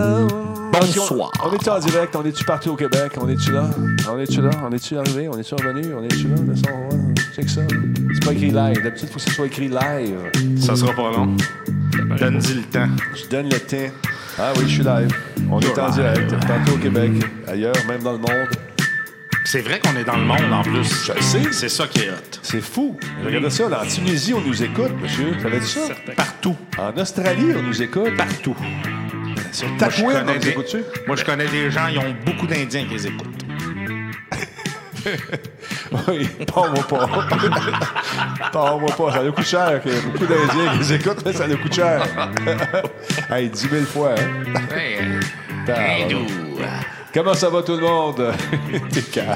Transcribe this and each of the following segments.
Bonsoir. On est-tu en direct? On est-tu partout au Québec? On est-tu là? On est-tu là? On est-tu arrivé? On est-tu revenu? On est-tu là? De son, ouais, check ça. C'est pas écrit live. D'habitude, il faut que ce soit écrit live. Ça sera pas long. Donne-y le temps. Je donne le temps. Ah oui, je suis live. On est en direct. Partout au Québec, ailleurs, même dans le monde. C'est vrai qu'on est dans le monde en plus. Je le sais. C'est ça qui est hot. C'est fou. Regardez ça. En Tunisie, on nous écoute, monsieur. Vous savez ça? Partout. En Australie, on nous écoute. Partout. Sur Moi, je Tatooine, on connais nous des- écoute dessus. Moi, je connais des gens, ils ont beaucoup d'Indiens qui les écoutent. Oui, parle-moi pas. parle-moi pas. Ça nous coûte cher. ok. Beaucoup d'Indiens qui nous écoutent, mais ça nous coûte cher. hey, 10 000 fois. hein. Tabarnak. Comment ça va tout le monde? T'es calme.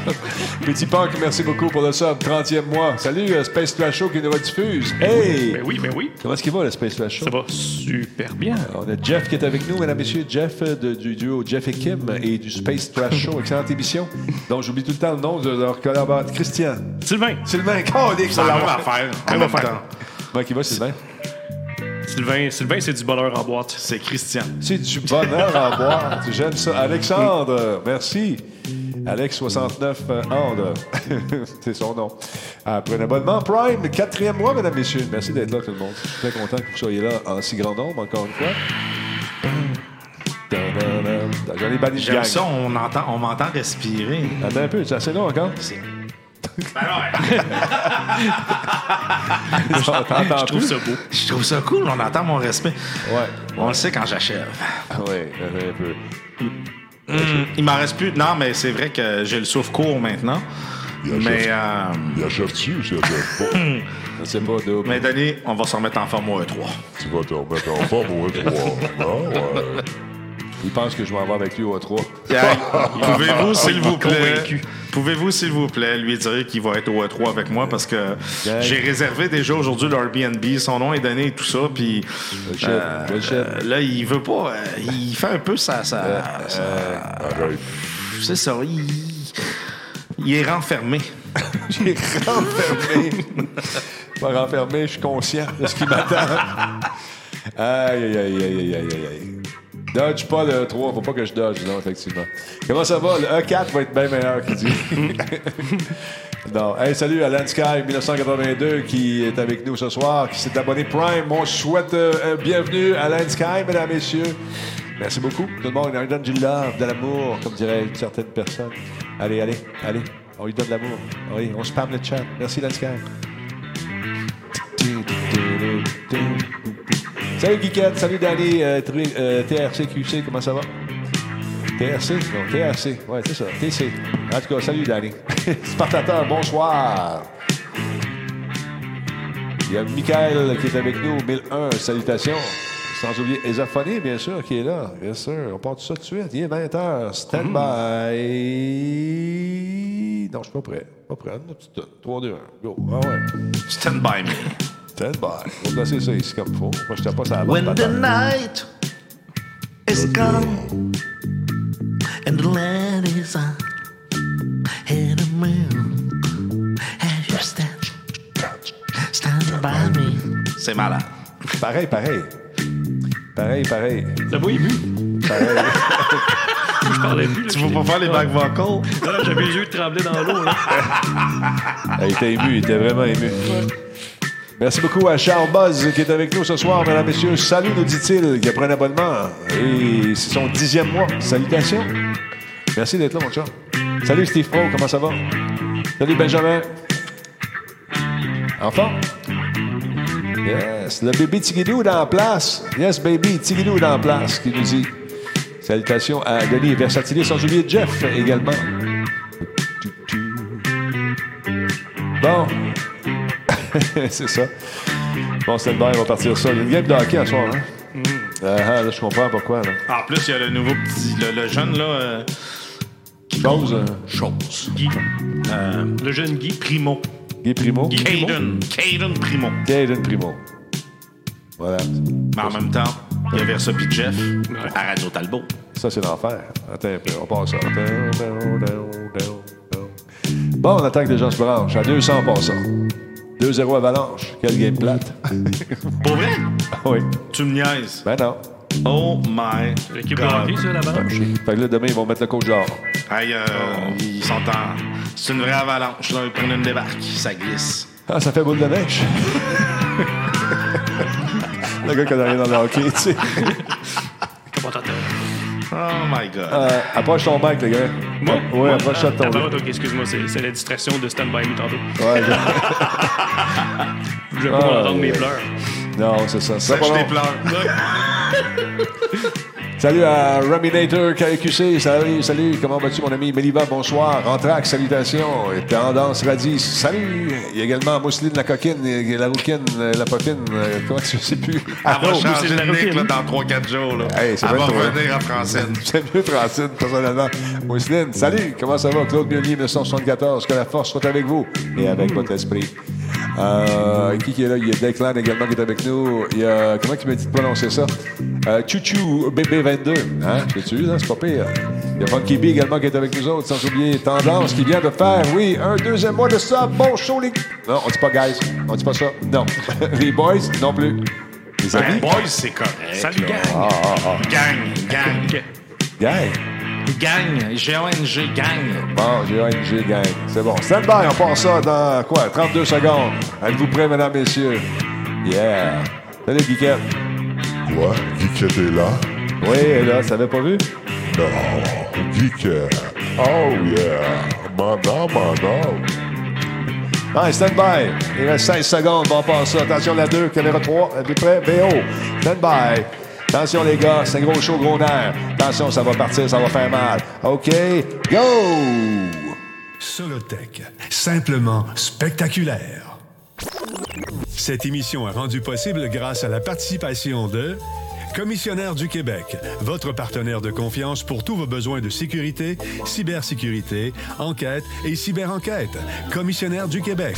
Petit Punk, merci beaucoup pour le sub. 30e mois. Salut, euh, Space Trash Show qui nous rediffuse. Hey! Mais oui, mais oui. Comment est-ce qu'il va, le Space Trash Show? Ça va super bien. On a Jeff qui est avec nous, mesdames, messieurs. Jeff euh, de- du duo Jeff et Kim et du Space Trash Show. Excellente émission. Donc, j'oublie tout le temps le nom de leur collaborateur. Christian. Sylvain. Sylvain, Codé, C'est la même affaire. En même affaire. temps. Comment il va, Sylvain? Sylvain, Sylvain c'est du bonheur en boîte. C'est Christian. C'est du bonheur à boire. J'aime ça. Alexandre, merci. Alex69 euh, Ande. C'est son nom. Après un abonnement Prime, quatrième mois, mesdames, messieurs. Merci d'être là, tout le monde. Je suis très content que vous soyez là en si grand nombre, encore une fois. Tadadam. J'en ai banni de J'aime gang. ça, on entend, on m'entend respirer. Attends un peu, c'est assez long encore? C'est- On t'entend Je trouve plus? ça beau. Je trouve ça cool, on entend mon respect. Ouais. Ah On le sait quand j'achève. Ouais, attends un peu. Il m'en reste plus. Non, mais c'est vrai que j'ai le souffle court maintenant. Mais, Hmm. euh, Il achète-tu ou il achète pas? Je sais pas, double. mais Denis, on va se remettre en forme au E E3. tu vas te remettre en forme ou être Non, ouais. Il pense que je vais en avoir avec lui au 3. Pierre, pouvez-vous, s'il vous plaît, convaincu. pouvez-vous, s'il vous plaît, lui dire qu'il va être au E3 avec moi parce que Pierre. j'ai réservé déjà aujourd'hui l'Airbnb, son nom est donné et tout ça, puis Le chef, le chef. euh, là, il veut pas, euh, il fait un peu ça, ça, Arrête. c'est ça, il, il est renfermé. J'ai renfermé. Pas renfermé, je suis conscient de ce qui m'attend. Aïe, aïe, aïe, aïe, aïe, aïe, aïe, aïe. Dodge pas le 3, faut pas que je dodge, non, effectivement. Comment ça va? Le E4 va être bien meilleur qu'il dit. non. Hey, salut à Landsky 1982 qui est avec nous ce soir, qui s'est abonné Prime. On souhaite euh, euh, bienvenue à Landsky, mesdames, messieurs. Merci beaucoup. Tout le monde, on lui donne du love, de l'amour, comme diraient certaines personnes. Allez, allez, allez. On lui donne de l'amour. Oui, on spam le chat. Merci, Landsky. Salut Geekette, salut Danny, euh, tri- euh, TRC, QC, comment ça va? TRC? Non, TRC, ouais, c'est ça, TC. En tout cas, salut Danny. Spartateur, bonsoir. Il y a Michael qui est avec nous, 1001, salutations. Sans oublier Esaphonie, bien sûr, qui est là. Bien sûr, on part de ça tout de suite. Il est 20h, stand Mm-hmm. by. Non, je suis pas prêt. Pas prêt. Une petite tonne. 3, 2, 1, go. Ah ouais. Stand by me. Stand by. On va placer ça ici comme il faut. Moi, j'étais pas sur la bonne When the patate. night is gone and the light is on and the moon and you stand, stand by me. C'est malade. Pareil, pareil. Pareil, pareil. Ça va ému. Pareil. Je parlais plus. là. Tu veux pas faire les back vocals? Ah, J'avais les yeux trembler dans l'eau. là. il était ému, il était vraiment ému. Merci beaucoup à Charles Buzz qui est avec nous ce soir, mesdames, messieurs. Salut, nous dit-il, qui a pris un abonnement. Et c'est son dixième mois. Salutations. Merci d'être là, mon chat. Salut, Steve Pro, comment ça va? Salut, Benjamin. Enfant? Yes. Le bébé Tigidou dans la place. Yes, baby, Tigidou dans la place, qui nous dit. Salutations à Denis Versatilis, sans oublier Jeff également. Bon. c'est ça. Bon, c'est bien, on va partir ça. Il y a une game de hockey à soir, hein? Mm. Ah, ah, là, je comprends pourquoi. Là. En plus, il y a le nouveau petit, le, le jeune, là, euh, Chose, euh, chose. Guy. Le jeune Guy. Primo. Guy Primo. Guy Primo. Caden. Caden Primo. Caden Primo. Voilà. Mais en même temps, il y a Versa puis Jeff à Radio Talbot. Ça, c'est l'enfer. Attends un peu, on passe ça. Down, down, down, down, down. Bon, on attend que les gens se branchent. À 200 passants. 2-0 Avalanche. Quelle game plate. Pour vrai? Ah oui. Tu me niaises. Ben non. Oh my L'équipe de God. hockey, ça, la balance. Fait que là, demain, ils vont mettre le coach dehors. Aïe, euh, Oh. ils sont en... C'est une vraie avalanche, là. Ils prennent une débarque, ça glisse. Ah, ça fait boule de neige. le gars qui a rien dans le hockey, tu sais. Comment t'entends? Oh my God. Euh, approche ton mic, le gars. Moi? Ouais, approche ça de ton Ah, mic. pardon, ok, excuse-moi, c'est c'est la distraction de Stand By Me tantôt. Ouais, je- Je vais pas Ah, entendre mes ouais. pleurs. Non, c'est ça. C'est Sèche pas tes long. pleurs. Salut à Raminator KQC. Salut, salut. Comment vas-tu, mon ami? Méliva, bonsoir. Entraque, salutations. Et Tendance Radis, salut. Il y a également Mousseline la coquine, et la rouquine, euh, la popine. euh, Comment tu sais plus? Elle va non, c'est changer de la de nick routine. là, dans 3-4 jours. Là. Hey, Elle c'est va vrai, toi, hein. revenir à française. C'est mieux, Francine, personnellement. Mousseline, salut, comment ça va? Claude Meunier, 1974. Que la force soit avec vous et avec votre esprit. Euh, qui, qui est là? Il y a Declan également qui est avec nous. Il y a, comment tu m'as dit de prononcer ça? Euh, Chouchou BB22. Hein? J'ai-tu vu, là? C'est pas pire. Il y a Funky B également qui est avec nous autres, sans oublier Tendance qui vient de faire, oui, un deuxième mois de ça. Bon show, les. Non, on dit pas guys. On dit pas ça. Non. les boys, non plus. Les Les amis? boys, c'est correct. Salut, là. gang! Gang, gang, Ok. Guys. gang. G-O-N-G, gang. Bon, j'ai ONG, gang. C'est bon. Stand by, on part ça dans quoi? 32 secondes. Êtes-vous prêts, mesdames, messieurs? Yeah. Salut, Guiquette. Quoi? Geekette est là? Oui, là, ça l'avais pas vu? Non. Geekette. Oh yeah. Madame, madame. Ah, stand by. Il reste 16 secondes, on part ça. Attention, la 2, caméra 3, êtes-vous prêts? BO. Stand by. Attention, les gars, c'est un gros show, gros nerf. Attention, ça va partir, ça va faire mal. OK, go! Solotech, simplement spectaculaire. Cette émission est rendue possible grâce à la participation de Commissionnaire du Québec, votre partenaire de confiance pour tous vos besoins de sécurité, cybersécurité, enquête et cyberenquête. Commissionnaire du Québec.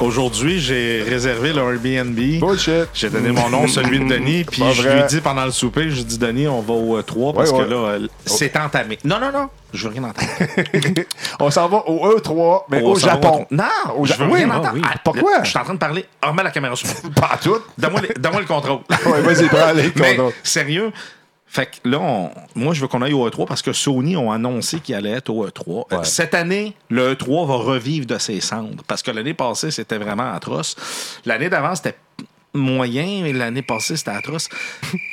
aujourd'hui, j'ai réservé le Airbnb. Bullshit. J'ai donné mon nom, celui de Denis, puis Pas je vrai. lui dis pendant le souper, je dis Denis, on va au E3 parce Ouais, ouais. que là, euh, c'est entamé. Non, non, non, je veux rien entendre. on s'en va au E3, mais On au s'en va Japon. Non, au je veux Japon. rien entendre. Ah, Pourquoi? Je suis en train de parler. Remets la caméra sur moi. Pas tout. Donne-moi les- donne-moi le contrôle. Ouais, vas-y, prends les Mais, condos. sérieux. Fait que là, on- moi, je veux qu'on aille au E3 parce que Sony ont annoncé qu'il allait être au E3. Euh, Ouais. Cette année, le E3 va revivre de ses cendres parce que l'année passée, c'était vraiment atroce. L'année d'avant, c'était moyen, et l'année passée, c'était atroce.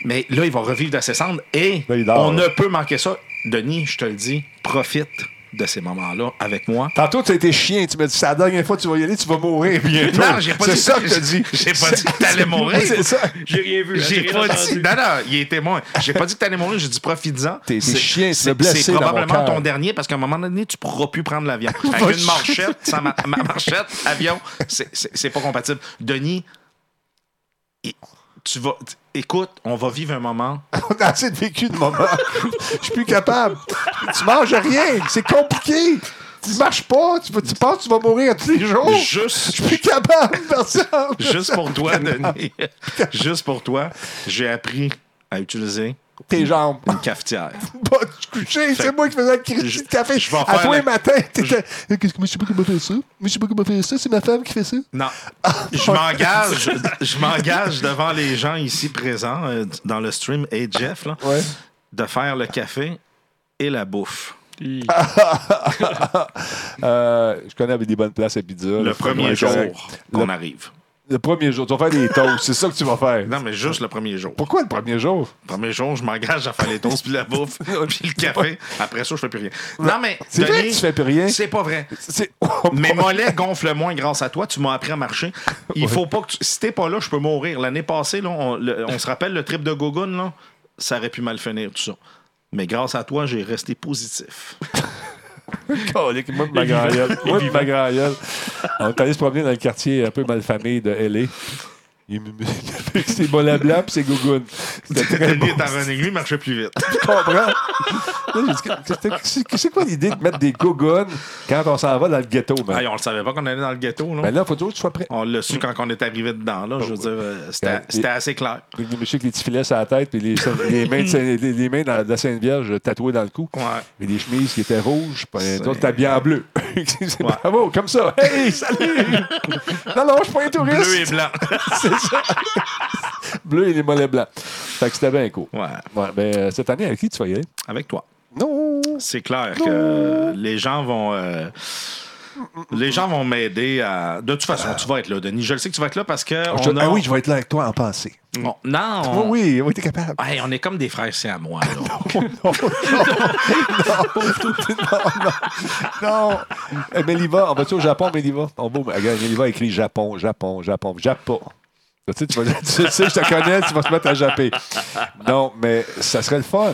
Mais là, il va revivre de ses cendres et Là, il dort, on là. ne peut manquer ça. Denis, je te le dis, profite de ces moments-là avec moi. Tantôt, tu as été chien. Tu m'as dit, c'est la dernière fois que tu vas y aller, tu vas mourir bientôt. Non, j'ai pas C'est dit- ça que tu dit. j'ai pas dit que t'allais mourir. C'est ça. J'ai rien vu. hein, J'ai rien pas dit. entendu. Non, non, il est témoin. J'ai pas dit que t'allais mourir, j'ai dit profite-en. T'es- t'es C'est- chien, tu m'as c'est- blessé C'est dans mon cœur. probablement ton dernier parce qu'à un moment donné, tu pourras plus prendre l'avion. Avec une marchette, sans ma, ma marchette, avion, c'est- c'est c'est pas compatible. Denis, et- tu vas. t- Écoute, on va vivre un moment. On a assez de vécu de moment. Je suis plus capable. Tu manges rien. C'est compliqué. Tu marches pas. Tu, vas- tu penses que tu vas mourir tous les jours. Je Juste. suis plus capable de faire ça. Juste pour toi, Denis. Juste pour toi, j'ai appris à utiliser Tes jambes. une cafetière. Pas te coucher. C'est moi qui faisais le Je- critique de café. je vais à faire toi la- le matin. t'étais, Eh, Qu'est-ce que moi, je sais pas comment faire ça. Moi, je sais pas comment faire ça. C'est ma femme qui fait ça. Non. Je m'engage, je m'engage devant les gens ici présents euh, dans le stream et Jeff là, Ouais. de faire le café et la bouffe. Hi. Euh, je connais des bonnes places à pizza. Le premier jour qu'on Le, arrive. le premier jour. Tu vas faire des toasts. C'est ça que tu vas faire. Non, mais juste le premier jour. Pourquoi le premier jour? Le premier jour, je m'engage à faire les toasts, puis la bouffe, puis le café. Après ça, je fais plus rien. Non, mais. C'est vrai Denis, que tu fais plus rien? C'est pas vrai. C'est- Oh Mes mollets gonflent moins grâce à toi. Tu m'as appris à marcher. Il faut pas que tu... Si t'es pas là, je peux mourir. L'année passée, là, on, le- on se rappelle le trip de Gogun, là, ça aurait pu mal finir, tout ça. Mais grâce à toi, j'ai resté positif. Colique, moi, de ma grand Moi, de ma grand On est allé se promener dans le quartier un peu malfamé de L.A. Il me met ses bolas blancs puis ses gougounes. C'était très Lui bon. est en running, lui, il marchait plus vite. Tu comprends? Là, j'ai dit, Qu'est-ce que- c'est- C'est quoi l'idée de mettre des gougounes quand on s'en va dans le ghetto, man? Hey, on le savait pas qu'on allait dans le ghetto, là. Mais là, faut toujours que tu sois prêt. On l'a su quand on est arrivé dedans, là. Je veux dire, euh, c'était- c'était assez clair. Avec des messieurs avec les petits filets sur la tête puis les, les mains, de, Saint- les, les mains dans- de la Sainte Vierge tatouées dans le cou. Ouais. Et des chemises qui étaient rouges, puis les C'est- autres étaient bien en bleu. C'est Bravo, comme ça. Hey, salut! non, non, je suis pas un touriste. Bleu et blanc. bleu et les mollets blancs. Fait que c'était bien cool. Ouais. Ouais, ben, euh, cette année, avec qui tu vas y aller? Avec toi. Non! C'est clair que les gens vont. euh, les gens vont m'aider à. De toute façon, tu vas être là, Denis. Je le sais que tu vas être là parce que. Je- on a- Ah oui, je vais être là avec toi en pensée. on- Mm. Oui, non. on- oui, on va être capable. Hey, on est comme des frères, c'est à moi. là. Non! Eh, Méliva, on va-tu au Japon, Méliva? On va, regarde, Méliva écrit Japon, Japon, Japon, Japon. Tu sais, tu vas- tu sais, je te connais, tu vas te mettre à japper. Non, mais ça serait le fun.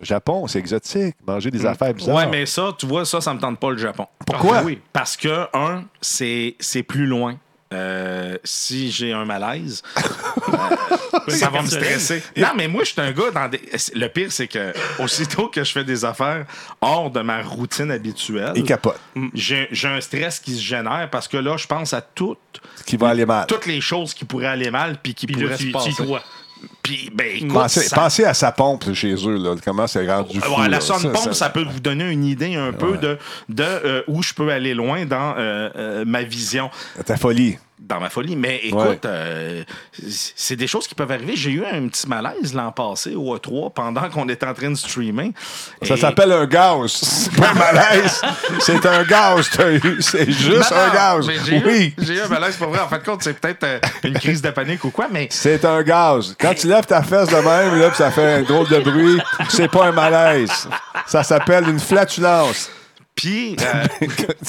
Japon, c'est exotique. Manger des affaires bizarres. Mm. ouais, mais ça, tu vois, ça, ça me tente pas le Japon. Pourquoi? Ah, oui. Parce que, un, c'est c'est plus loin. Euh, si j'ai un malaise, euh, ça va me stresser. Non, mais moi, je suis un gars dans des. Le pire, c'est que aussitôt que je fais des affaires hors de ma routine habituelle, Mm. Il capote. j'ai j'ai un stress qui se génère parce que là, je pense à toutes, Qui va aller mal. toutes les choses qui pourraient aller mal puis qui Puis pourraient là, tu se tu y passer. crois. Puis, ben, écoute, Pensez, ça- pensez à sa pompe chez eux, là, comment c'est rendu fou. Ouais, là. la sonne pompe, ça- ça, peut vous donner une idée un peu de, de euh, où je peux aller loin dans euh, euh, ma vision, Ta folie. dans ma folie. Mais écoute, Ouais. euh, c- c'est des choses qui peuvent arriver. J'ai eu un petit malaise l'an passé au E3 pendant qu'on était en train de streamer. Ça Et- s'appelle un gaz. C'est pas un malaise. C'est un gaz, t'as eu. C'est juste Non, non, un gaz. mais J'ai eu- Oui. j'ai eu, un malaise pour vrai. En fin de compte, c'est peut-être euh, une crise de panique ou quoi, mais C'est un gaz. Quand tu lèves ta fesse de même, là, pis ça fait un drôle de bruit, c'est pas un malaise. Ça s'appelle une flatulence. puis euh,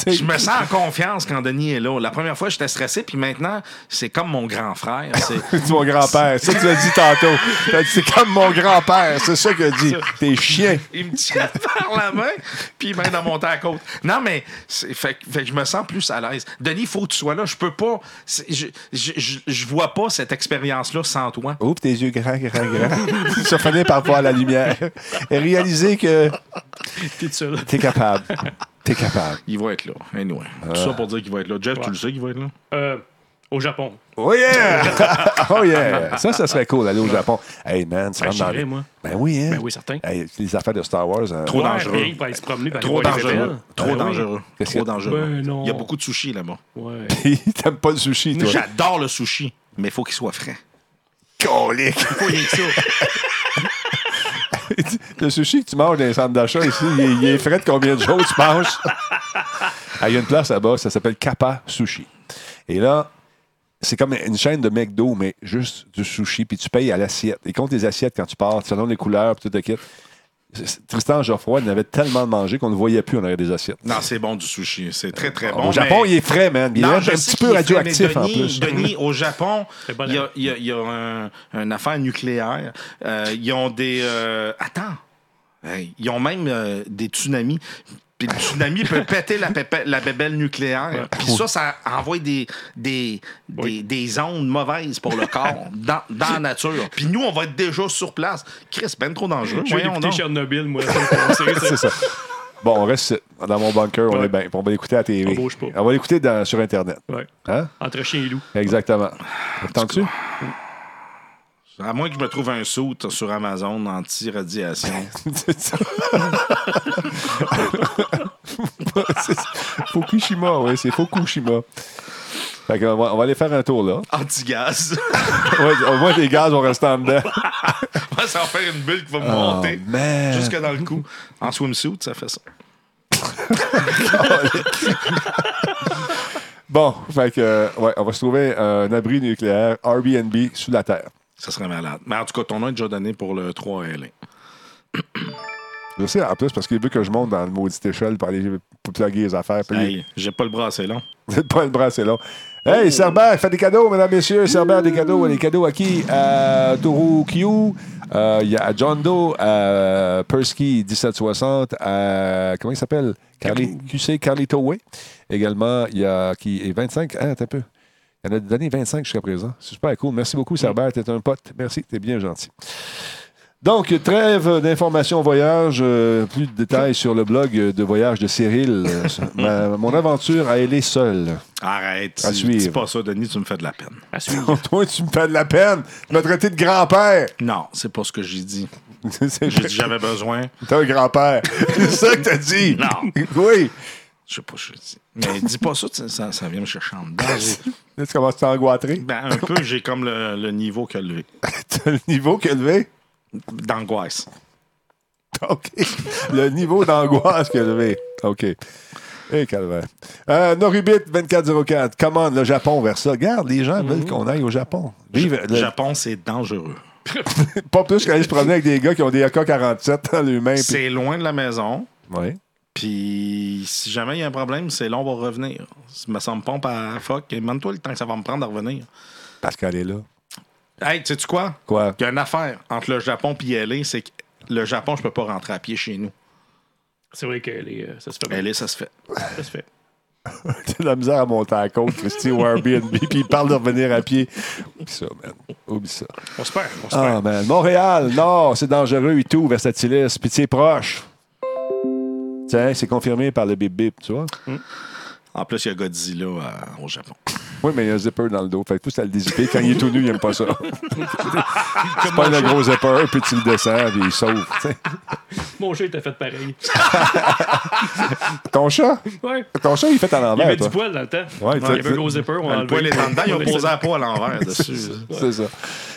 Je me sens en confiance quand Denis est là. La première fois, j'étais stressé, puis maintenant, c'est comme mon grand frère. C'est- C'est mon grand-père. Ça, tu l'as dit tantôt. T'as dit, c'est comme mon grand-père. C'est ça qu'il a dit. T'es chien. Il me tient par la main, puis il m'aide à monter à la côte. Non, mais c'est- fait, que- fait que je me sens plus à l'aise. Denis, il faut que tu sois là. Je peux pas. c'est- Je, je, je- je vois pas cette expérience-là sans toi. Oups, tes yeux grands, grands, grands. Ça finit par voir la lumière. Et réaliser que T'es seul. t'es capable. T'es capable. Il va être là. Anyway. Tout ça pour dire qu'il va être là. Jeff, tu le sais qu'il va être là? Euh, au Japon. Oh yeah! oh yeah! Ça, ça serait cool d'aller au Japon. Hey man, tu Ben, rentres dans j'irais, le- moi. Ben oui, hein? Ben oui, certain. Hey, les affaires de Star Wars. hein. Trop Ouais, dangereux. puis rien que pour aller se promener, puis aller Trop voir les dangereux. événements. Trop Ben oui. dangereux. Qu'est-ce Trop qu'il y a? dangereux. Ben non. Il y a beaucoup de sushis là-bas. Ouais. T'aimes pas le sushi, toi? J'adore le sushi, mais il faut qu'il soit frais. Colique! Faut y aller ça. le sushi que tu manges dans les centres d'achat ici, il est, il est frais de combien de jours tu manges? Ah, Il y a une place là-bas, ça s'appelle Kappa Sushi. Et là, c'est comme une chaîne de McDo, mais juste du sushi, puis tu payes à l'assiette. Ils comptent les assiettes quand tu pars, selon les couleurs, puis tout le kit. C'est- Tristan Geoffroy n'avait tellement mangé qu'on ne voyait plus en arrière des assiettes. Non, c'est bon du sushi. C'est très, très bon. au Japon, mais- il est frais, man. Il est Non, un je sais petit qu'il peu est radioactif frais, mais en Denis- plus. Denis, au Japon, C'est bon, il y hein. a, il y a- il y a un- une affaire nucléaire. Euh, ils ont des. euh, attends. Hey, ils ont même euh, des tsunamis. Puis le tsunami peut péter la, pépé- la bébelle nucléaire. Puis ça, ça envoie des, des, des, des ondes mauvaises pour le corps dans, dans la nature. Puis nous, on va être déjà sur place. Chris, ben trop dangereux. Je vais voyons écouter donc. Chernobyl, moi, la semaine passée. C'est ça. ça. Bon, on reste dans mon bunker, on Ouais. est bien. On va l'écouter à la TV. On bouge pas. On va l'écouter dans- sur Internet. Ouais. Hein? Entre chien et loup. Exactement. Entends-tu? À moins que je me trouve un soute sur Amazon anti-radiation. C'est ça. C'est- Fukushima, oui, c'est Fukushima. Fait qu'on va, on va aller faire un tour là. Anti-gaz. Ouais, au moins, les gaz vont rester en dedans. Ouais, ça va faire une bulle qui va me Oh, monter man. jusque dans le cou. En swimsuit, ça fait ça. bon, fait que, euh, ouais, on va se trouver un abri nucléaire, Airbnb, sous la terre. Ça serait malade. Mais en tout cas, ton nom est déjà donné pour le 3L. Je sais, en plus, parce qu'il veut que je monte dans le maudit échelle pour aller pour plugger les affaires. puis Hey, j'ai pas le bras assez long. C'est pas le bras, c'est long. Hey, Cerber, fait des cadeaux, mesdames, messieurs. Cerber, des cadeaux. Des cadeaux à qui? À Toru Q, euh, il y a à John Doe, à Persky 1760, à. Comment il s'appelle? Carly, QC Carlito Way. Également, il y a qui est 25. Ah, attends un peu. Il y en a donné 25 jusqu'à présent. C'est super cool. Merci beaucoup, Cerber. T'es un pote. Merci, t'es bien gentil. Donc, trêve d'informations voyage. euh, plus de détails sur le blog de voyage de Cyril. Euh, ma- mon aventure à aller seul. Arrête. À dis- suivre. Dis pas ça, Denis, tu me fais de la peine. À suivre. Toi, tu me fais de la peine. Tu m'as traité de grand-père. Non, c'est pas ce que j'ai dit. C'est J'ai dit j'avais besoin. T'es un grand-père. C'est ça que t'as dit. Non. Oui. Je sais pas ce que j'ai dit. Mais dis pas ça, tu sais, ça, ça vient me chercher en dedans. J'ai- Là, tu commences à t'angoîtrer. Ben, un peu, j'ai comme le, le niveau que levé. T'as le niveau que levé. D'angoisse. OK. Le niveau d'angoisse que levé. OK. Et calvaire. Euh, Norubit 2404. Commande le Japon vers ça. Regarde, les gens veulent qu'on aille au Japon. Vive Le le- Japon, c'est dangereux. Pas plus qu'aller se promener avec des gars qui ont des AK-47 dans les mains. puis- C'est loin de la maison. Ouais. Puis, si jamais il y a un problème, c'est long, on va revenir. Ça me semble pompe à fuck. Et Demande-toi le temps que ça va me prendre à revenir. Parce qu'elle est là. Hey, sais-tu quoi? Quoi? Il y a une affaire entre le Japon et LA, c'est que le Japon, je peux pas rentrer à pied chez nous. C'est vrai que les, euh, ça se fait. LA, ça se fait. Eh Ça ben. se fait. T'as de la misère à monter à la côte, Christy, ou Airbnb, puis il parle de revenir à pied. Oublie ça, man. Oublie ça. On se perd. On se Ah, perd. man. Montréal, non, c'est dangereux et tout, Versatilis. Puis c'est proche. Tiens, c'est confirmé par le bip bip, tu vois. En plus, il y a Godzilla euh, au Japon. Oui, mais il y a un zipper dans le dos. Fait que tout à le dézipper. Quand il est tout nu, il aime pas ça. tu prends le gros zipper, puis tu le descends, puis il sauve. tu sais. Mon jeu était fait pareil. Ton chat, Ouais. ton chat, il est fait à Il y l'envers. avait toi. du poil dans le temps. Ouais, il y tu sais, avait tu- un gros zipper. On a Le poil enlevé. est en dedans, il a On posé laissait- la peau à l'envers dessus. C'est ça.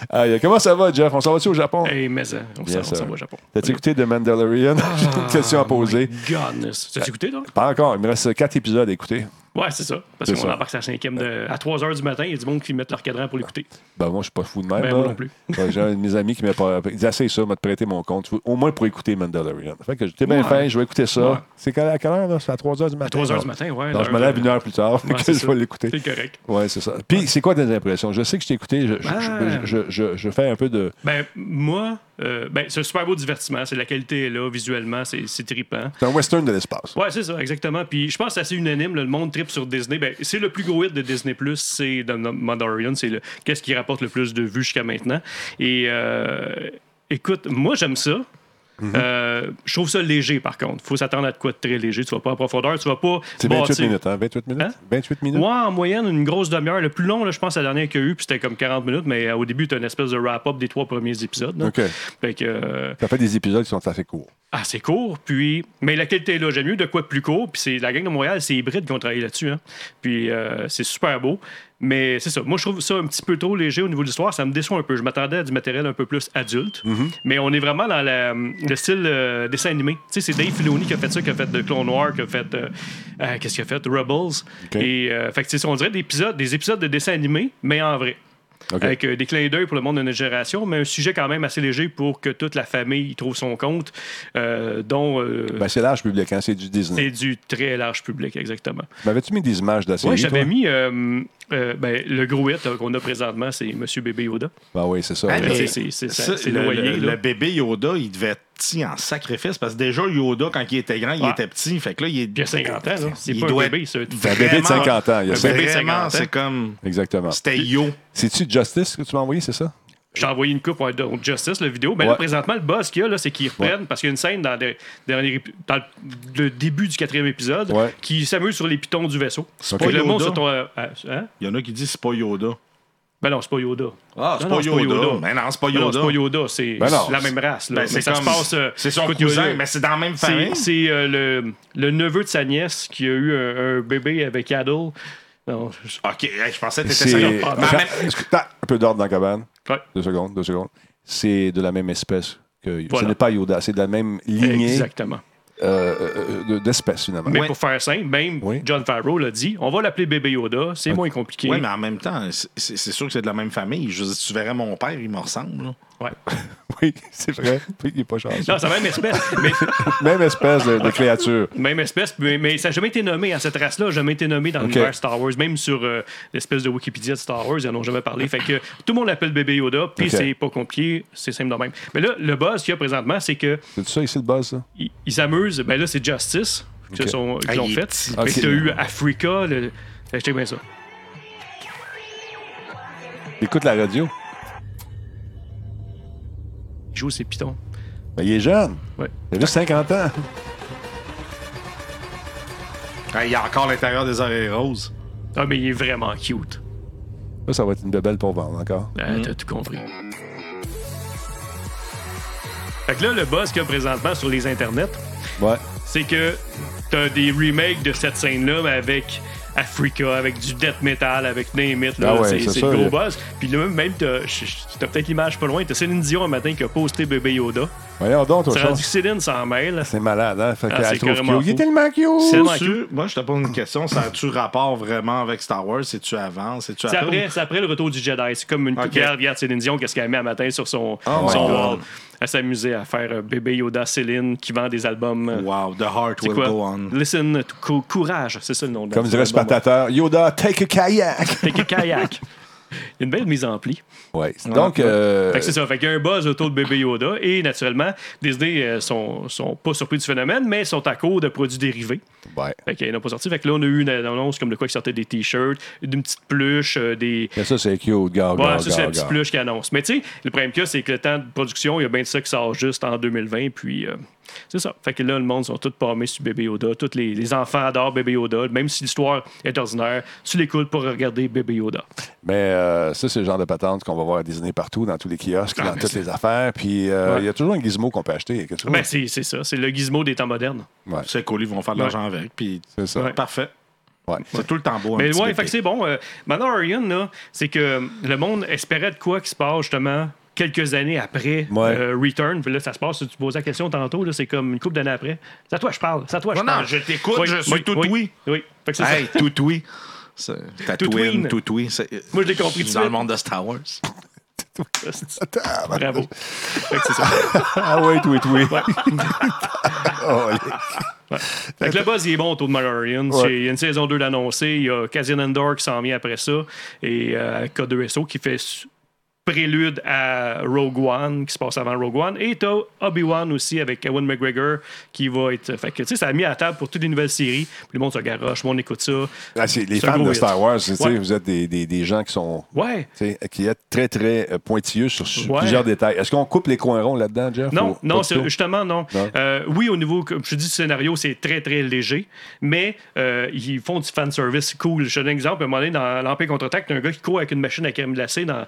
Aïe, comment ça va, Jeff? On s'en va-tu au Japon? Hey, mais hein, on s'en- Bien on sûr. s'en va au Japon. T'as-tu écouté The Mandalorian? Ah. J'ai une question à poser. Goodness. Ah. T'as écouté, donc? Pas encore. Il me reste quatre épisodes à écouter. Ouais, c'est ça. Parce C'est qu'on ça. embarque à la cinquième de... à 3 h du matin. Il y a du monde qui mettent leur cadran pour l'écouter. Ben, moi, je suis pas fou de même. Ben, moi là. non plus. Ouais, J'ai un de mes amis qui m'a pas. Il dit Essaye ça, m'a te prêté mon compte, tu vois, au moins pour écouter Mandalorian. Fait que j'étais bien Ouais. fin, je vais écouter ça. Ouais. C'est quand- à quelle heure, là C'est à 3 h du matin. 3 h non? du matin, ouais. Non, je me l'heure lève de- une heure plus tard, Ouais, que c'est je ça. vais l'écouter. C'est correct. Ouais, c'est ça. Puis, c'est quoi tes impressions Je sais que je t'ai écouté, je, je- Ah. je- je- je- je fais un peu de. Ben, moi, euh, ben, c'est un super beau divertissement. C'est la qualité est là, visuellement, c'est c'est trippant. C'est un western de l'espace. Ouais, c'est ça, exactement. Puis je pense que c'est assez unanime, là, le monde trip sur Disney. Ben, c'est le plus gros hit de Disney, c'est The Mandalorian, c'est le qu'est-ce qui rapporte le plus de vues jusqu'à maintenant. Et euh, écoute, moi j'aime ça. Mhm. Euh, je trouve ça léger par contre. faut s'attendre à de quoi de très léger. Tu vas pas en profondeur, tu vas pas. C'est 28 bâtir- minutes, hein 28 minutes Hein? 28 minutes Ouais, en moyenne, une grosse demi-heure. Le plus long, là, je pense, la dernière qu'il y a eu, puis c'était comme 40 minutes, mais euh, au début, tu une espèce de wrap-up des trois premiers épisodes. là. OK. Fait que, euh, T'as fait des épisodes qui sont assez courts. ah, c'est court, puis. Mais la qualité est là, j'aime mieux de quoi de plus court. Puis c'est la gang de Montréal, c'est hybride qui ont travaillé là-dessus. hein. Puis euh, c'est super beau. Mais c'est ça. Moi, je trouve ça un petit peu trop léger au niveau de l'histoire. Ça me déçoit un peu. Je m'attendais à du matériel un peu plus adulte. Mais on est vraiment dans la- le style euh, dessin animé. Tu sais, c'est Dave Filoni qui a fait ça, qui a fait de Clone Noir, qui a fait. euh, euh, Qu'est-ce qu'il a fait Rebels. Et euh, fait que, tu sais, on dirait des épisodes, des épisodes de dessin animé, mais en vrai. OK. Avec euh, des clins d'œil pour le monde de notre génération, mais un sujet quand même assez léger pour que toute la famille y trouve son compte, euh, dont euh, Ben, c'est large public, hein, c'est du Disney. c'est du très large public, exactement. M'avais-tu mis des images de la série Oui, j'avais toi? mis euh, euh, ben, le gros hit euh, qu'on a présentement, c'est Monsieur Bébé Yoda. Ben oui, c'est ça. Ah, ouais. mais c'est- c'est- c'est- ça, c'est le, noyé, le- là. le bébé Yoda, il devait être petit en sacrifice parce que déjà, Yoda, quand il était grand, il Ouais. était petit. Fait que là, il est. Il y a 50 ans, là. C'est Il pas doit un bébé, c'est un Un bébé de 50 ans, il y a Un ça. bébé de Vraiment, 50 ans. c'est C'est comme. Exactement. C'était Yo. C'est-tu Justice que tu m'as envoyé, c'est ça? J'ai envoyé une coupe à Don't Justice, la vidéo. Mais Ouais. là, présentement, le buzz qu'il y a, là, c'est qu'ils reprennent, parce qu'il y a une scène dans, le- dans les- dans le le début du quatrième épisode Ouais. qui s'amuse sur les pitons du vaisseau. C'est pas le monde Yoda. sur ton. euh, euh, hein? Il y en a qui disent c'est pas Yoda. Ben non, c'est pas Yoda. Ah, c'est Non, pas non, Yoda. Mais non, c'est pas Non, non, Yoda. c'est pas Yoda, c'est Ben non. la même race. là. Ben, mais c'est ça comme- se passe. euh, C'est son écoute, cousin, Yoda- mais c'est dans la même famille. c'est c'est, euh, le, le neveu de sa nièce qui a eu un, un bébé avec Adol. Non, je- Ok, hey, je pensais que t'étais C'est. sérieux. Ah, Mais en même- Est-ce que- Attends, Un peu d'ordre dans la cabane. Ouais. Deux secondes, deux secondes. C'est de la même espèce que. Ce Voilà. n'est pas Yoda, c'est de la même lignée. Exactement. euh, euh, de- d'espèces, finalement. Mais Ouais. pour faire simple, même Oui. John Favreau l'a dit, on va l'appeler Bébé Yoda, c'est moins compliqué. Oui, mais en même temps, c'est- c'est c'est sûr que c'est de la même famille. Je veux dire, tu verrais mon père, il me ressemble. là. Ouais. Oui, c'est vrai. Oui, Il est pas chanceux. Non, c'est la même espèce, mais, Même espèce de, de créature. même espèce, mais, mais ça n'a jamais été nommé, à cette race-là, n'a jamais été nommé dans l'univers Star Wars, même sur euh, l'espèce de Wikipédia de Star Wars, ils n'en ont jamais parlé. Fait que tout le monde l'appelle Bébé Yoda, puis Ok. c'est pas compliqué, c'est simple de même. Mais là, le buzz qu'il y a présentement, c'est que C'est ça ici le buzz, ça? ils ils s'amusent. Ben là, c'est Justice qui Ok. sont- qui Ah, l'ont il est fait. petit. Fait que Ok. t'as eu Africa. Le... Fait que check bien ça. Écoute la radio. Il joue ses pitons. Ben, il est jeune. Ouais. Il a juste 50 ans. Ah, il y a encore l'intérieur des oreilles roses. Ah, mais il est vraiment cute. Là, ça va être une bebelle pour vendre encore. Ah, Mm-hmm. T'as tout compris. Fait que là, le buzz qu'il y a présentement sur les internets, Ouais. c'est que t'as des remakes de cette scène-là mais avec Africa, avec du death metal, avec Name It. là, Ah ouais, c'est- c'est c'est sûr, le gros il y buzz. Puis là, même, t'as je- je- t'as peut-être l'image pas loin. T'as Céline Dion un matin qui a posté Bébé Yoda. Voyons donc, toi, C'est rendu Charles. que Céline s'en mêle. C'est malade, hein? Fait Ah, qu'elle c'est le trouve carrément cute. Il est fou. tellement C'est cute! vraiment cute. Tu- moi, je te pose une question. Ça a-tu rapport vraiment avec Star Wars? C'est-tu avant? C'est-tu C'est après? après, c'est après le retour du Jedi. C'est comme une Ok. pierre regarde Céline Dion, qu'est-ce qu'elle met un matin sur son, Oh son my wall. God. Elle s'amusait à faire euh, Bébé Yoda Céline qui vend des albums. euh, Wow, The Heart c'est Will quoi? Go On. Listen to Cou- Courage, c'est ça le nom de Comme de dirait l'album. Spatateur, Yoda, take a kayak! Fait que kayak. Il y a une belle mise en pli. Ouais. Donc, euh, Fait que c'est ça. Fait qu'il y a un buzz autour de Bébé Yoda et naturellement, Disney euh, sont, sont pas surpris du phénomène, mais sont à court de produits dérivés. ouais. Fait qu'ils n'ont pas sorti. Fait que là, on a eu une annonce comme de quoi ils sortaient des t-shirts, d'une petite peluche, euh, des, Mais ça, c'est cute, gars, Ouais, gars, ça, gars, c'est la petite gars. pluche qui annonce. Mais tu sais, le problème qu'il y a, c'est que le temps de production, il y a bien de ça qui sort juste en 2020. Puis, euh, c'est ça. Fait que là, le monde sont tous parmés sur Bébé Yoda. Tous les, les enfants adorent Bébé Yoda. Même si l'histoire est ordinaire, tu l'écoutes pour regarder Bébé Yoda. Mais euh, ça, c'est le genre de patente qu'on va voir à Disney partout, dans tous les kiosques, dans toutes les affaires. Puis euh, il Ah, Ouais. y a toujours un gizmo qu'on peut acheter. il y a quelque chose. Ben, c'est c'est ça. C'est le gizmo des temps modernes. Ouais, C'est cool, ils vont faire de l'argent avec. Puis c'est ça. Ouais. parfait. Ouais. C'est tout le temps beau. un Mais petit ouais, bébé. fait que c'est bon. Euh, Mandalorian, là, c'est que euh, le monde espérait de quoi qui se passe justement quelques années après Ouais. euh, Return. Puis là, ça se passe. Tu posais la question tantôt, là, c'est comme une couple d'années après. C'est à toi, que je parle. C'est à toi, que je Non, non, parle. je t'écoute, je suis tout oui. oui. Oui. Fait que c'est Hey, ça. Toutoui. C'est- Ta Toutouine. twin, Toutoui. c'est- Moi, je l'ai compris tout de Dans le suite. monde de Star Wars. Bravo. Fait que c'est ça. Ah oui, tweet, tweet. Oh, allez. Fait que le buzz, il est bon autour de Mandalorian. Ouais. C'est- Il y a une saison 2 d'annoncé. Il y a Cassian Andor qui s'en vient après ça. Et euh, K2SO qui fait s- prélude à Rogue One, qui se passe avant Rogue One. Et t'as Obi-Wan aussi avec Ewan McGregor qui va être... Fait que, tu sais, ça a mis à table pour toutes les nouvelles séries. Puis le monde se garoche, le monde écoute ça. Ah, c'est- les C'est un fans gros de hit. Star Wars, tu sais, Ouais. vous êtes des, des- des gens qui sont Ouais. tu sais, qui est très, très euh, pointilleux sur su- Ouais. plusieurs détails. Est-ce qu'on coupe les coins ronds là-dedans, Jeff? Non, ou- non, pas c'est- du tout? justement, non. Non. Euh, oui, au niveau, comme je te dis, du scénario, c'est très, très léger, mais euh, ils font du fanservice cool. Je te donne un exemple. À un moment donné, dans l'Empire contre-attaque, t'as un gars qui court avec une machine à crème glacée dans. dans-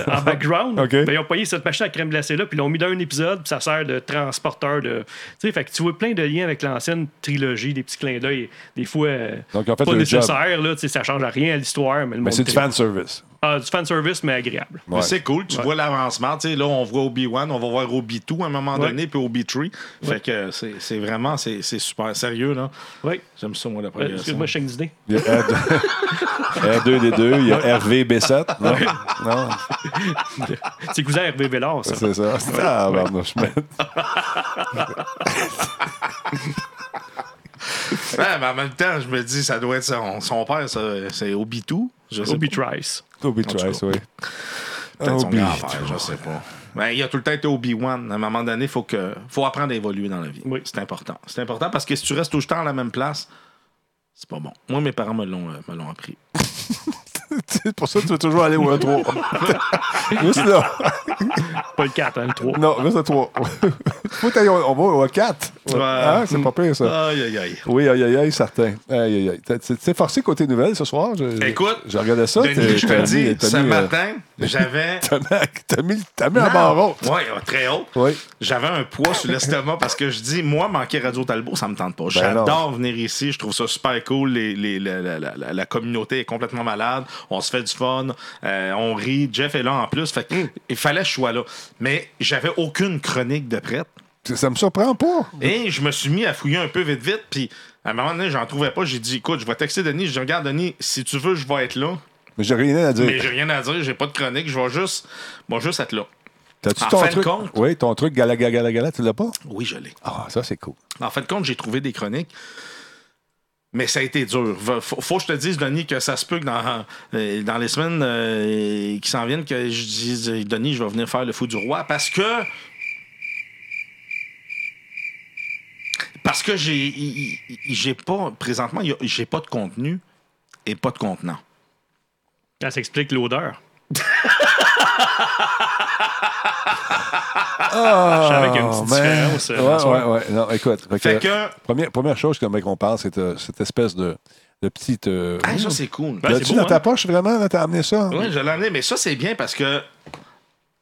En background, Ok. Ben, ils ont payé cette machine à crème glacée-là, puis ils l'ont mis dans un épisode, puis ça sert de transporteur de. Tu sais, fait que tu vois plein de liens avec l'ancienne trilogie, des petits clins d'œil, des fois euh, Donc, ils ont fait pas leur job. nécessaires, là, tu sais, ça change à rien à l'histoire, mais Mais le monde c'est du tripe. fanservice. Ah, du fanservice, mais agréable. Ouais. Mais c'est cool, tu vois l'avancement. Tu sais, là, on voit Obi-Wan, on va voir Obi-2 à un moment Ouais. donné, puis Obi-3. Fait que c'est c'est vraiment, c'est c'est super sérieux, là. Oui, J'aime ça, moi, la Euh, progression. excuse-moi, je chaîne d'idée. Il y a R2, D2, il y a RVB7. Non, non C'est cousin Hervé Vélard, ça. c'est ça. Ah, pardon, je me- Ouais, mais en même temps, je me dis, ça doit être son, son père, ça, c'est Obi-2. Je sais Obi Trice. Obi tout Trice, cas. oui. pas. Peut-être son Obi. grand-père, je sais pas. Ben, il a tout le temps été Obi-Wan. À un moment donné, il faut, que- faut apprendre à évoluer dans la vie. Oui. C'est important. C'est important parce que si tu restes tout le temps à la même place, c'est pas bon. Moi, mes parents me l'ont euh, me l'ont appris. C'est pour ça que tu veux toujours aller au 3. Juste là. Pas le 4, hein, le 3. Ah, Non, juste le 3. Faut que t'ailles au- on va au 4. Ouais. Hein, c'est pas pire, ça. Aïe, aïe, aïe. Oui, aïe, aïe, aïe, certain. Aïe, aïe, aïe. T'es- T'es t'es forcé côté nouvelle ce soir? Je- je- Écoute, Je regardais ça. t'es- Denis, je t'as te mis- dis, t'as ce mis, euh, matin, j'avais. T'as mis, t'as mis, t'as mis en barre haute. Oui, très haut. Oui. J'avais un poids sur l'estomac parce que je dis, moi, manquer Radio Talbot, ça me tente pas. J'adore venir ici, je trouve ça super cool. Les- les- la, la- la- la- la communauté est complètement malade. On se fait du fun, euh, on Mm. rit. Jeff est là en plus. Fait que il fallait que je sois là. Mais j'avais aucune chronique de prête. Ça, ça me surprend pas. Et je me suis mis à fouiller un peu vite, vite. Puis à un moment donné, j'en trouvais pas. J'ai dit, écoute, je vais texter Denis. Je dis, regarde, Denis, si tu veux, je vais être là. Mais j'ai rien à Mais dire. j'ai rien à dire. J'ai pas de chronique. Je vais juste, moi juste être là. T'as-tu en ton fin de truc? compte- Oui, ton truc gala gala gala, gala, tu l'as pas? Oui, je l'ai. Ah, ça, c'est cool. En fin de compte, j'ai trouvé des chroniques. Mais ça a été dur. Va- Faut, faut que je te dise, Denis, que ça se peut que dans, euh, dans les semaines euh, qui s'en viennent, que je dise, euh, Denis, je vais venir faire le fou du roi parce que. Parce que j'ai i- i- j'ai pas. Présentement, il y a- j'ai pas de contenu et pas de contenant. Ça s'explique l'odeur. Ah, Je savais qu'il y a une petite man. différence. euh, Ah, ben, Ouais, François. ouais, ouais. Non, écoute. euh, Fait que- Première, première chose que- qu'on pense, c'est euh, cette espèce de, de petite. euh, Ah, ça, c'est cool. Ben, L'as-tu c'est beau, dans ta hein? poche vraiment? là, T'as amené ça? Oui, je l'ai amené, mais ça, c'est bien parce que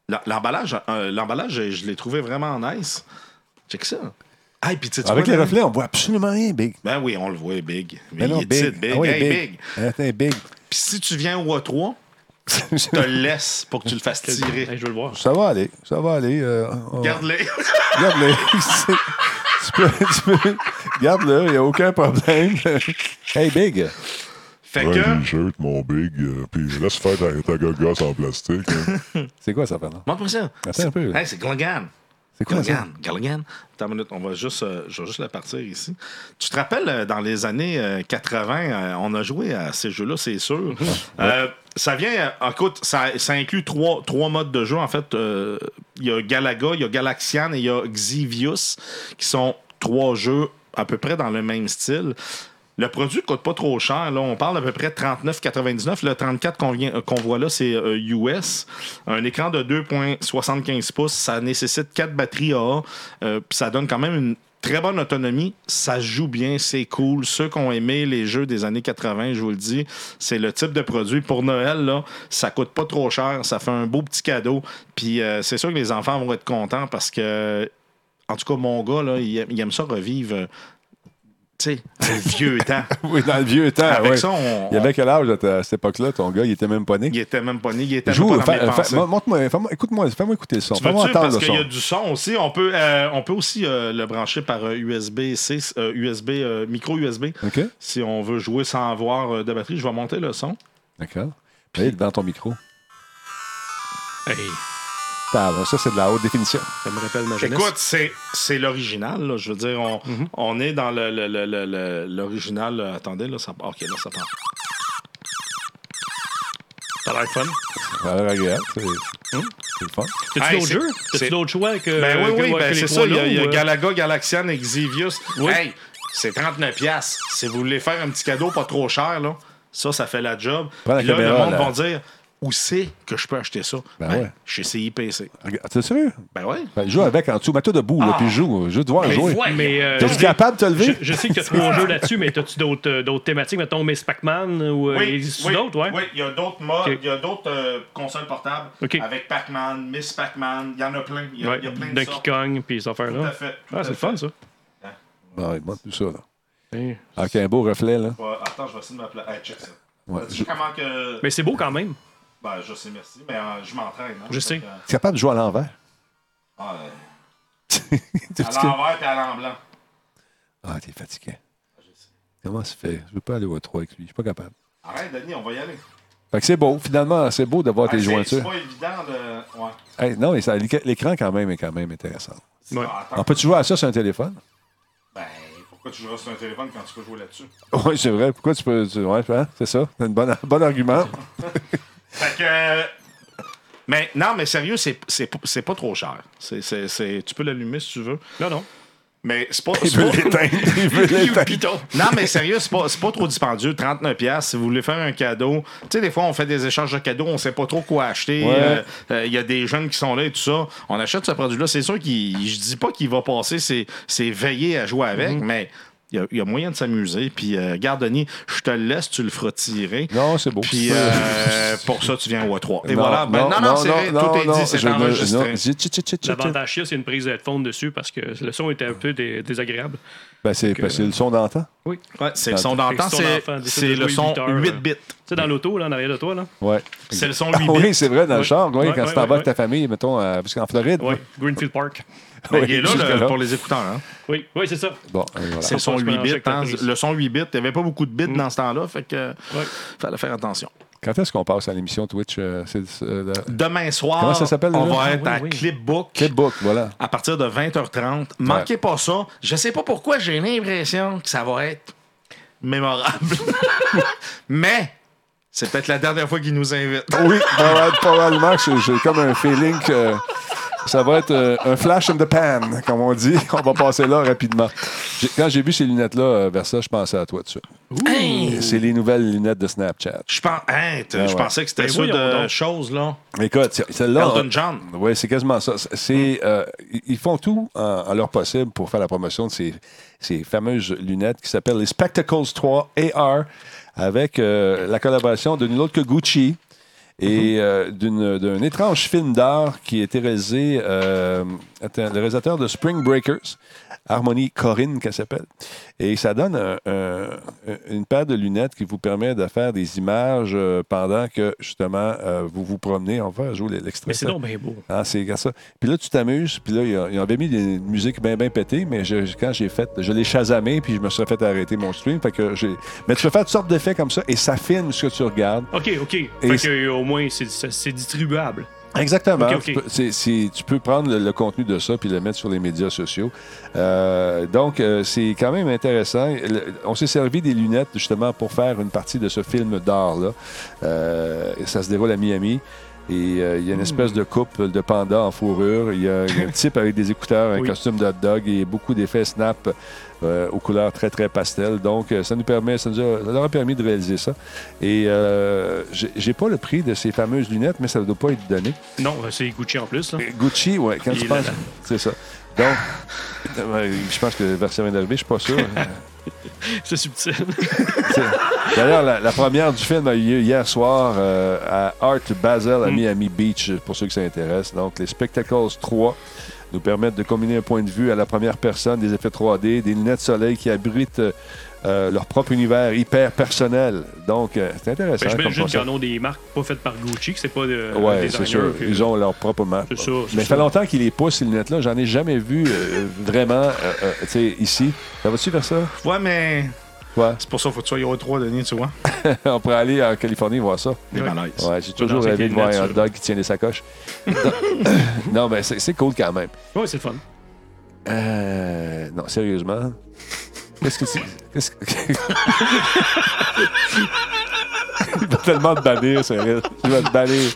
la- l'emballage, euh, l'emballage, je, je l'ai trouvé vraiment nice. Check ça. Ah, et puis tu sais, tu Avec vois, les là- reflets, on voit absolument rien, Big. Ben oui, on le voit, Big. Mais Mais non, il est petite, Big. Ah oui, Hey, big. Attends, Big. Puis si tu viens au A3, te le laisse pour que tu le fasses Quel- Hey, tirer. je veux le voir. Ça va aller. Ça va aller. euh, on- Garde-le. Garde-le. C'est- tu peux, tu peux- Garde-le, il n'y a aucun problème. hey, Big. Fait Ouais, que. t shirt mon big, euh, puis je laisse faire ta, ta gogosse en plastique. hein. C'est quoi ça, Fernand? Montre-moi ça. Attends un peu, là. Hey, c'est Gilligan. C'est quoi ça? Gilligan. Gilligan. Attends une minute, on va juste, euh, je vais juste la partir ici. Tu te rappelles, euh, dans les années euh, 80, euh, on a joué à ces jeux-là, c'est Mhm. sûr. Euh, ça vient, euh, écoute, ça, ça inclut trois, trois modes de jeu. En fait, euh, il y a Galaga, il y a Galaxian et il y a Xivius, qui sont trois jeux à peu près dans le même style. Le produit coûte pas trop cher. Là, on parle à peu près de 39,99. Le 34 qu'on vient- euh, qu'on voit là, c'est euh, US. Un écran de 2,75 pouces. Ça nécessite 4 batteries AA. euh, puis ça donne quand même une très bonne autonomie. Ça se joue bien, c'est cool. Ceux qui ont aimé les jeux des années 80, je vous le dis, c'est le type de produit. Pour Noël, là, ça coûte pas trop cher. Ça fait un beau petit cadeau. Puis euh, c'est sûr que les enfants vont être contents parce que, en tout cas, mon gars, là, il, aime, il aime ça revivre. euh, tu sais, le vieux temps. Oui, dans le vieux temps. Avec oui. ça, on- Ah Il y avait quel âge à, ta- à cette époque-là? Ton gars, il était même pas né. Il était même pas né, il était Joue, même pas fa- dans mes fa- pensées. mo- montre-moi, fais-moi- écoute-moi, fais-moi écouter le son. Tu Fais-moi veux-tu? entendre Parce le qu'il y a son. du son aussi. On peut, euh, on peut aussi euh, le brancher par euh, USB, C, euh, USB euh, micro USB. OK? Si on veut jouer sans avoir euh, de batterie, je vais monter le son. D'accord. Puis dans ton micro. Hey, Parle, ça, c'est de la haute définition. ça me rappelle ma jeunesse. Écoute, c'est, c'est l'original. là. Je veux dire, on, Mhm. on est dans le, le- le- le- le- l'original. euh, attendez, là, ça part. OK, là, ça part. ça a l'air fun. Ça a l'air agréable. C'est Hmm? c'est le fun. T'as-tu Hey, d'autres c'est- jeux? c'est- T'as-tu d'autres choix que. Ben oui, Euh, que- oui, que ben les c'est trois ça. Il y a, là, il y a ou, euh, Galaga, Galaxian, Exivius. Oui. Hey, c'est 39$. piastres. Si vous voulez faire un petit cadeau pas trop cher, là, ça, ça fait la job. Prends la Puis là, caméra, le monde là. va dire où c'est que je peux acheter ça? Ben ouais. Chez CIPC. Regarde, T'es sérieux? Ben oui. Ben, joue avec en dessous. Mets-toi debout, là, Ah! puis joue. Juste voir Mais jouer. voyons. Mais, euh, T'es je- capable de te lever? Je, je sais que t'as trois jeux là-dessus, mais t'as-tu d'autres euh, d'autres thématiques? Mettons Miss Pac-Man ou euh, Oui, les- oui, d'autres, ouais? oui, il y a d'autres modes, Ok. il y a d'autres euh, consoles portables Ok. avec Pac-Man, Miss Pac-Man, il y en a plein. Il y a, Ouais, il y a plein de Donkey sortes. Kong, puis ces affaires-là. Tout à fait, tout Ah, à c'est le fait. fun, ça. Ouais, montre Ah, tout ça, là. Hey. OK, un beau reflet, là. Ouais, attends, je vais essayer de m'appeler. Hey, check ça. Ouais, Sais-tu je- comment que. Mais c'est beau quand même. Ben, je sais, merci, mais euh, je m'entraîne. hein, Je fait sais. que, euh, T'es capable de jouer à l'envers? ah, euh, T'es à l'envers et à l'en blanc. Ah, t'es fatigué. Comment ça fait? Je veux pas aller au 3 avec lui. Je suis pas capable. Arrête, Denis, on va y aller. Fait que c'est beau. Finalement, c'est beau d'avoir Ah, tes c'est- C'est jointures. pas évident de. Ouais. Hey, non, mais ça- l'écran, quand même, est quand même intéressant. C'est- Ouais. ah, attends. On peut-tu jouer à ça sur un téléphone? Ben, pourquoi tu joueras sur un téléphone quand tu peux jouer là-dessus? Oui, c'est vrai. Pourquoi tu peux. tu- Ouais, hein, c'est ça. C'est un bon, bon argument. Fait que. euh, Mais non, mais sérieux, c'est- c'est p- c'est pas trop cher. C'est- c'est- c'est- tu peux l'allumer si tu veux. Non, non. Mais c'est pas. Il c'est veut pas- l'éteindre. Il veut l'éteindre. Non, mais sérieux, c'est pas, c'est pas trop dispendieux. 39$, piastres, si vous voulez faire un cadeau. Tu sais, des fois, on fait des échanges de cadeaux, on sait pas trop quoi acheter. Ouais. Euh, euh, Il y a des jeunes qui sont là et tout ça. On achète ce produit-là. C'est sûr qu'il je dis pas qu'il va passer, c'est, c'est veiller à jouer avec, mais il y a- il y, a moyen de s'amuser. Puis, euh, regarde, Denis, je te le laisse, tu le feras tirer. Non, c'est beau. Puis, Ouais. euh, pour ça, tu viens au A3. Et Non, voilà. Ben, non, non, c'est vrai, tout est dit, je c'est ne- enregistré. non, j'ai- tchit, tchit, tchit, tchit. L'avantage, c'est une prise de headphone dessus parce que le son était un peu dé- désagréable. Ben, c'est parce que c'est le son d'antan. Ouais, c'est le son d'antan, Fait que si ton c'est, enfant décide c'est de jouer le son huit heures, 8 bits. sais, dans l'auto, là, en arrière de toi, là. Ouais. C'est le son Ah 8 oui, c'est vrai, dans le Ouais. char, ouais, Ouais, quand ouais, tu t'en ouais, vas avec ouais. ta famille, mettons, euh, parce qu'en Floride. Oui, Greenfield Park. Ben, il est là, jusque le- pour les écouteurs. hein. Oui, oui c'est ça. Bon, et voilà. C'est le son Faut pas se 8 mélanger bits. avec ta hein. prise. Le son 8 bits, il n'y avait pas beaucoup de bits dans ce temps-là, fait que Ouais. fallait faire attention. Quand est-ce qu'on passe à l'émission Twitch euh, c'est, euh, la- Demain soir, Comment ça s'appelle, on déjà? va Ah, être oui, à oui. Clipbook. Clipbook, voilà. à partir de 20h30. Manquez pas ça. Je sais pas pourquoi j'ai l'impression que ça va être mémorable. Mais c'est peut-être la dernière fois qu'ils nous invitent. Oui, probable- probablement que j'ai- j'ai comme un feeling que ça va être euh, un flash in the pan, comme on dit. On va passer là rapidement. J'ai- Quand j'ai vu ces lunettes-là, euh, Versa, je pensais à toi dessus. Hey! C'est les nouvelles lunettes de Snapchat. Je pense, hein, t- Ah je ouais. pensais que c'était Ben ça voyons de donc. choses là. Écoute, c- celle-là. Elton John. Oui, c'est quasiment ça. C'est- C'est, Mm. euh, ils- ils font tout en, en leur possible pour faire la promotion de ces, ces fameuses lunettes qui s'appellent les Spectacles 3 AR avec euh, la collaboration de nul autre que Gucci Mm-hmm. et euh, d'une- d'un étrange film d'art qui a été réalisé, euh, attends, le réalisateur de Spring Breakers, Harmony Corinne, qu'elle s'appelle. Et ça donne un- un- une paire de lunettes qui vous permet de faire des images euh, pendant que, justement, euh, vous vous promenez. On va jouer l'extrait. Mais ben, c'est donc bien beau. Ah, c'est comme ça. Puis là, tu t'amuses. Puis là, il y a- il y avait mis des musiques bien, bien pétées, mais je- je- quand j'ai fait, je l'ai chasamé, puis je me serais fait arrêter mon stream. Fait que j'ai... Mais tu peux faire toutes sortes d'effets comme ça, et ça filme ce que tu regardes. OK, OK. Et fait que, euh, au moins, c'est- c'est c'est distribuable. Exactement. Ok, ok. Tu, peux, c'est- c'est- tu peux prendre le, le contenu de ça puis le mettre sur les médias sociaux. Euh, donc, euh, c'est quand même intéressant. Le- on s'est servi des lunettes justement pour faire une partie de ce film d'art-là. Euh, ça se déroule à Miami. Et euh, il y a une espèce de couple de panda en fourrure. Il y a, il y a un type avec des écouteurs, un Oui. costume de hot dog et beaucoup d'effets snap euh, aux couleurs très, très pastel. Donc, euh, ça nous permet, ça nous a- ça leur a permis de réaliser ça. Et euh, j'ai j'ai pas le prix de ces fameuses lunettes, mais ça ne doit pas être donné. Non, euh, c'est Gucci en plus. là. Euh, Gucci, ouais, quand Il tu est là, penses. là. C'est ça. Donc, euh, ouais, je pense que le verset vient d'arriver, je suis pas sûr. C'est subtil. D'ailleurs, la, la première du film a eu lieu hier soir euh, à Art Basel à Mm. Miami Beach, pour ceux qui s'intéressent. Donc, les Spectacles 3 nous permettent de combiner un point de vue à la première personne, des effets 3D, des lunettes soleil qui abritent euh, euh, leur propre univers hyper personnel. Donc, euh, c'est intéressant. Ben, je mets comme juste concept. qu'en ont des marques pas faites par Gucci, que c'est pas de. Ouais, Euh, des c'est designers sûr. que- Ils ont leur propre marque. C'est ça, c'est Mais ça ça. fait longtemps qu'ils les poussent, ces lunettes-là. J'en ai jamais vu euh, vraiment euh, euh, tu sais, ici. Ça va-tu vers ça? Ouais, mais Ouais. c'est pour ça qu'il faut que tu sois au 3, Denis, tu vois. On pourrait aller en Californie voir ça. Des Ouais. malaises. Ouais, j'ai toujours danser rêvé avec de les voir un lunettes, hot ça. dog qui tient des sacoches. non, mais c'est c'est cool quand même. Ouais, c'est le fun. Euh, non, sérieusement. Qu'est-ce que tu. Qu'est-ce que. Il va tellement te bannir, sérieux. Il va te bannir.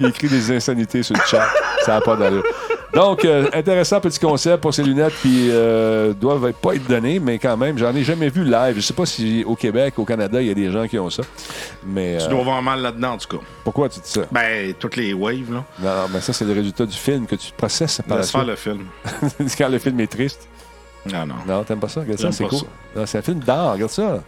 Il écrit des insanités sur le chat. Ça n'a pas d'allure. Donc, euh, intéressant petit concept pour ces lunettes qui euh, doivent être- pas être données, mais quand même, j'en ai jamais vu live. Je sais pas si au Québec, au Canada, il y a des gens qui ont ça. Mais Tu euh, dois avoir mal là-dedans, en tout cas. pourquoi tu dis ça? Ben, toutes les waves, là. Non, non, mais ça, c'est le résultat du film que tu processes par la Laisse faire suite. le film. Quand le film est triste. Non, non. Non, t'aimes pas ça? Regarde ça, c'est J'aime pas cool. Non, C'est un film d'art, regarde ça.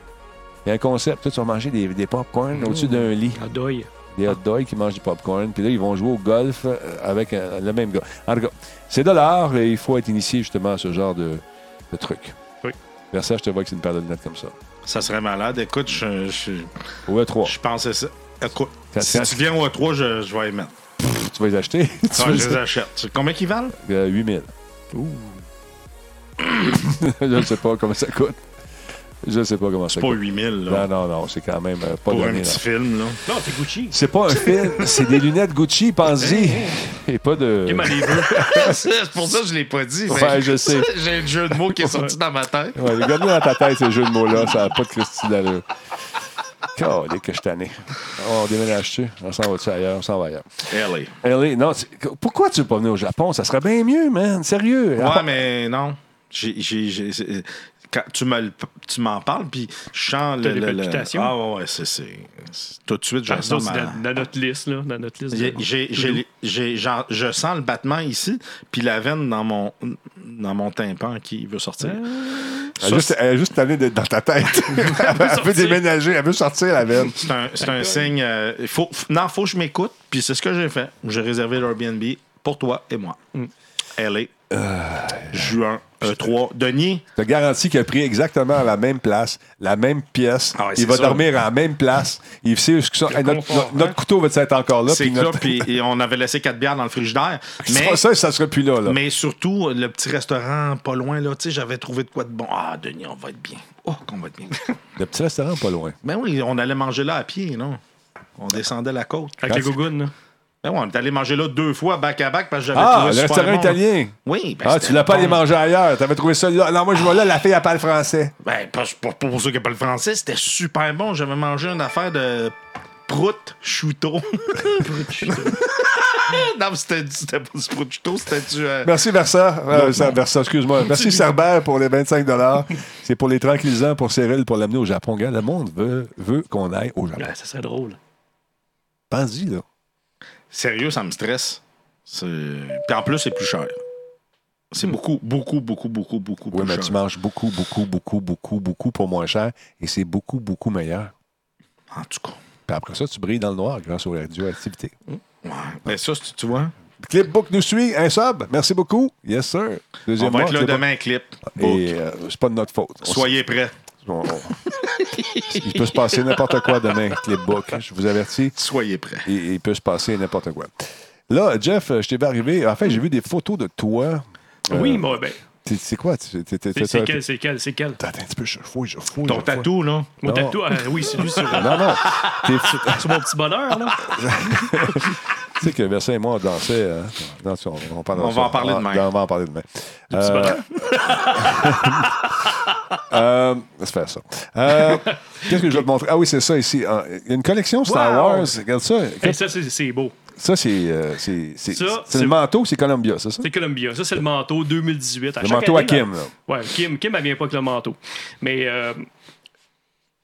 Il y a un concept. Toi, tu vas manger des, des popcorn Mmh. au-dessus d'un lit. En deuil. Des hot dogs qui mangent du popcorn. Puis là, ils vont jouer au golf euh, avec euh, le même gars. En tout cas, c'est de l'art et il faut être initié justement à ce genre de, de truc. Oui. Vers ça, je te vois que c'est une paire de lunettes comme ça. Ça serait malade. Écoute, je, je, Ou à 3 je pensais ça. Écoute, Ça- si ça- tu viens au 3, je, je vais y mettre. Tu vas les acheter? tu Ouais, veux Ah, je les ça? achète. Combien qu'ils valent? Euh, 8000. je ne sais pas comment ça coûte. Je ne sais pas comment ça C'est pas coûte. 8000, là. Non, non, non, c'est quand même euh, pas Pour un donné. là. petit film, là. Non, c'est Gucci. C'est pas un film, c'est des lunettes Gucci, pense-y. Et pas de. Kim a les vœux. C'est pour ça que je l'ai pas dit. Ouais, mais- je sais. J'ai le jeu de mots qui est sorti dans ma tête. Ouais, Regarde-le dans ta tête, ces jeux de mots-là. Ça n'a pas de Christine d'allure. Calé que je t'en ai. on déménage-tu? On s'en va-tu ailleurs? On s'en va ailleurs. Allez. Allez, non, c'est- pourquoi tu veux pas venir au Japon? Ça serait bien mieux, man. Sérieux. À Ouais, part- mais non. J'ai- j'ai- j'ai- c'est- quand tu me le- tu m'en parles, puis je sens le. des le- le- palpitations? Ah, ouais, ouais, c'est- c'est. c'est- Tout de suite, je Ah, ça, sens c'est ma- dans, dans notre liste, là. Dans notre liste. J'ai- de- j'ai- j'ai les- j'ai- j'en- Je sens le battement ici, puis la veine dans mon, dans mon tympan qui veut sortir. Elle est juste, elle est juste tannée d'être dans ta tête. elle veut sortir. déménager, elle veut sortir la veine. C'est un, c'est un signe. euh, faut, f- non, faut que je m'écoute, puis c'est ce que j'ai fait. J'ai réservé l'Airbnb pour toi et moi. Elle est. Euh, Juin 3. Denis, Je te garantis qu'il a pris exactement la même place, la même pièce. Ah ouais, il c'est va sûr. dormir à la même place. Il sait où ce que ça- Le Hey, notre, confort, notre- notre hein. couteau va être encore là. c'est Ah, puis ça, notre- puis et on avait laissé quatre bières dans le frigidaire. Mais, Ça, ça, ça sera plus là. là. mais surtout, le petit restaurant pas loin, là, tu sais, j'avais trouvé de quoi de bon. Ah, Denis, on va être bien. Oh, qu'on va être bien. Le petit restaurant pas loin. ben oui, on allait manger là à pied, non? On descendait la côte. Avec les gougounes. là. Ben oui, on est allé manger là deux fois, back à back, parce que j'avais Ah, trouvé le super restaurant bon, là. italien. Oui, ben Ah, c'était tu l'as pas bon. allé manger ailleurs. T'avais trouvé ça là. Non, moi, je vois là, la fille, elle parle français. Ben, pas, pas- pas pour ceux qui parlent français, c'était super bon. J'avais mangé une affaire de prout chouteau. non, mais c'était c'était pas du prout chouteau, c'était du. euh, Merci, Versa. Euh, ça- Versa, excuse-moi. Merci, Cerber, pour les 25 C'est pour les tranquillisants, pour Cyril, pour l'amener au Japon. Gars, le monde veut, veut qu'on aille au Japon. Ah, ça serait drôle. Pense-y, là. Sérieux, ça me stresse. C'est- Puis en plus, c'est plus cher. C'est beaucoup, beaucoup, beaucoup, beaucoup, beaucoup Oui, plus mais cher. tu manges beaucoup, beaucoup, beaucoup, beaucoup, beaucoup pour moins cher. Et c'est beaucoup, beaucoup meilleur. En tout cas. Puis après ça, tu brilles dans le noir grâce aux radioactivités. Ouais. Mais ça, c'est- tu vois, Clipbook nous suit. Un sub. Merci beaucoup. Yes, sir. on Deuxième va mois, être là Clipbook. demain, clip. Oh, Et euh, c'est pas de notre faute. On Soyez prêts. On- on- il peut se passer n'importe quoi demain, Clipbook. Je vous avertis, Soyez prêts. il, il peut se passer n'importe quoi. Là, Jeff, je t'ai vu arriver. En fait, j'ai vu des photos de toi. Euh, Oui, moi, ben, t'es- C'est quoi? T'es- t'es- t'es- c'est- c'est t'es- quel, c'est quel, c'est quel? Attends un petit peu, je fouille, je fouille. Ton je fouille. tatou, là. Mon Non. tatou, ah, oui, c'est lui sur, Non, non. T'es- sur mon petit bonheur, là. Tu sais que Versailles et moi, on dansait. hein? Non, tu- on, on parlera On va ça. en parler Ah, demain. On va en parler demain. petit Euh, bonheur. Euh, laisse faire ça. Euh, Qu'est-ce que je vais te montrer? Ah oui, c'est ça ici. Ah, Il y a une collection Star Wow! Wars. Regarde ça. Hey, ça, c'est- c'est beau. Ça, c'est euh, c'est- c'est- Ça, c'est le c'est- manteau, c'est Columbia, c'est ça? C'est Columbia. Ça, c'est le manteau 2018. Le chaque manteau à année, Kim, là- là. Ouais, Kim, Kim, elle vient pas avec le manteau. Mais euh,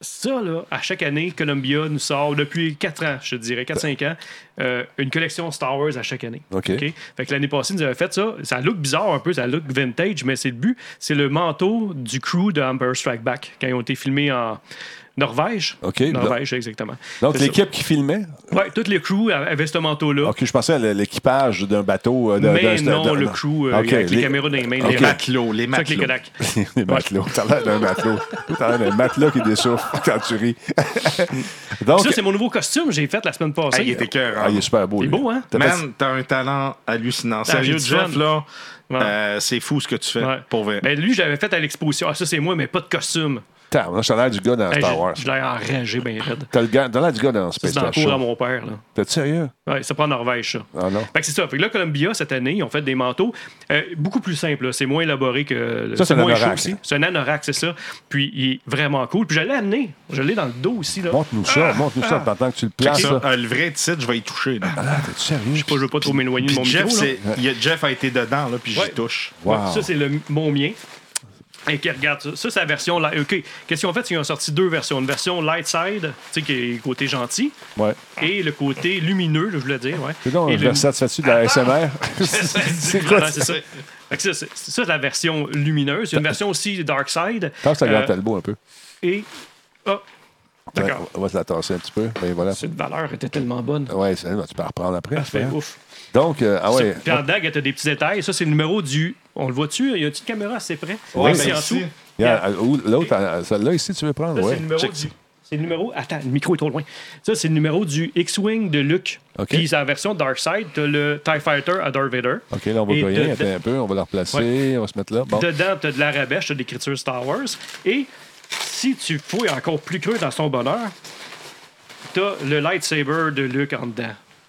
ça, là, à chaque année, Columbia nous sort, depuis 4 ans, je te dirais, 4-5 ans, euh, une collection Star Wars à chaque année. OK. Fait que l'année passée, ils nous avaient fait ça. Ça look bizarre un peu, ça look vintage, mais c'est le but. C'est le manteau du crew de Amber Strike Back quand ils ont été filmés en Norvège. OK. Norvège, exactement. Donc, C'est ça. l'équipe qui filmait, Ouais, toutes les crews avaient ce manteau-là. OK, je pensais à l'équipage d'un bateau. euh, d'un- Mais d'un- non, d'un- le d'un- crew euh, OK, avec les, les- caméras dans les mains. Les les rats. matelots, les Ça, avec les matelots. Kodak. les matelots. T'as l'air d'un matelot. T'as l'air d'un matelot qui dessouffle quand tu ris. Donc, Ça, c'est mon nouveau costume que j'ai fait la semaine passée. Hey, il était cœur. ah, il est super beau. Il est lui. beau, hein? T'as fait- Man, t'as un talent hallucinant. Sérieux, j'ai du Jeff, fun. là, Ouais. euh, c'est fou ce que tu fais. Ouais. Pour vrai. Ben, lui, je l'avais fait à l'exposition. Ah, ça, c'est moi, mais pas de costume. Putain, moi, j'ai l'air du gars dans Hey, Star je- Wars. Je l'ai enragé bien raide. T'as le gars- t'as l'air du gars dans C'est Space dans le Trash cours à Show. mon père. Là. T'es sérieux? Ouais, ça prend en Norvège, ça. Ah non. Fait que c'est ça. Fait que là, Columbia, cette année, ils ont fait des manteaux euh, beaucoup plus simples. là. C'est moins élaboré que. le- Ça, c'est un moins anorak, chaud aussi. hein. C'est un anorak, c'est ça. Puis, il est vraiment cool. Puis, je l'ai amené. Je l'ai dans le dos aussi. Là. Montre-nous ça, montre-nous ça Ah. pendant que tu le places. Ça, là. euh, le vrai titre, je vais y toucher. là. T'es sérieux? Moi, je veux pas trop m'éloigner de Puis mon Jeff, micro. là. c'est- il y a- Jeff a été dedans, là, puis j'y Ouais. touche. Wow. Ouais, ça, c'est le- mon mien. Et qui regarde ça. Ça, c'est la version. li- OK. Qu'est-ce qu'ils ont fait? Ils ont sorti deux versions. Une version light side, tu sais, qui est côté gentil, Ouais. et le côté lumineux, je voulais dire. Ouais. C'est donc Et un le- Versace fait-tu de la SMR? C'est quoi quoi ça? Fait que ça, c'est ça, c'est la version lumineuse. Il y a une version aussi dark side. Tasse la Euh, grande Talbot un peu. et. Ah, d'accord. Ouais, On va se la tasser un petit peu. Ben, voilà. Cette valeur était tellement bonne. Ouais, c'est- tu peux la reprendre après. Parfait, hein. Ah, ouf. Donc, euh, ah ouais. Puis en dedans, tu as des petits détails. Ça, c'est le numéro du. On le voit-tu? Il y a une petite caméra assez près? Ouais, Ici, ben, en ici. dessous. Yeah, euh, où- L'autre, euh, celle-là ici, tu veux prendre? Ça, Ouais. c'est le numéro check du. C'est le numéro. Attends, le micro est trop loin. Ça, c'est le numéro du X-Wing de Luke. OK. Puis c'est la version Dark Side. T'as le TIE Fighter à Darth Vader. OK, là, on va Et gagner. de- Attends un peu. On va la replacer. On va se mettre là. Bon. Dedans, t'as de l'arabèche, t'as de l'écriture Star Wars. Et si tu fouilles encore plus creux dans son bonheur, t'as le lightsaber de Luke en dedans.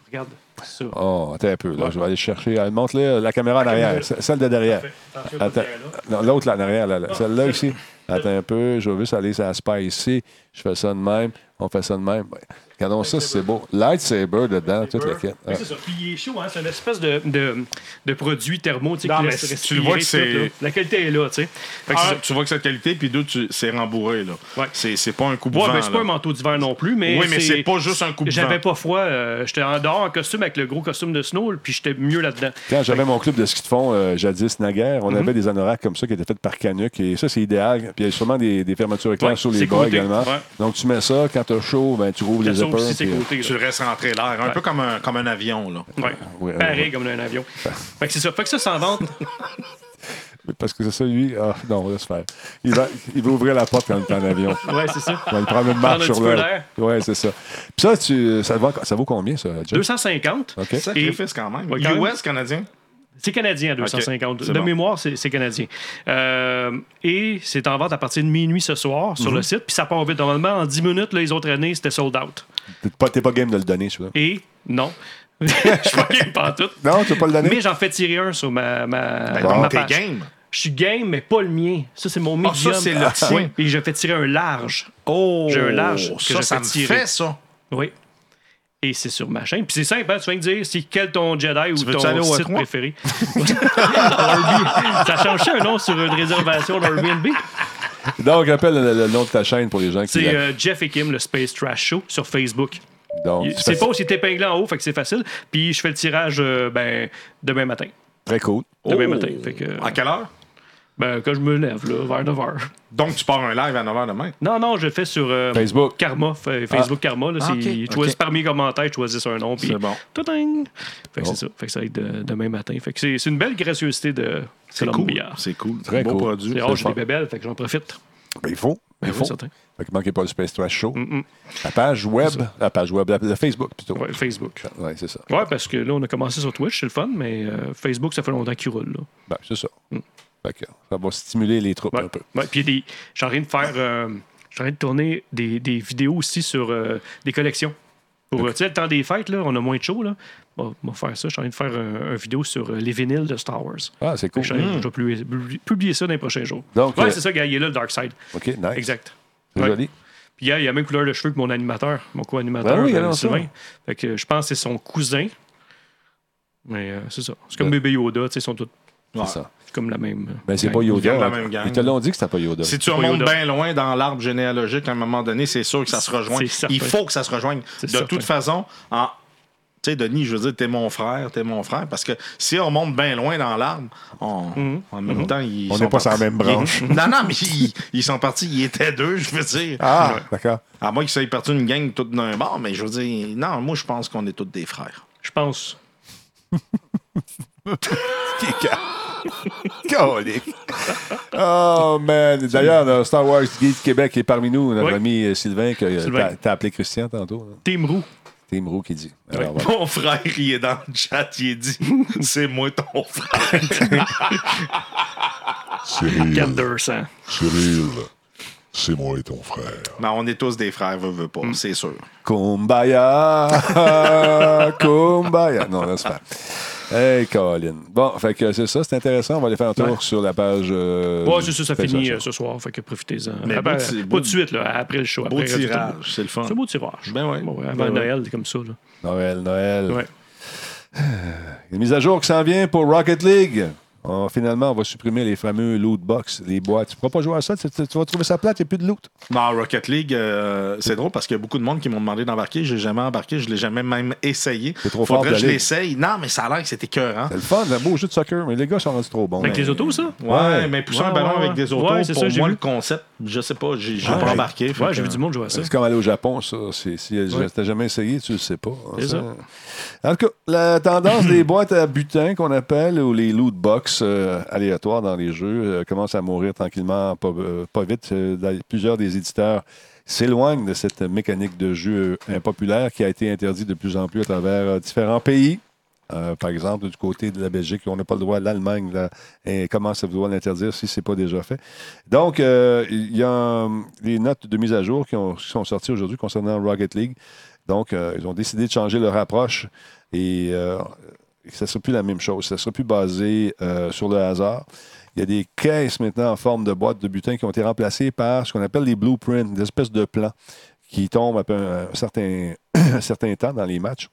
Regarde ça. Oh, attends un peu. Là, je vais aller chercher. Elle montre là, la caméra en arrière. caméra. ce- Celle de derrière. Attention, pas Attends. derrière, Ah. Non, l'autre là en arrière. là, là. Celle-là ici. Attends un peu. Je vais juste aller sur la spy ici. Je fais ça de même. On fait ça de même. Ouais. Regardons ça, c'est beau. Lightsaber dedans, toute la quête. Oui, c'est ça. Puis il est chaud, hein? c'est une espèce de, de, de produit thermo tu sais, Non, qui mais laisse si tu respirer le vois que tout, c'est- Ah, là. La qualité est là, tu sais. Fait que c'est Un, ça. tu vois que cette qualité, puis deux, tu- c'est rembourré. Là. Ouais. C'est, c'est pas un coup de Ouais, vent, ben, c'est là. pas un manteau d'hiver non plus, mais. Oui, mais c'est pas juste un coup de J'avais vent. pas froid. euh, j'étais en dehors en costume avec le gros costume de snow, puis j'étais mieux là-dedans. Quand j'avais mon club de ski de fond, euh, jadis naguère, Mm-hmm. on avait des anoraks comme ça qui étaient faits par Canuc. Et ça, c'est idéal. Puis il y a sûrement des, des fermetures éclairs Ouais, sur les c'est bas côté, également. ouais. Donc, tu mets ça. Quand t'as chaud, ben, tu rouvres T'as les ça montre aussi ses puis, euh, côtés. Tu là. le restes rentré l'air, un Ouais. peu comme un, comme un avion. Là. Ouais. Ah, ouais, Pareil ouais. comme un avion. Fait que c'est ça. Fait que ça, sans vente, Mais Parce que c'est ça, lui. Ah, non, laisse faire. Il va, il va ouvrir la porte quand il est en avion. ouais, c'est ça. Il va prendre une marche un sur petit peu l'air. Ouais, c'est ça. Puis ça, tu, ça, va- ça vaut combien, ça, Jeff? 250. OK. Sacrifice quand même. Ouais, quand même. US, Canadien? C'est canadien à 250. Ok, de c'est bon. mémoire, c'est c'est canadien. Euh, et c'est en vente à partir de minuit ce soir sur Mhm. le site. Puis ça part vite. Normalement, en 10 minutes, là, les autres années, c'était sold out. T'es pas, t'es pas game de le donner, celui-là. Et non. Je suis pas game pantoute. Non, tu veux pas le donner? Mais j'en fais tirer un sur ma, ma, Bon. ma T'es page. game. Je suis game, mais pas le mien. Ça, c'est mon Ah, medium. ça, c'est le tien. Et je fais tirer un large. Oh, J'ai un large que ça, je ça fais me tirer. fait ça. Oui. Et c'est sur ma chaîne. Puis c'est simple, hein, tu viens de dire c'est quel ton Jedi ou veux-tu aller ton au E site E3? préféré. Orbi. Ça change un nom sur une réservation d'Airbnb. Donc, rappelle le, le nom de ta chaîne pour les gens qui. C'est la- euh, Jeff et Kim, le Space Trash Show, sur Facebook. Donc, Il- tu fais- C'est pas aussi épinglé en haut, fait que c'est facile. Puis je fais le tirage euh, ben, demain matin. Très cool. Demain Oh. matin. Fait que, euh, À quelle heure? ben, quand je me lève, là, vers 9h. Donc, tu pars un live à 9h demain. Non, non, je le fais sur euh, Facebook. Karma, fa- Facebook Karma. Là, Ah, c'est- ok, ils choisissent ok. parmi les commentaires, ils choisissent un nom. puis- C'est bon. Ta-ding! Fait que c'est ça. Fait que ça va être de- demain matin. Fait que c'est c'est une belle gracieuseté de C'est cool. Columbia. C'est cool. Très Beau cool. produit. C'est C'est rare, j'ai fort. des bébelles, fait que j'en profite. Ben, il faut. Il Ben oui, faut. certain. Fait que manquez pas le Space Trash Show. La page web. La page web. La, la Facebook, plutôt. Ouais, Facebook. Ouais, c'est ça. Ouais, parce que là, on a commencé sur Twitch, c'est le fun, mais euh, Facebook, ça fait longtemps qu'il roule. Là. Ben, c'est ça. Fait que ça va stimuler les troupes Mm. Ouais. un peu. Ouais, puis il y a des- j'ai envie de faire. euh, j'ai envie de tourner des, des vidéos aussi sur euh, des collections. Pour, euh, tu sais, le temps des fêtes, là, on a moins de show. Là. Bon, on va faire ça. J'ai envie de faire un, un vidéo sur euh, les vinyles de Star Wars. Ah, c'est cool. Je vais- je vais publier, publier- publier ça dans les prochains jours. Donc, ouais, euh, c'est ça, gars, il est là, le Dark Side. OK, nice. Exact. C'est Ouais. joli. Puis hier, il a la même couleur de cheveux que mon animateur, mon co-animateur, Ben oui, euh, alors ça. Sylvain. Fait que euh, je pense que c'est son cousin. Mais euh, c'est ça. C'est comme Ouais. Bébé Yoda, tu sais, ils sont tous Ouais. C'est ça. c'est comme la même. euh, Mais Ben c'est pas viennent Yoda. de la hein. même gang. Ils te l'ont dit que c'était pas Yoda. Si tu Pas remontes Yoda. bien loin dans l'arbre généalogique, à un moment donné, c'est sûr que ça se rejoint. C'est certain. Il faut que ça se rejoigne. C'est De certain. toute façon, en... tu sais, Denis, je veux dire, t'es mon frère, t'es mon frère, parce que si on monte bien loin dans l'arbre, on... Mhm. en même temps, ils On sont n'est pas sur la partis. même branche. Ils- Non, non, mais ils, ils sont partis, ils étaient deux, je veux dire. Ah, d'accord. À moins qu'ils soient partis une gang toute d'un bord, mais je veux dire, non, moi, je pense qu'on est tous des frères. Je pense. Colique. Oh, man. D'ailleurs, le Star Wars Guide Québec est parmi nous. Notre Oui. ami euh, Sylvain, que euh, Sylvain. t'as- t'as appelé Christian tantôt. là. Team Roux. Tim Roux qui dit. Alors, voilà. Mon frère, il est dans le chat, il dit, c'est moi ton frère. Cyril, 4200. Cyril, c'est moi et ton frère. Non, on est tous des frères, veux, veux Hmm. pas, c'est sûr. Kumbaya! Kumbaya! Non, là, c'est pas. Hey, Colin. Bon, fait que c'est ça, c'est intéressant. On va aller faire un tour Ouais. sur la page. euh, Ouais, c'est ça, ça Facebook. finit euh, ce soir. Fait que profitez-en. Mais Après- beau ti- pas beau- de suite, là, après le show. Beau après, tirage, c'est le fun. C'est un beau tirage. Ben ouais. Bon, avant Ben ouais. Noël, comme ça. Là. Noël, Noël. euh, Ouais. Une mise à jour qui s'en vient pour Rocket League. On- finalement, on va supprimer les fameux loot box, les boîtes. Tu ne pourras pas jouer à ça, tu, tu- tu vas trouver ça plate, il n'y a plus de loot. Non, Rocket League, euh, c'est drôle parce qu'il y a beaucoup de monde qui m'ont demandé d'embarquer. J'ai jamais embarqué, je l'ai jamais même essayé. C'est trop fort Faudrait de que je la ligue. l'essaye. Non, mais ça a l'air que c'était écœurant. C'est le fun, un beau jeu de soccer, mais les gars sont rendus trop bons. Avec les autos, ça? Ouais, Ouais. mais pousser Ouais, un ballon ouais, avec des ouais. autos, Ouais, c'est pour ça, j'ai moi, vu. le concept, je sais pas, j'ai j'ai Ouais, pas j'ai- embarqué. fait Ouais, que- j'ai vu du monde jouer à ça. C'est comme aller au Japon, ça. C'est- si Ouais. t'as jamais essayé, tu le sais pas. hein, C'est ça. En tout cas, la tendance des boîtes à butin qu'on appelle, ou les loot box euh, aléatoires dans les jeux, euh, commence à mourir tranquillement, pas, euh, pas vite. Euh, dans- plusieurs des éditeurs s'éloignent de cette mécanique de jeu euh, impopulaire qui a été interdite de plus en plus à travers euh, différents pays. Euh, par exemple, du côté de la Belgique, on n'a pas le droit. L'Allemagne là, elle commence à vouloir l'interdire si ce n'est pas déjà fait. Donc, euh, il y a hum, les notes de mise à jour qui, ont- qui sont sorties aujourd'hui concernant Rocket League. Donc, euh, ils ont décidé de changer leur approche et euh, ça ne sera plus la même chose. Ça ne sera plus basé euh, sur le hasard. Il y a des caisses maintenant en forme de boîtes de butin qui ont été remplacées par ce qu'on appelle les blueprints, des espèces de plans qui tombent après un, un certain, un certain temps dans les matchs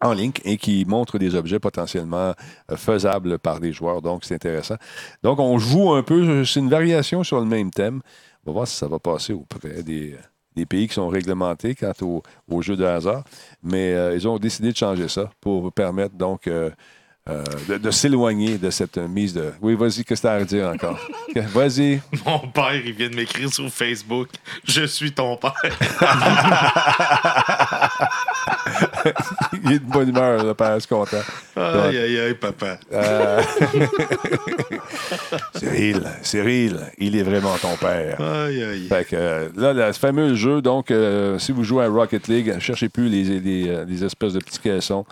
en ligne et qui montrent des objets potentiellement euh, faisables par des joueurs. Donc, c'est intéressant. Donc, on joue un peu, c'est une variation sur le même thème. On va voir si ça va passer auprès des, des pays qui sont réglementés quant au- aux jeux de hasard. Mais euh, ils ont décidé de changer ça pour permettre donc euh, euh, de, de s'éloigner de cette euh, mise de. Oui, vas-y, qu'est-ce que t'as à dire encore? Que- Vas-y. Mon père, il vient de m'écrire sur Facebook. Je suis ton père. Il est de bonne humeur, le père, je suis content. Donc, Aïe, aïe, aïe, papa. Cyril, Cyril, il est vraiment ton père. Aïe, aïe. Fait que, euh, là, le fameux jeu, donc, euh, si vous jouez à Rocket League, cherchez plus les, les, euh, les espèces de petits caissons.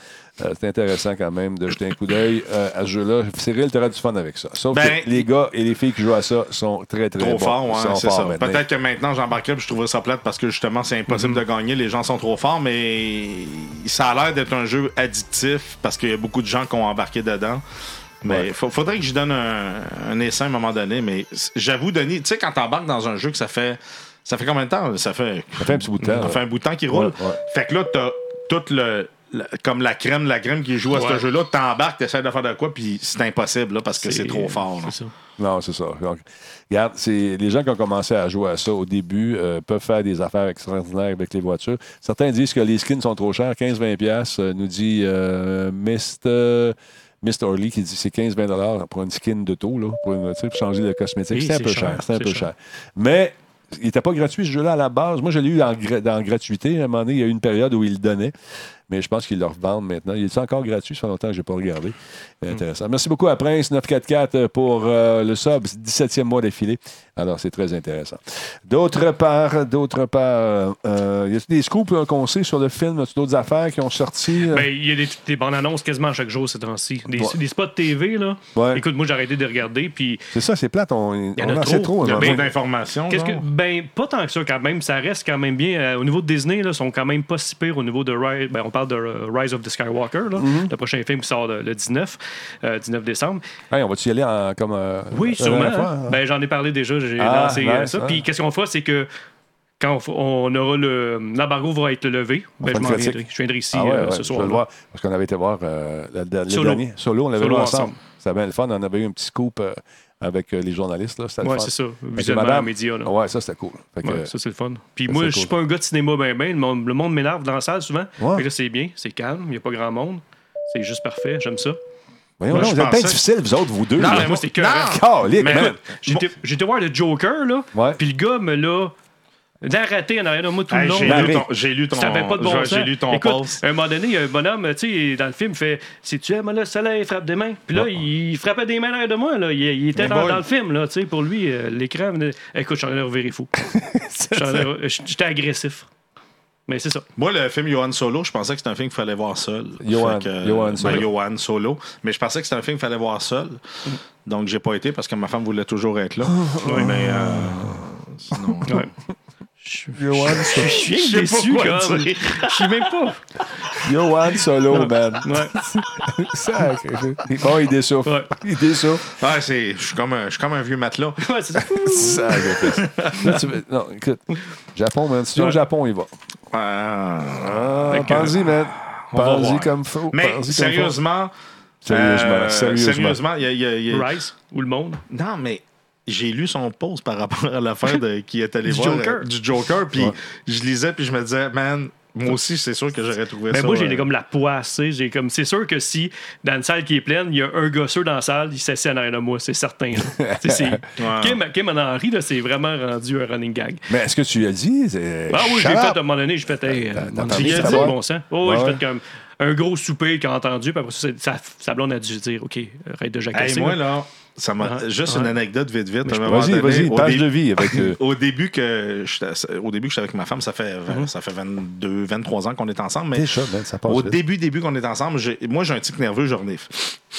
Euh, c'est intéressant quand même de jeter un coup d'œil euh, à ce jeu-là. Cyril, tu du fun avec ça. Sauf Ben- que les gars et les filles qui jouent à ça sont très, très Trop bons. fort, Ils ouais, sont c'est forts ça. maintenant. Peut-être que maintenant, j'embarque là, puis je trouvais ça plate parce que justement, c'est impossible de gagner. Les gens sont trop forts, mais ça a l'air d'être un jeu addictif parce qu'il y a beaucoup de gens qui ont embarqué dedans. Mais fa- faudrait que je donne un, un essai à un moment donné. Mais c- j'avoue, Denis, tu sais, quand t'embarques dans un jeu que ça fait. Ça fait combien de temps? Ça fait. Ça fait un petit bout de temps. Mm. Ça là. fait un bout de temps qu'il roule. Ouais, ouais. Fait que là, t'as toute le. le- Comme la crème, la crème qui joue à ce Ouais. jeu-là, t'embarques, t'essaies de faire de quoi, puis c'est impossible là, parce que c'est trop fort. là. C'est ça. Non, c'est ça. Donc, regarde, c'est les gens qui ont commencé à jouer à ça au début euh, peuvent faire des affaires extraordinaires avec les voitures. Certains disent que les skins sont trop chers, 15-20$, piastres, euh, nous dit euh, Mr. Mr. Orly qui dit c'est 15-20$ pour une skin de taux, là, pour, une, tu sais, pour changer de cosmétique. Oui, c'est un c'est peu cher, cher. C'est un c'est peu cher. cher. Mais il n'était pas gratuit ce jeu-là à la base. Moi, je l'ai eu en, gra- dans gratuité. À un moment donné, il y a eu une période où il le donnait. Mais je pense qu'ils le revendent maintenant. Il est encore gratuit, ça fait longtemps que je n'ai pas regardé. Hmm. Euh, Intéressant. Merci beaucoup à Prince944 pour euh, le sub, 17e mois d'affilée. Alors, c'est très intéressant. D'autre part, d'autre part, euh, y a des scoops euh, qu'on sait sur le film, As-tu d'autres affaires qui ont sorti? euh? Ben, il y a des, des bandes annonces quasiment à chaque jour ces temps-ci. Des, Ouais. des spots TV, là. Ouais. Écoute, moi, j'ai arrêté de regarder, puis c'est ça, c'est plate. On, y en on a sait trop. trop. Il y a hein, Ben, beaucoup vraiment. d'informations. Qu'est-ce que genre. ben pas tant que ça quand même, ça reste quand même bien Euh, au niveau de Disney là, sont quand même pas si pires au niveau de Rise, ben, on parle de euh, Rise of the Skywalker là, Mm-hmm. le prochain film qui sort le, le 19 euh, 19 décembre. Hey, on va-tu y aller en- comme... euh, Oui, la sûrement. dernière fois, hein. hein? Ben j'en ai parlé déjà, j'ai Ah, lancé euh, nice, ça. hein. Puis qu'est-ce qu'on fera c'est que quand on, f- on aura le l'embargo va être levé, ben, fera je m'en une critique. viendrai. Je viendrai ici Ah ouais, euh, ouais, ce Je vais soir. le voir, parce qu'on avait été voir euh, le, le- le Solo. dernier. Solo, on l'avait Solo vu ensemble. ensemble. C'était bien le fun. On avait eu un petit scoop euh, avec euh, les journalistes. Là. C'était le Ouais, fun. c'est ça. Fait que Visuellement, madame- média, là. Ouais, ça, c'était cool. Fait que, Ouais, euh, ça, c'est le fun. Puis ça, moi, c'est je suis cool. pas un gars de cinéma ben ben. Le monde, le monde m'énerve dans la salle souvent. Ouais. Fait que là, c'est bien, c'est calme, il n'y a pas grand monde. C'est juste parfait, j'aime ça. Ben, voyons, Moi, non, je vous êtes bien pensais- difficiles, vous autres, vous deux. Non, là. mais moi, c'est c'est que- que. Calique, Mais man. écoute, J'étais j'étais voir le Joker, là. Ouais. Puis le gars me l'a l'a raté en arrière de moi tout le Hey, long. j'ai là. lu ton, j'ai lu ton, Ça avait pas de bon j'ai- sens. j'ai lu ton Écoute, post. à un moment donné, il y a un bonhomme, tu sais, dans le film, il fait Si tu aimes le soleil, frappe des mains. Puis là, il frappait des mains en arrière de moi, là. Il, il était dans, boy. dans le film, là. Tu sais, pour lui, euh, l'écran venait- Écoute, j'en ai reviré fou. J'en ai re- J'étais agressif. Mais c'est ça. Moi, le film Johan Solo, je pensais que c'était un film qu'il fallait voir seul. Johan- Fait que- Johan ben, Solo. Johan Solo. Mais je pensais que c'était un film qu'il fallait voir seul. Donc, j'ai pas été parce que ma femme voulait toujours être là. Oui, mais. euh, sinon. Ouais. Johan, Je suis Je sais déçu, pas quoi comme. dire. Je suis même pas. Johan Solo, man. Ouais. Sacré. Bon, il dessouffle. Ouais. Il dessouffle. Ah, c'est, je, suis comme un, je suis comme un vieux matelas. Ouais, c'est ça. Sacré. Là, tu veux- Non, écoute. Japon, man. Si tu vas au Ouais. Japon, il va. Ah. Ah, que- Pense-y, man. On va Pense-y voir. comme faux. Mais Pense-y comme faux. sérieusement. Oh, Sérieusement, euh, sérieusement. Sérieusement, il y a- il y a- il y a- Rice ou le monde. Non, mais j'ai lu son post par rapport à l'affaire de- qui est allé Du voir Joker. euh, du Joker, puis je lisais, puis je me disais, man, moi aussi, c'est sûr que j'aurais trouvé Ben ça. moi, j'ai euh, comme la poisse. tu sais, j'ai comme C'est sûr que si, dans une salle qui est pleine, il y a un gosseux dans la salle, il s'assied en arrière de moi, c'est certain. là. Tu sais, c'est- Kim, Kim en Henry, là, c'est vraiment rendu un running gag. Mais est-ce que tu l'as dit? C'est- Ah oui, j'ai Shut fait up. à un moment donné, j'ai fait. Hey, T'as- t'as mon entendu Dieu, ça, c'est d'abord? bon sang. Oh, oui, Ouais. j'ai fait comme un gros souper qu'il a entendu, puis après ça, c'est- sa, sa blonde a dû dire OK, arrête de Hey, jacasser. moi, là. là, ça m'a. Ah, juste ouais. une anecdote vite, vite. à un moment Vas-y, donné, vas-y, au page dé- de vie avec. euh, Au début que j'étais- au début que j'étais avec ma femme, ça fait, vingt- ça fait 22, 23 ans qu'on est ensemble. Mais Déjà, man, Mhm. ça passe au vite. début, début qu'on est ensemble, j'ai- moi, j'ai un tic nerveux, je renifle.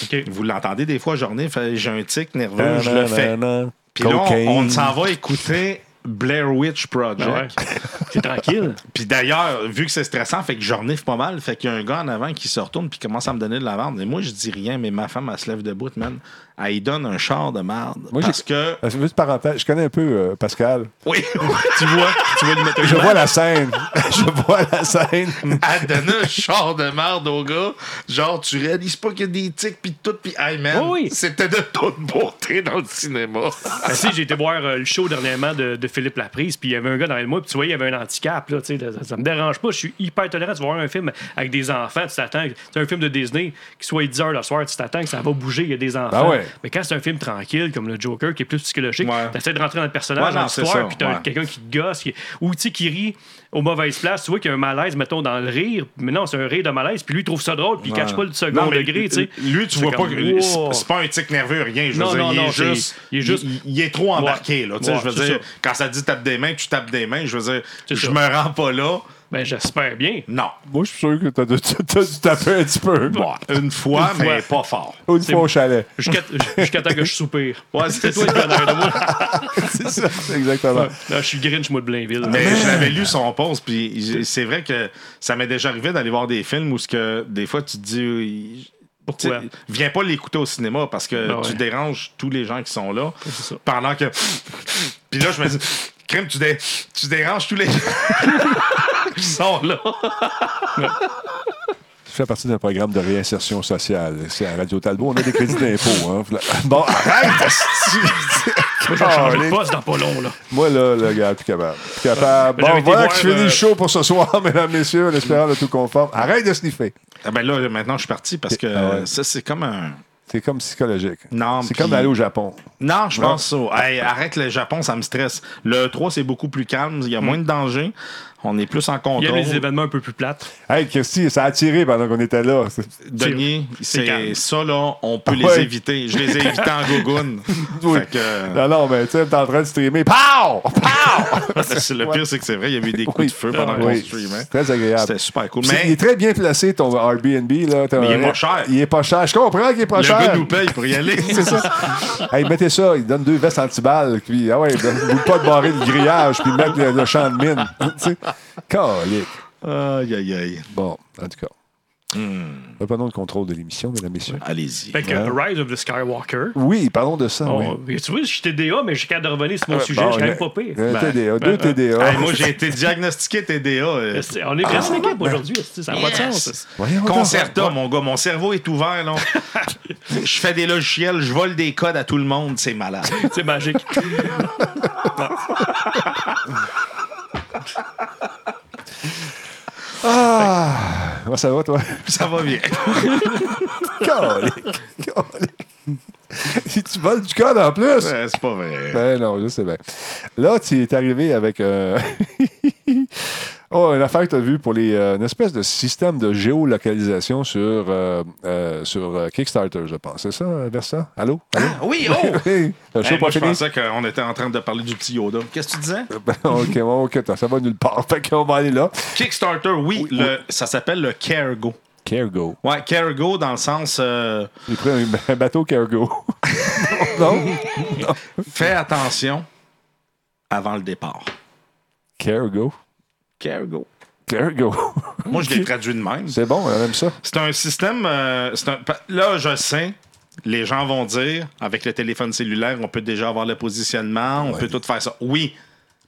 OK. Vous l'entendez des fois, je renifle, euh, j'ai un tic nerveux, je le fais. Nanana. Puis là, Cocaine. on, on s'en va écouter Blair Witch Project. Ben Ah ouais. T'es tranquille. Puis d'ailleurs, vu que c'est stressant, fait que je renifle pas mal. Fait qu'il y a un gars en avant qui se retourne puis commence à me donner de la merde. Et moi, je dis rien, mais ma femme, elle se lève debout, man. Elle y donne un char de merde. Moi, j'ai- parce que. Ah, c'est Juste parenthèse, je connais un peu euh, Pascal. Oui, tu vois, tu vois le mettre Je vois la scène. je vois la scène. Elle donne un char de merde au gars. Genre, tu réalises pas qu'il y a des tics puis tout. Puis, hey, man, Oui, oui. c'était de toute beauté dans le cinéma. Ben, tu sais, j'ai été voir euh, le show dernièrement de, de Philippe Laprise, puis il y avait un gars dans le moi, puis tu vois, il y avait un handicap. Là, tu sais, ça, ça me dérange pas, je suis hyper tolérant. Tu vas voir un film avec des enfants, tu t'attends. C'est un film de Disney qui soit 10 heures le soir, tu t'attends que ça va bouger, il y a des enfants. Ben ouais. Mais quand c'est un film tranquille, comme le Joker, qui est plus psychologique, Ouais. tu essaies de rentrer dans le personnage, Ouais, non, dans c'est l'histoire, ça, puis t'as ouais. quelqu'un qui te gosse, qui- ou tu sais, qui rit aux mauvaises places. Tu vois qu'il y a un malaise, mettons, dans le rire, mais non, c'est un rire de malaise, puis lui, il trouve ça drôle, puis il cache pas le second Non, mais degré, tu sais. Lui, tu C'est vois pas. comme, que- wow. c'est- C'est pas un tic nerveux, rien. Je veux Non, dire, non, il, non, est c'est- juste, il est juste- il- il est trop embarqué, là. Tu sais, Ouais, je veux c'est dire, ça. quand ça dit tape des mains, tu tapes des mains. Je veux dire, C'est je ça. me rends pas là. Ben, j'espère bien. Non. Moi, je suis sûr que t'as dû t'as dû taper un petit peu. Bon, une fois, Une mais pas fort. Une fois au chalet. Jusqu'à jusqu'à temps que je soupire. Ouais, c'est toi ça. le bonheur de moi. C'est ça. Exactement. Là, je suis Grinch, moi, de Blainville. Mais je l'avais lu son post, puis j- c'est vrai que ça m'est déjà arrivé d'aller voir des films où ce que des fois tu te dis. Pourquoi? Tu sais, Viens pas l'écouter au cinéma parce que Ben ouais. tu déranges tous les gens qui sont là. ça. Pendant que. Puis là, je me dis, crime, tu, dé- tu déranges tous les gens qui sont là. Tu fais partie d'un programme de réinsertion sociale. C'est à Radio Talbot, on a des crédits d'impôt. Hein. Bon, arrête! Moi, je vais changer Calé. de poste dans pas long, là. Moi, là, le gars, plus capable. Plus capable. J'avais Bon, été voilà voir, que je finis euh, le show pour ce soir, mesdames, messieurs, en espérant le tout conforme. Arrête de sniffer. Ah ben là, maintenant, je suis parti parce que Ah ouais. ça, c'est comme un. C'est comme psychologique. Non, C'est puis- comme d'aller au Japon. Non, je pense ça. Hey, arrête le Japon, ça me stresse. Le 3, c'est beaucoup plus calme, il y a moins de danger. On est plus en Il y a contrôle. les événements un peu plus plates. Hey, Christy, ça a attiré pendant qu'on était là. Denis, calme. c'est ça là, on peut Ouais. les éviter. Je les ai évités en gogoun. Oui. Ah, Fait que, Non, non, mais tu sais, t'es en train de streamer. Pow! Pow! c'est- le pire, c'est que c'est vrai, il y avait des coups Oui. Ah de feu pendant Oui, qu'on streamait. c'est Très agréable. C'était super cool. Puis c'est- Il Mais est très bien placé, ton Airbnb. Là, T'as Mais il est un- pas cher. Il est pas cher. Je comprends qu'il est pas le cher. gars nous paye pour y aller. C'est ça. hey, mettez ça, il donne deux vestes antiballes, puis ah ouais, il ne pas de barrer le grillage, puis mettre le, le champ de mine. tu sais. Calique. Aïe, aïe, aïe. Bon, en tout cas. Hmm. Reprenons le contrôle de l'émission, mesdames, messieurs. Allez-y. Fait que Rise of the Skywalker. Oui, parlons de ça. oui. Oh, et Tu vois, je suis TDA, mais j'ai qu'à de revenir sur mon sujet. Ah, Bon, je suis quand même un- pas pire. un Ben, TDA, ben, deux TDA. Hey, moi, j'ai été diagnostiqué TDA. euh, c'est- On est presque Ah. équipe aujourd'hui. c'est- Ça n'a pas de sens. Voyons donc. Concerta, mon gars, mon cerveau est ouvert. Là. je fais des logiciels, je vole des codes à tout le monde, c'est malade. C'est magique. Ah, Comment ça va, toi? Ça va bien. Calique. Calique. Si tu voles du code en plus. Ouais, c'est pas vrai. Ben non, je sais bien. Là, tu es arrivé avec euh, oh, une affaire que tu as vue pour les, euh, une espèce de système de géolocalisation sur, euh, euh, sur euh, Kickstarter, je pense. C'est ça, euh, Versa? Allô? Allô? Oui, oh! Hey, le show pas Hey, moi, je fini? pensais qu'on était en train de parler du petit Yoda. Qu'est-ce que tu disais? Ben, ok, bon, ok, attends, ça va nulle part. Fait qu'on va aller là. Kickstarter, oui, le- ça s'appelle le Cargo. Cargo. Ouais, Cargo dans le sens euh, J'ai pris un, un bateau cargo. non? fais attention avant le départ. Cargo. Cargo. Cargo. Moi, je l'ai traduit de même. C'est bon, on aime ça. C'est un système. euh, c'est un- pa- là, je sais. Les gens vont dire, avec le téléphone cellulaire, on peut déjà avoir le positionnement, on peut tout faire ça. Oui.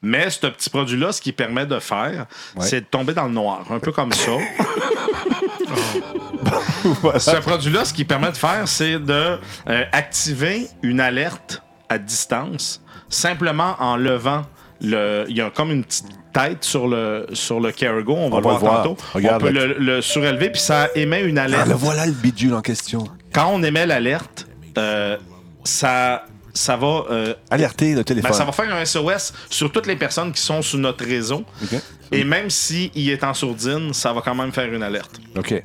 Mais ce petit produit-là, ce qu'il permet de faire, c'est de tomber dans le noir. Un peu comme ça. Oh. Ce produit-là, ce qu'il permet de faire, c'est de euh, activer une alerte à distance simplement en levant le. Il y a comme une petite tête sur le sur le cargo. On va On le va voir le voir. tantôt. Regarde, on peut là. le, le surélever puis ça émet une Ah, alerte. le voilà le bidule en question. Quand on émet l'alerte, euh, ça ça va euh, Alerter le téléphone. ben, ça va faire un SOS sur toutes les personnes qui sont sur notre réseau. Ok. Et même s'il est en sourdine, ça va quand même faire une alerte. OK.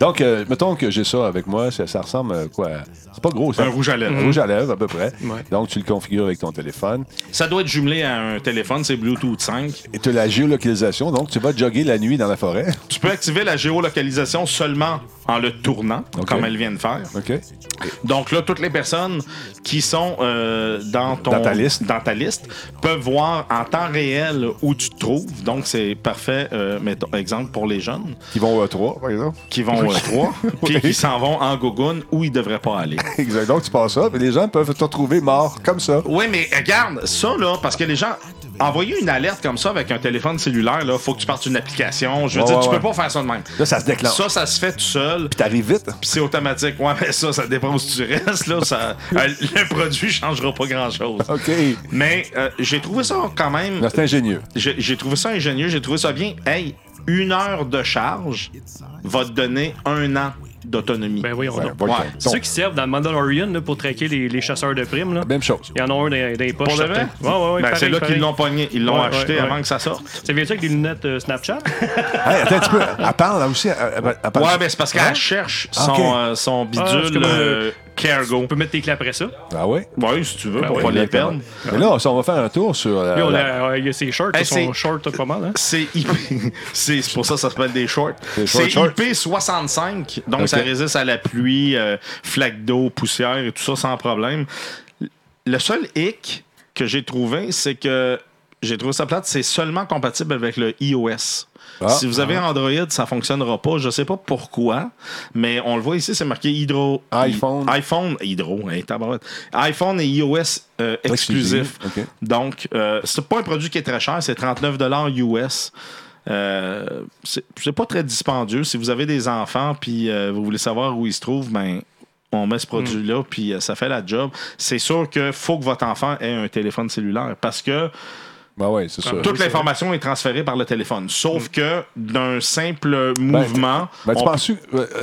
Donc, euh, mettons que j'ai ça avec moi, ça, ça ressemble à quoi? C'est pas gros, ça. Un rouge à lèvres. Un rouge à lèvres, à peu près. Ouais. Donc, tu le configures avec ton téléphone. Ça doit être jumelé à un téléphone, c'est Bluetooth 5. Et tu as la géolocalisation, donc tu vas jogger la nuit dans la forêt. Tu peux activer la géolocalisation seulement en le tournant, Ok. comme elle vient de faire. OK? Donc là, toutes les personnes qui sont euh, dans, ton, Dans ta liste. dans ta liste peuvent voir en temps réel où tu te trouves. Donc c'est parfait, euh, mettons, exemple pour les jeunes Qui vont au E E3, par exemple. qui vont au 3 puis qui s'en vont en gogoune où ils devraient pas aller. Exact. Donc, tu passes ça, puis les gens peuvent te retrouver mort, comme ça. Oui, mais regarde, ça euh, là, parce que les gens, envoyer une alerte comme ça avec un téléphone cellulaire, là, faut que tu partes une application. Je veux Ouais, dire, ouais, tu ouais. peux pas faire ça de même. Là, ça se déclenche. Ça, ça se fait tout seul. Puis t'arrives vite. Puis c'est automatique. Ouais, mais ça, ça dépend où tu restes. Là, ça, euh, le produit changera pas grand-chose. OK. Mais euh, j'ai trouvé ça quand même. Non, C'est ingénieux. J'ai j'ai trouvé ça ingénieux, j'ai trouvé ça bien. Hey, une heure de charge va te donner un an d'autonomie. Ben voyons Ouais, donc. bon, Ouais. donc, Ceux qui servent dans le Mandalorian là, pour traquer les, les chasseurs de primes, là. Même chose. Il y en a un dans, dans les poches. Pour le certain. vrai? Ouais, ouais, ouais, Ben, pareil, c'est là pareil. qu'ils l'ont pogné. Ils l'ont Ouais, acheté ouais, avant ouais. que ça sorte. Ça vient-tu avec des lunettes euh, Snapchat? Hey, attends un petit peu. Elle parle là, aussi. Elle, elle- elle parle Ouais, ben c'est parce qu'elle Hein? cherche Ah, son, ok. euh, son Ah, c'est bidule comme, euh, euh, Cargo. On peut mettre tes clés après ça. Ah ouais? Ben Ouais, si tu veux, pour pas Ouais, les exactement. perdre. Mais là, on va faire un tour sur. la- Puis on la- a- euh, Il y a ses shorts, Ah, Hey, ils sont c'est- shorts pas mal. Hein? C'est IP. C'est c'est pour ça que ça s'appelle des shorts. Des short C'est shorts. IP65. Donc, ça Ok. résiste à la pluie, euh, flaque d'eau, poussière et tout ça sans problème. Le seul hic que j'ai trouvé, c'est que j'ai trouvé ça plate, c'est seulement compatible avec le iOS. Ah. si vous avez Android, ça fonctionnera pas. Je sais pas pourquoi, mais on le voit ici, c'est marqué Hydro. iPhone. iPhone, Hydro, hein, tabarouette. iPhone et iOS euh, exclusif. Exclusif, ok. Donc, euh, c'est pas un produit qui est très cher, c'est 39 US. Euh, c'est c'est pas très dispendieux. Si vous avez des enfants puis euh, vous voulez savoir où ils se trouvent, ben on met ce produit-là Mm. puis euh, ça fait la job. C'est sûr que faut que votre enfant ait un téléphone cellulaire parce que Ben ouais, c'est sûr. toute l'information est transférée par le téléphone. Sauf que d'un simple mouvement, Ben, tu on- penses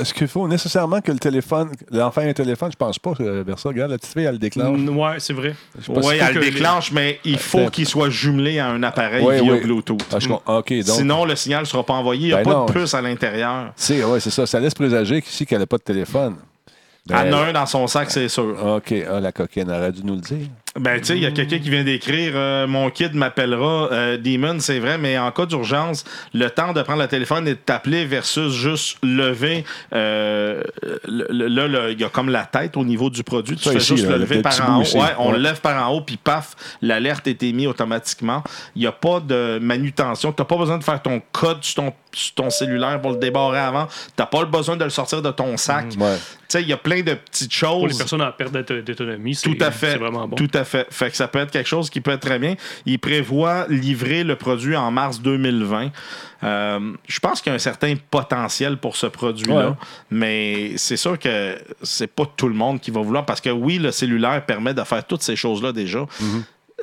est-ce qu'il faut nécessairement que le téléphone, l'enfant ait un téléphone? Je pense pas euh, vers ça. Regarde, la petite fille, elle le déclenche. Mm, Ouais, c'est vrai. ouais, faut elle que les- déclenche, mais il faut Attends. qu'il soit jumelé à un appareil Ben, Ouais, via ouais. Bluetooth. Mm. Ah, je com- OK, donc. Sinon, le signal ne sera pas envoyé. Il n'y a Ben pas non. de puce à l'intérieur. C'est, ouais, c'est ça. Ça laisse présager qu'ici, qu'elle n'a pas de téléphone. Ben, Elle en a un dans son sac, c'est sûr. OK, ah, la coquine aurait dû nous le dire. Ben, tu sais, il y a quelqu'un qui Hmm. vient d'écrire euh, Mon kid m'appellera euh, Demon, c'est vrai, mais en cas d'urgence, le temps de prendre le téléphone et de t'appeler versus juste lever. euh, le- le- là, le- il y a comme la tête au niveau du produit. Tu Ça fais ici, juste là, le le lever petit par bout en haut. ici. Ouais, on Ouais. le lève par en haut, puis paf, l'alerte est émise automatiquement. Il n'y a pas de manutention. Tu n'as pas besoin de faire ton code sur ton, sur ton cellulaire pour le débarrer avant. Tu n'as pas besoin de le sortir de ton sac. Hmm, Ouais. Tu sais, il y a plein de petites choses. Pour les personnes en perte d'auto- d'autonomie, c'est Tout à fait. c'est vraiment bon. Tout à fait. Fait que ça peut être quelque chose qui peut être très bien. Il prévoit livrer le produit en mars 2020. Euh, je pense qu'il y a un certain potentiel pour ce produit-là, Ouais. mais c'est sûr que c'est pas tout le monde qui va vouloir parce que oui, le cellulaire permet de faire toutes ces choses-là déjà. Mm-hmm.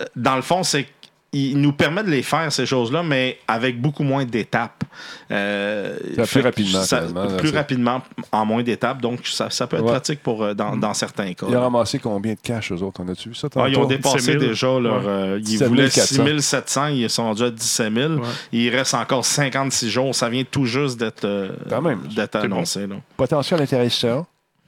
Euh, Dans le fond, c'est il nous permet de les faire, ces choses-là, mais avec beaucoup moins d'étapes. Euh, Plus fait que rapidement, ça- finalement, là, plus c'est- rapidement, en moins d'étapes. Donc, ça, ça peut être Ouais. pratique pour, euh, Mm-hmm. dans, dans certains cas. Il a ramassé combien de cash, eux autres? On a-tu vu ça? Ah, ils ont tantôt? dépassé 17 000. déjà leur. euh, ils 17 voulaient 400. 6 700, ils sont déjà à 17 000. Il reste encore 56 jours. Ça vient tout juste d'être euh, Quand même. d'être annoncé. là. Potentiel intéressant.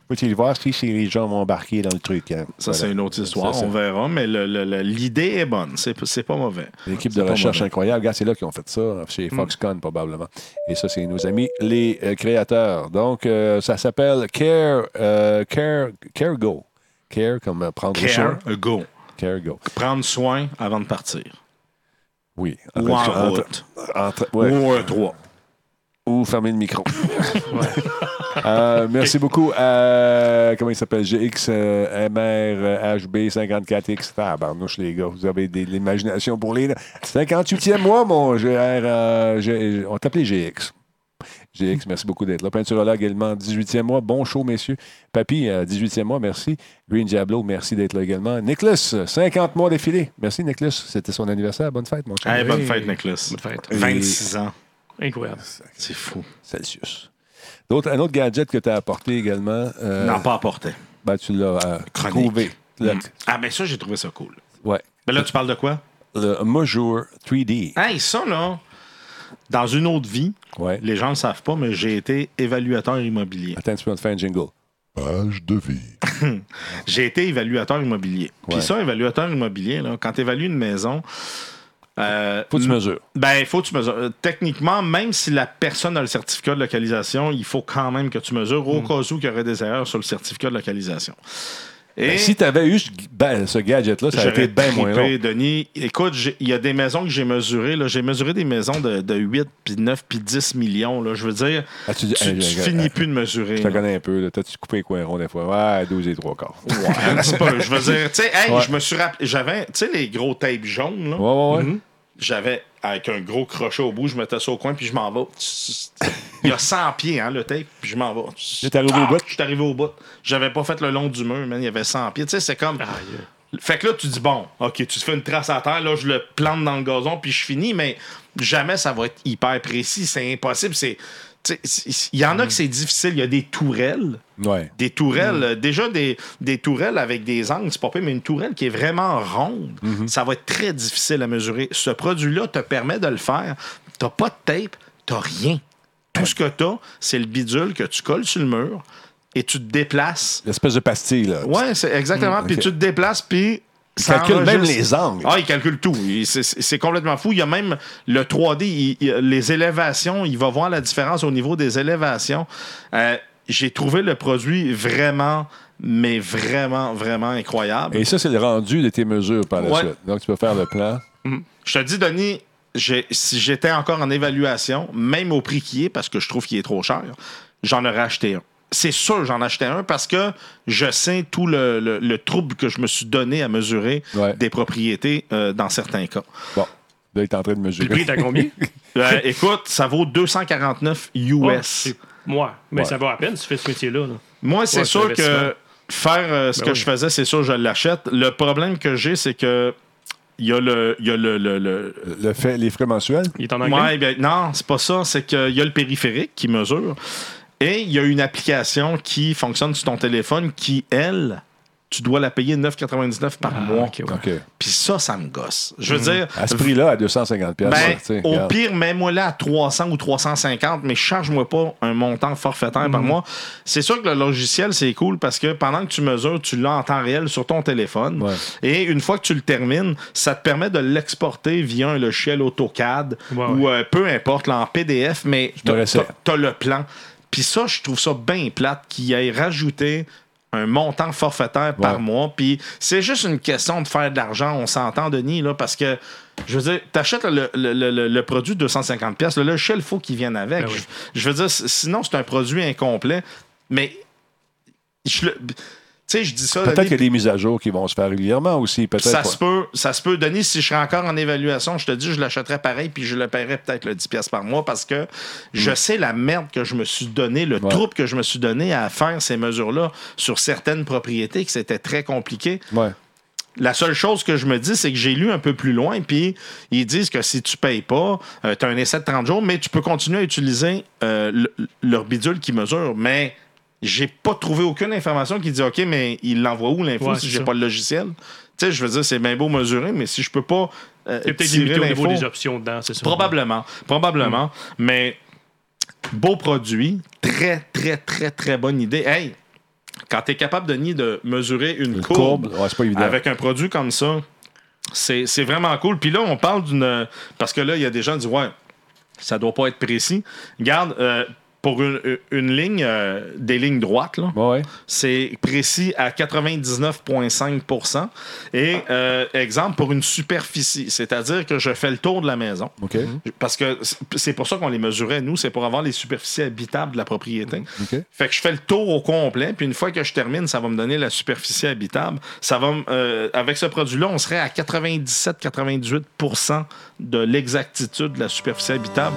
Faut-il voir si si les gens vont embarquer dans le truc? hein? Ça, Voilà. c'est une autre histoire. Ça, c'est- On verra, mais le- le- le- l'idée est bonne. C'est c'est pas mauvais. L'équipe de pas recherche mauvais. Mm. incroyable. Regarde, c'est là qu'ils ont fait ça, chez Foxconn, probablement. Et ça, c'est nos amis, les euh, créateurs. Donc, euh, ça s'appelle Care, euh, Care, CareGo. Care, comme euh, prendre soin. Care, go. CareGo. Prendre soin avant de partir. Oui. Ou Entre- en entre- route. entre- ouais. Ou un 3. Ou fermer le micro. Euh, merci beaucoup à. Comment il s'appelle GXMRHB54X. Tabarnouche, les gars. Vous avez des- de l'imagination pour les. 58e mois, mon GR. euh, G- on t'appelait GX. GX, merci beaucoup d'être là. Peinturologue également, 18e mois. Bon show, messieurs. Papy, euh, 18e mois, merci. Green Diablo, merci d'être là également. Nicholas, 50 mois défilé. Merci, Nicholas. C'était son anniversaire. Bonne fête, mon cher. Eh, bonne fête, Nicholas. Bonne fête. 26 ans. Incroyable. C'est fou. Celsius. D'autres- un autre gadget que tu as apporté également. euh, N'en pas apporté. Ben, tu l'as euh, Chronique. trouvé. Le, Ah, ben ça, j'ai trouvé ça cool. ouais. Mais là, tu parles de quoi? le Mojour 3D. Hey, ça, là, dans une autre vie, Ouais. les gens ne le savent pas, mais j'ai été évaluateur immobilier. Attends, tu peux te faire un jingle. Page de vie. J'ai été évaluateur immobilier. Ouais. Puis ça, évaluateur immobilier, là, quand tu évalues une maison, euh, Faut que tu m- mesures. ben, faut que tu mesures. Euh, Techniquement, même si la personne a le certificat de localisation, il faut quand même que tu mesures Hmm. au cas où qu'il y aurait des erreurs sur le certificat de localisation. Et Ben, si tu avais eu ce, ben, ce gadget-là, ça aurait j'aurais été bien moins trippé, long. Denis. Écoute, j'ai- il y a des maisons que j'ai mesurées. là. J'ai mesuré des maisons de, de 8, puis 9, puis 10 millions. là. Je veux dire, Ah, tu tu, dis- tu hey, j'ai- finis hey, plus de mesurer. Je te là. connais un peu. là. T'as-tu coupé les coins ronds des fois? Ouais, 12 et 3 quarts. Ouais, Ouais, un petit peu. Je veux dire, tu sais, hey, Ouais. je me suis rappelé. J'avais, tu sais, les gros tapes jaunes, là. ouais, ouais. J'avais, avec un gros crochet au bout, je mettais ça au coin, puis je m'en vais. Il y a 100 pieds, hein, le tape, puis je m'en vais. T'es arrivé au bout? Je suis arrivé au bout. J'avais pas fait le long du mur, man. Il y avait 100 pieds. Tu sais, c'est comme. Fait que là, tu dis, bon, OK, tu te fais une trace à terre, là, je le plante dans le gazon, puis je finis, mais jamais ça va être hyper précis. C'est impossible. C'est. tu sais, Il y Mm. en a que c'est difficile. Il y a des tourelles. Ouais. Des tourelles, euh, déjà des, des tourelles avec des angles, c'est pas pire, mais une tourelle qui est vraiment ronde, ça va être très difficile à mesurer. Ce produit-là te permet de le faire. T'as pas de tape, t'as rien. Tout ce que t'as, c'est le bidule que tu colles sur le mur et tu te déplaces. L'espèce de pastille, là. Euh, Ouais, c'est exactement. Puis Hmm, ok. tu te déplaces, puis. Il ça calcule même enregistre. les angles. Ah, il calcule tout. Il- c'est- C'est c'est complètement fou. Il y a même le 3D, il- il- les élévations, il va voir la différence au niveau des élévations. Euh, J'ai trouvé le produit vraiment, mais vraiment, vraiment incroyable. Et ça, c'est le rendu de tes mesures par la Ouais. suite. Donc, tu peux faire le plan. Je te dis, Denis, j'ai- si j'étais encore en évaluation, même au prix qu'il est, parce que je trouve qu'il est trop cher, j'en aurais acheté un. C'est sûr, j'en achetais un parce que je sais tout le, le- le trouble que je me suis donné à mesurer Ouais. des propriétés euh, dans certains cas. Bon. Là, il est en train de Le prix mesurer. est à combien? Euh, écoute, ça vaut 249 US. Ouais, Ah, c'est- Moi, mais Ouais. ça vaut à peine si tu fais ce métier-là. là. Moi, c'est Ouais, c'est un sûr que investissement. faire euh, ce Ben que oui. je faisais, c'est sûr je l'achète. Le problème que j'ai, c'est que il y a le. Il y a le, le- le- Le fait, les frais mensuels. Il est en anglais. Ouais, ben, non, c'est pas ça. C'est qu'il y a le périphérique qui mesure. Et il y a une application qui fonctionne sur ton téléphone qui, elle, tu dois la payer 9,99 par mois. Ah, ok, ouais. Mm. OK. Puis ça, ça me gosse. Je veux dire, À ce prix-là, à 250 pièces. ben, au pire, mets-moi là à 300 ou 350, mais charge-moi pas un montant forfaitaire Mhm. par mois. C'est sûr que le logiciel, c'est cool parce que pendant que tu mesures, tu l'as en temps réel sur ton téléphone. Ouais. Et une fois que tu le termines, ça te permet de l'exporter via un logiciel AutoCAD Ouais, ou euh, peu importe, là, en PDF, mais me t'as resserre. t'as- t'as le plan. Puis ça, je trouve ça bien plate qu'il ait rajouté un montant forfaitaire par Ouais. mois. Puis c'est juste une question de faire de l'argent, on s'entend, Denis, là, parce que, je veux dire, t'achètes le, le, le- le- le produit de 250$, pièces, le logiciel, il faut qu'il vienne avec. Ben oui. je, je veux dire, c- sinon, c'est un produit incomplet. Mais, je le- tu sais, je dis ça, Peut-être Denis, qu'il y a des mises à jour qui vont se faire régulièrement aussi. Peut-être. ça pas. se peut, ça se peut. Denis, si je serais encore en évaluation, je te dis, je l'achèterais pareil, puis je le paierais peut-être le 10$ piastres par mois parce que je sais la merde que je me suis donné, le Mm. Ouais. trouble que je me suis donné à faire ces mesures-là sur certaines propriétés, que c'était très compliqué. Ouais. La seule chose que je me dis, c'est que j'ai lu un peu plus loin, puis ils disent que si tu payes pas, tu as un essai de 30 jours, mais tu peux continuer à utiliser euh, le- leur bidule qui mesure. Mais j'ai pas trouvé aucune information qui dit OK, mais il l'envoie où l'info Ouais, si c'est j'ai ça. pas le logiciel? Tu sais, je veux dire, c'est bien beau mesurer, mais si je peux pas. euh, C'est peut-être tirer limité au niveau l'info- des options Hmm. dedans, c'est ça. Probablement, probablement. Mais beau produit, très, très, très, très bonne idée. Hey, quand tu es capable, Denis, de mesurer une, Une courbe. courbe, ouais, c'est pas évident. avec un produit comme ça, c'est c'est vraiment cool. Puis là, on parle d'une. Parce que là, il y a des gens qui disent Ouais, ça doit pas être précis. Garde, euh, pour une, une ligne, euh, des lignes droites, là, Ouais, ouais. c'est précis à 99,5 Et euh, exemple, pour une superficie, c'est-à-dire que je fais le tour de la maison. OK. Parce que c'est- c'est pour ça qu'on les mesurait, nous, c'est pour avoir les superficies habitables de la propriété. OK. Fait que je fais le tour au complet, puis une fois que je termine, ça va me donner la superficie habitable. Ça va me- euh, avec ce produit-là, on serait à 97-98 de l'exactitude de la superficie habitable,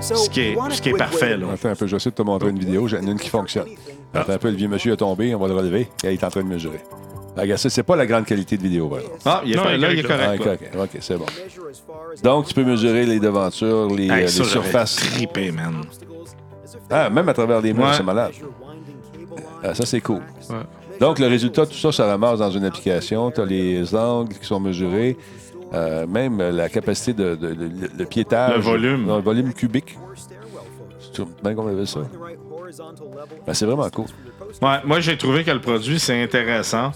ce qui est, ce qui est parfait. Là. Attends un peu, je vais essayer de te montrer une vidéo. J'en ai une qui fonctionne. Attends un peu, le vieux monsieur est tombé, on va le relever. Et il est en train de mesurer. Ah, Regarde, ça, c'est pas la grande qualité de vidéo, voilà. Ah, il est, Non, fait- il est là, il est correct, correct. Ah, là. OK, OK, OK, c'est bon. Donc, tu peux mesurer les devantures, les, euh, Hey, les ça, j'aurais surfaces. trippé, man. Ah, même à travers les murs, Ouais. c'est malade. Ah, ça, c'est cool. Donc, le résultat, tout ça se ramasse dans une application. Tu as les angles qui sont mesurés, euh, même la capacité de, de- de- le- le piétage. Le volume. Non, Le volume cubique. C'est tout- ben, comment on appelle ça? Ben, c'est vraiment cool. Ouais, moi, j'ai trouvé que le produit, c'est intéressant.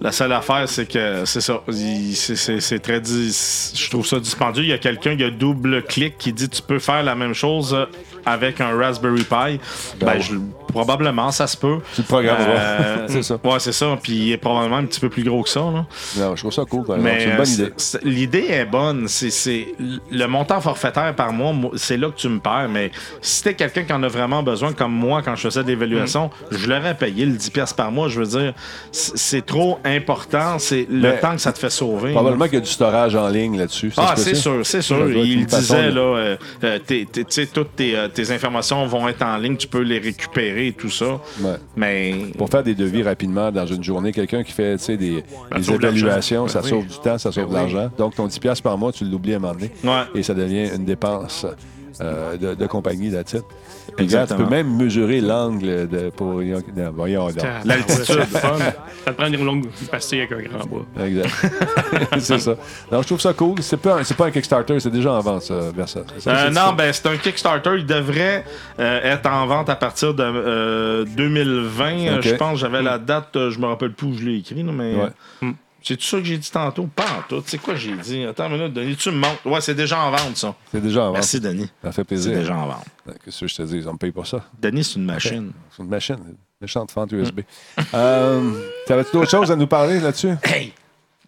La seule affaire, c'est que c'est ça. il- c'est- C'est c'est très. dis- Je trouve ça dispendieux. Il y a quelqu'un, il y a double clic qui dit tu peux faire la même chose avec un Raspberry Pi. Ben, ouais. je- Probablement, ça se peut. Euh, Tu le programmeras. C'est ça. Ouais, c'est ça. Puis il est probablement un petit peu plus gros que ça. Là. Non, je trouve ça cool. quand même. Mais C'est une bonne idée. euh, c'est- c'est- l'idée est bonne. C'est- C'est le montant forfaitaire par mois. moi, C'est là que tu me perds. Mais si t'es quelqu'un qui en a vraiment besoin, comme moi quand je faisais de Mm. l'évaluation, je l'aurais payé le 10 pièces par mois. Je veux dire, c- c'est trop important. C'est le Mais- temps que ça te fait sauver. Probablement qu'il y a du storage en ligne là-dessus. Ça se Ah, peut, c'est ça? sûr, Ça c'est sûr. doit être Il une façon disait, de- là, euh, euh, t'es- t'es- tu sais, toutes tes, euh, tes informations vont être en ligne, tu peux les récupérer et tout ça. Ouais. Mais. Pour faire des devis rapidement dans une journée, quelqu'un qui fait tu sais, des, des sauve de l'argent. évaluations, ça Ben oui. sauve du temps, ça sauve de l'argent. Donc, ton 10$ piastres par mois, tu l'oublies à un moment donné. Ouais. Et ça devient une dépense euh, de, de compagnie d'attitude. Puis, regarde, tu Exactement. peux même mesurer l'angle de, pour. non, voyons donc. L'altitude, fun. Ça te prend une longue pastille avec un grand bois. Exact. c'est ça. Non, je trouve ça cool. C'est pas, un- c'est pas un Kickstarter, c'est déjà en vente, ça, vers ça. C'est ça, Euh, c'est non, ça. ben c'est un Kickstarter. Il devrait euh, être en vente à partir de euh, 2020. Euh, Ok. Hmm. Je pense j'avais la date, euh, je me rappelle plus où je l'ai écrit, là, mais. Ouais. C'est tout ça que j'ai dit tantôt. Pas en tout. Tu sais quoi, j'ai dit. Attends une minute, Denis, tu me montres. Ouais, c'est déjà en vente, ça. C'est déjà en vente. Merci, Denis. Ça fait C'est plaisir. déjà en vente. Qu'est-ce que je te dis? Ils me payent pour ça. Denis, c'est une machine. C'est une machine, une méchante fente Mm. USB. Euh, T'avais-tu d'autres choses à nous parler là-dessus? Hey!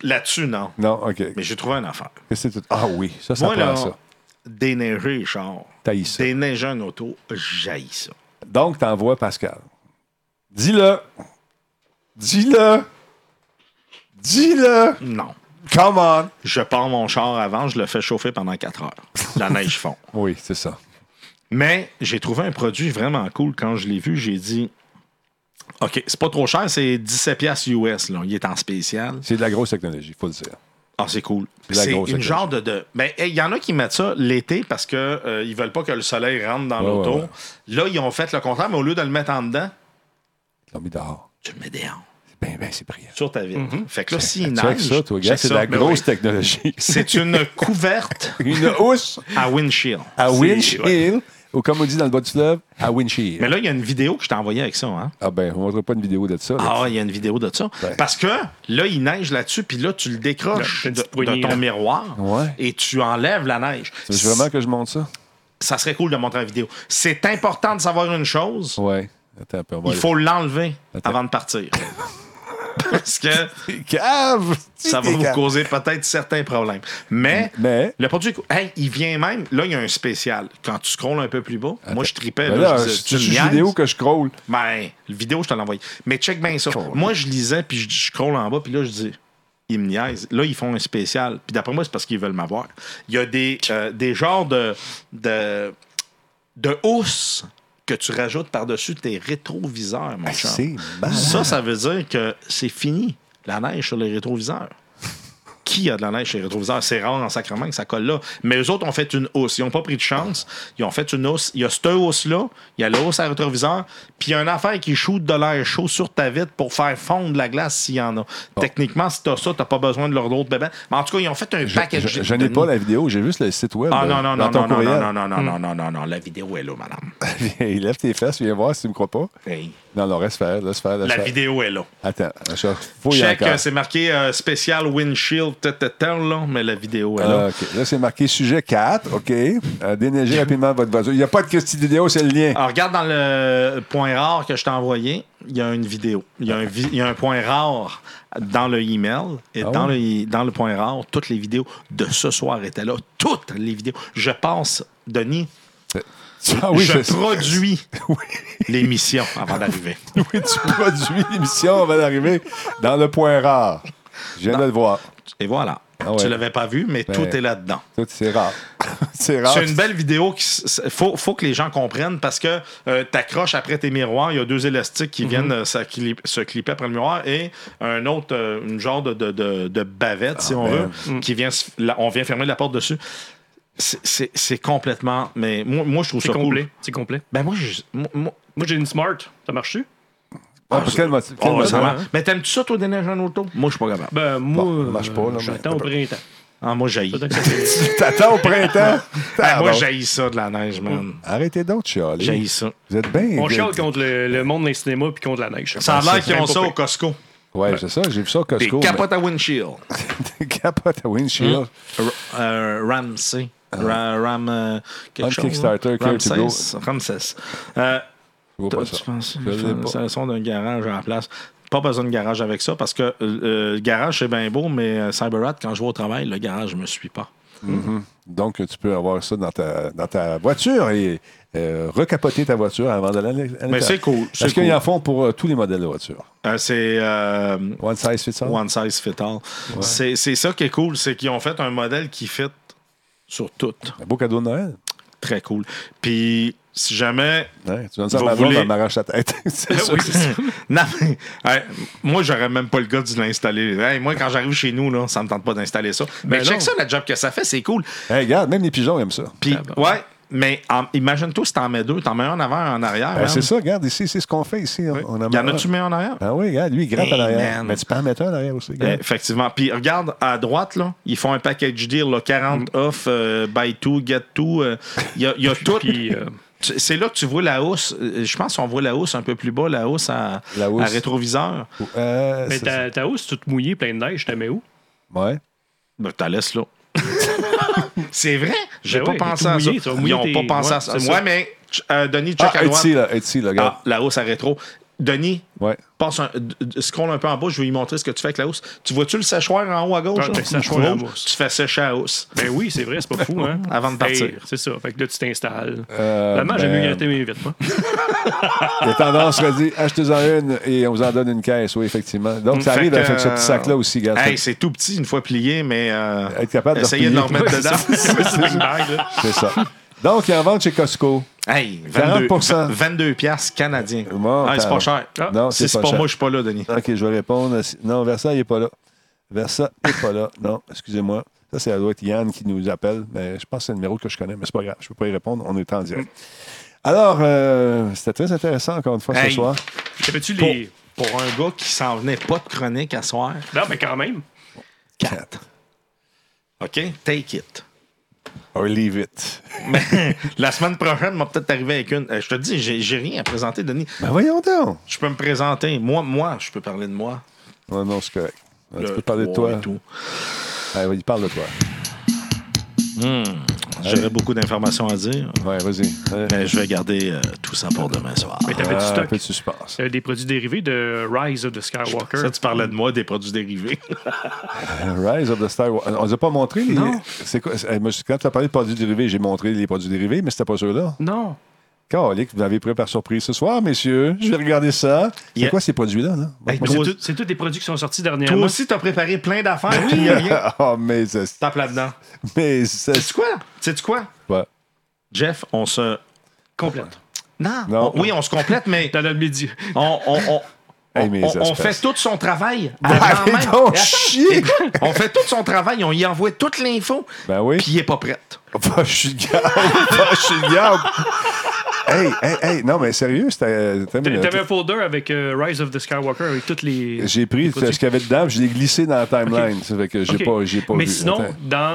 Là-dessus, non. Non, OK. Mais j'ai trouvé un affaire. Qu'est-ce que c'est tout? Ah oui, ça, ça Moi, prend là, ça. déneiger, genre. T'haïs ça. Déneiger un auto, j'haïs ça. Donc, t'envoies Pascal. Dis-le. Dis-le. Dis-le. Non. Come on. Je pars mon char avant, je le fais chauffer pendant 4 heures. La neige fond. Oui, c'est ça. Mais j'ai trouvé un produit vraiment cool quand je l'ai vu. J'ai dit, OK, c'est pas trop cher, c'est 17 piastres US. Là. Il est en spécial. C'est de la grosse technologie, faut le dire. Ah, c'est cool. De la C'est grosse une école. genre de. de- Ben, hey, il y en a qui mettent ça l'été parce que euh, ils veulent pas que le soleil rentre dans Ouais, l'auto. ouais, ouais. Là, ils ont fait le contraire, mais au lieu de le mettre en dedans, Ils l'ont mis dehors. tu le mets dehors. C'est bien, bien, c'est brillant. Sur ta ville. Fait que là, s'il Mhm. Tu vois neige. ça, toi, gars, check c'est de ça. la Ben grosse oui. technologie. C'est une couverte Une housse à windshield. à C'est- windshield, ouais. ou comme on dit dans le bas du fleuve, à windshield. Mais là, il y a une vidéo que je t'ai envoyée avec ça. Hein? Ah ben, on ne montrera pas une vidéo de ça. là. Ah, il y a une vidéo de ça. Ouais. Parce que là, il neige là-dessus, puis là, tu le décroches Là, t'as une de, petite poignée, de ton là. miroir Ouais. et tu enlèves la neige. Tu veux vraiment que je monte ça? Ça serait cool de montrer la vidéo. C'est important de savoir une chose. Ouais. Attends un peu, on va Il aller- faut l'enlever Attends. avant de partir. Parce que Cave! ça va T'es vous cave. causer peut-être certains problèmes. Mais, Mais- le produit, hey, il vient même. Là, il y a un spécial. Quand tu scrolles un peu plus bas, moi, je tripais. Ben là, là, je disais, c'est tu une niaises? vidéo que je scroll. Ben, le vidéo, je te l'ai envoyé. Mais check bien ça. Moi, je lisais, puis je, je scroll en bas, puis là, je dis, ils me niaisent. Là, ils font un spécial. Puis d'après moi, c'est parce qu'ils veulent m'avoir. Il y a des, euh, des genres de, de, de housses que tu rajoutes par-dessus tes rétroviseurs, mon chum. Ben, C'est malade. Ça, ça veut dire que c'est fini, la neige sur les rétroviseurs. Qui a de la neige sur les rétroviseurs? C'est rare en sacrement que ça colle là. Mais eux autres ont fait une hausse. Ils n'ont pas pris de chance. Ils ont fait une hausse. Il y a cette hausse-là, il y a la hausse à rétroviseur, puis il y a une affaire qui shoot de l'air chaud sur ta vitre pour faire fondre la glace s'il y en a. Techniquement, si t'as ça, t'as pas besoin de leur autre bébé. Mais en tout cas, ils ont fait un Je, package. je- je n'ai pas la vidéo, j'ai juste le site web. Ah euh, non, non, non, dans ton non, non, courriel. Hmm. non, non, non, non, non, non, non, la vidéo est là, madame. Il lève tes fesses, viens voir si tu me crois pas. Hey, Non, non, reste faire, laisse faire, laisse La faire. vidéo est là. Attends, je fouille Check, encore. euh, c'est marqué euh, spécial windshield, ta, ta, ta, là, mais la vidéo est là. Ah, ok. Là, c'est marqué sujet 4, OK. Euh, déneigez rapidement votre voiture. Il n'y a pas de Christy vidéo, c'est le lien. Alors, regarde dans le point rare que je t'ai envoyé, il y a une vidéo. Il y, a un vi- il y a un point rare dans le email. Et Ah dans, ouais? le, i- dans le point rare, toutes les vidéos de ce soir étaient là. Toutes les vidéos. Je pense, Denis, Ah oui, je c'est- produis l'émission avant d'arriver. oui, tu produis l'émission avant d'arriver dans le point rare. Je viens de le voir. Et voilà. Ah ouais. Tu l'avais pas vu, mais tout est là-dedans. Ça, C'est rare. c'est rare. C'est une belle vidéo qui s- s- faut, faut que les gens comprennent parce que euh, t'accroches après tes miroirs, il y a deux élastiques qui viennent euh, s'accli- se clipper après le miroir et un autre euh, une genre de, de- de- de bavette si on man. veut qui vient se- la- on vient fermer la porte dessus. C'est- C'est c'est complètement mais moi, moi je trouve C'est ça complet. cool. C'est complet. Ben moi je moi- moi- Moi, j'ai une Smart. Ça marche-tu? Ah, pour quel motif? quel oh, motif? ça va. Mais t'aimes-tu ça toi déneiger en auto Moi je suis pas capable. Ben, moi, Bon, ça marche pas, là, mais- j'attends au printemps. Ah, moi j'haïs. Peut-être que ça fait- T'attends au printemps. Ah, moi Pardon. j'haïs ça de la neige man. Arrêtez donc de chialer. J'haïs ça. Vous êtes bien. On chiale contre le, le monde des cinémas puis contre la neige. Ça a l'air qu'ils Même ont pas ça au pire. Costco. Ouais, c'est ça, j'ai vu ça au Des Hum. Costco. capotes à windshield. mais- Capote à windshield. R- euh, Ramsey. Ra- Ram, euh, quelque Un chose, Ah. Kickstarter, hein? Care to Go. Ramsès. Ramsès. Euh, Je vois pas Tu ça. penses- Je l'ai pas. ça a le son d'un garage à la place. Pas besoin de garage avec ça parce que euh, euh, le garage, c'est bien beau, mais euh, CyberRat, quand je vais au travail, le garage, je me suis pas. Donc, tu peux avoir ça dans ta, dans ta voiture et euh, recapoter ta voiture avant d'aller à l'école. Mais c'est cool. Parce C'est qu'il y cool. en font pour euh, tous les modèles de voiture. Euh, c'est, euh, One size fits all. One size fit all. C'est c'est ça qui est cool, c'est qu'ils ont fait un modèle qui fit sur tout. Un beau cadeau de Noël. Très cool. Puis, si jamais. Ouais, tu donnes ça à Vous ma blonde, voulez- elle m'arrache la tête. Ben Ah c'est sûr. non, mais, hey, moi, j'aurais même pas le gars de l'installer. Hey, moi, quand j'arrive chez nous, là, ça me tente pas d'installer ça. Mais Ben non. check ça, la job que ça fait, c'est cool. Hey, regarde, même les pigeons aiment ça. Puis, Ah ben. ouais, mais en- imagine-toi si t'en mets deux, t'en mets un en avant, un en arrière. Ben, man. c'est ça, regarde, ici, c'est ce qu'on fait ici. hein. On, on a Y en a-tu mis en arrière? Ah oui, regarde, lui, il gratte Hey, à l'arrière. man. Mais tu peux en mettre un à l'arrière aussi. Euh, regarde. Effectivement. Puis regarde, à droite, là, ils font un package deal, là, 40 off, euh, buy two, get two. euh, Il y a, il y a tout. Puis, euh, Tu- C'est là que tu vois la hausse. Euh, Je pense qu'on voit la hausse un peu plus bas, la hausse à, La hausse. à rétroviseur. Euh, mais c'est ça. ta, ta hausse, tu te mouillais plein de neige, je te mets où? Ouais. Ben, t'as laisse là. c'est vrai. J'ai Ben pas oui, pensé tout à mouillé, tu ça. vas Ils mouiller n'ont pas tes- pensé à ouais, ça. c'est Ouais, ça. mais euh, Denis, check Ah, à et droite. ici, là, et ici, là, regarde. Ah, la hausse à rétro. Denis, Ouais. passe un, d- d- scroll un peu en bas, je vais lui montrer ce que tu fais avec la hausse. Tu vois-tu le séchoir en haut à gauche? Ouais, là? le séchoir en Gros, hausse. Tu fais sécher la hausse. Ben oui, c'est vrai, c'est pas fou, hein? Avant de partir. c'est ça. Fait que là, tu t'installes. Euh, Finalement, j'ai ben, mieux gratter mes vitres. moi. Les tendances seraient dit achetez-en une et on vous en donne une caisse, oui, effectivement. Donc, ça Fait arrive que, avec ce petit sac-là aussi, regarde. Hey, Fait- c'est tout petit une fois plié, mais euh, Être capable de essayez de replier. l'en remettre Ouais, dedans. C'est une bague, là. C'est ça. Donc, il en vente chez Costco. Hey, 22, 40%. 22 piastres canadiens. Bon, Hey, c'est t'as- pas cher. Ah, Non, si c'est c'est pas, pas, cher. moi, je suis pas là, Denis. OK, je vais répondre. Non, Versa, il n'est pas là. Versa, il n'est pas là. Non, excusez-moi. Ça, c'est la doit être Yann qui nous appelle. Mais je pense que c'est le numéro que je connais, mais c'est pas grave. Je ne peux pas y répondre. On est en direct. Alors, euh, c'était très intéressant, encore une fois, Hey. ce soir. T'avais-tu les. Pour un gars qui s'en venait pas de chronique à soir, Non, mais quand même. 4. OK? Take it. Or leave it. Mais la semaine prochaine, m'a peut-être arrivé avec une. Euh, Je te dis, j'ai j'ai rien à présenter, Denis. Ben voyons donc. Je peux me présenter. Moi, moi, je peux parler de moi. Non, non, c'est correct. Ah, Tu Le peux parler de toi. trois Hein? et tout. Allez, il parle de toi. J'aurais beaucoup d'informations à dire, Ouais, vas-y. Allez. mais je vais garder euh, tout ça pour demain soir. Mais t'avais du Ah, un stock. peu de suspense. euh, des produits dérivés de Rise of the Skywalker. Ça, tu parlais de moi, des produits dérivés. Rise of the Star Wars. On ne a pas montré les. Non. C'est quoi? c'est- eh, moi, Quand tu as parlé de produits dérivés, j'ai montré les produits dérivés, mais c'était pas ceux-là. Non. Calique, vous l'avez pris par surprise ce soir, messieurs. Je vais regarder ça. C'est Yeah. quoi ces produits-là? Là? Hey, Mais c'est Toi- tout- C'est tous des produits qui sont sortis Toi dernièrement. aussi, t'as préparé plein d'affaires, Ben puis il y a rien. oh, mais ça. Tape là-dedans. Mais ça. Sais-tu quoi? Sais-tu quoi? Ouais. Jeff, on se. Complète. Non. Non. On- oui, on se complète, mais T'as le midi. on, on, on, Hey, on- mais on- ça on se fait passe. tout son travail. avant Allez même. donc, Attends, chier! on fait tout son travail, on y envoie toute l'info, Ben oui. puis il est pas prête. Va, je suis garde. Va, je suis garde. hey, hey, hey. Non, mais sérieux, c'était. euh, t'as une T'a- minute. T'avais un folder avec euh, Rise of the Skywalker avec toutes les. J'ai pris les produits. ce qu'il y avait dedans, puis je l'ai glissé dans la timeline. Ça fait que j'ai Ok. pas, j'ai pas Mais vu. sinon, Attends.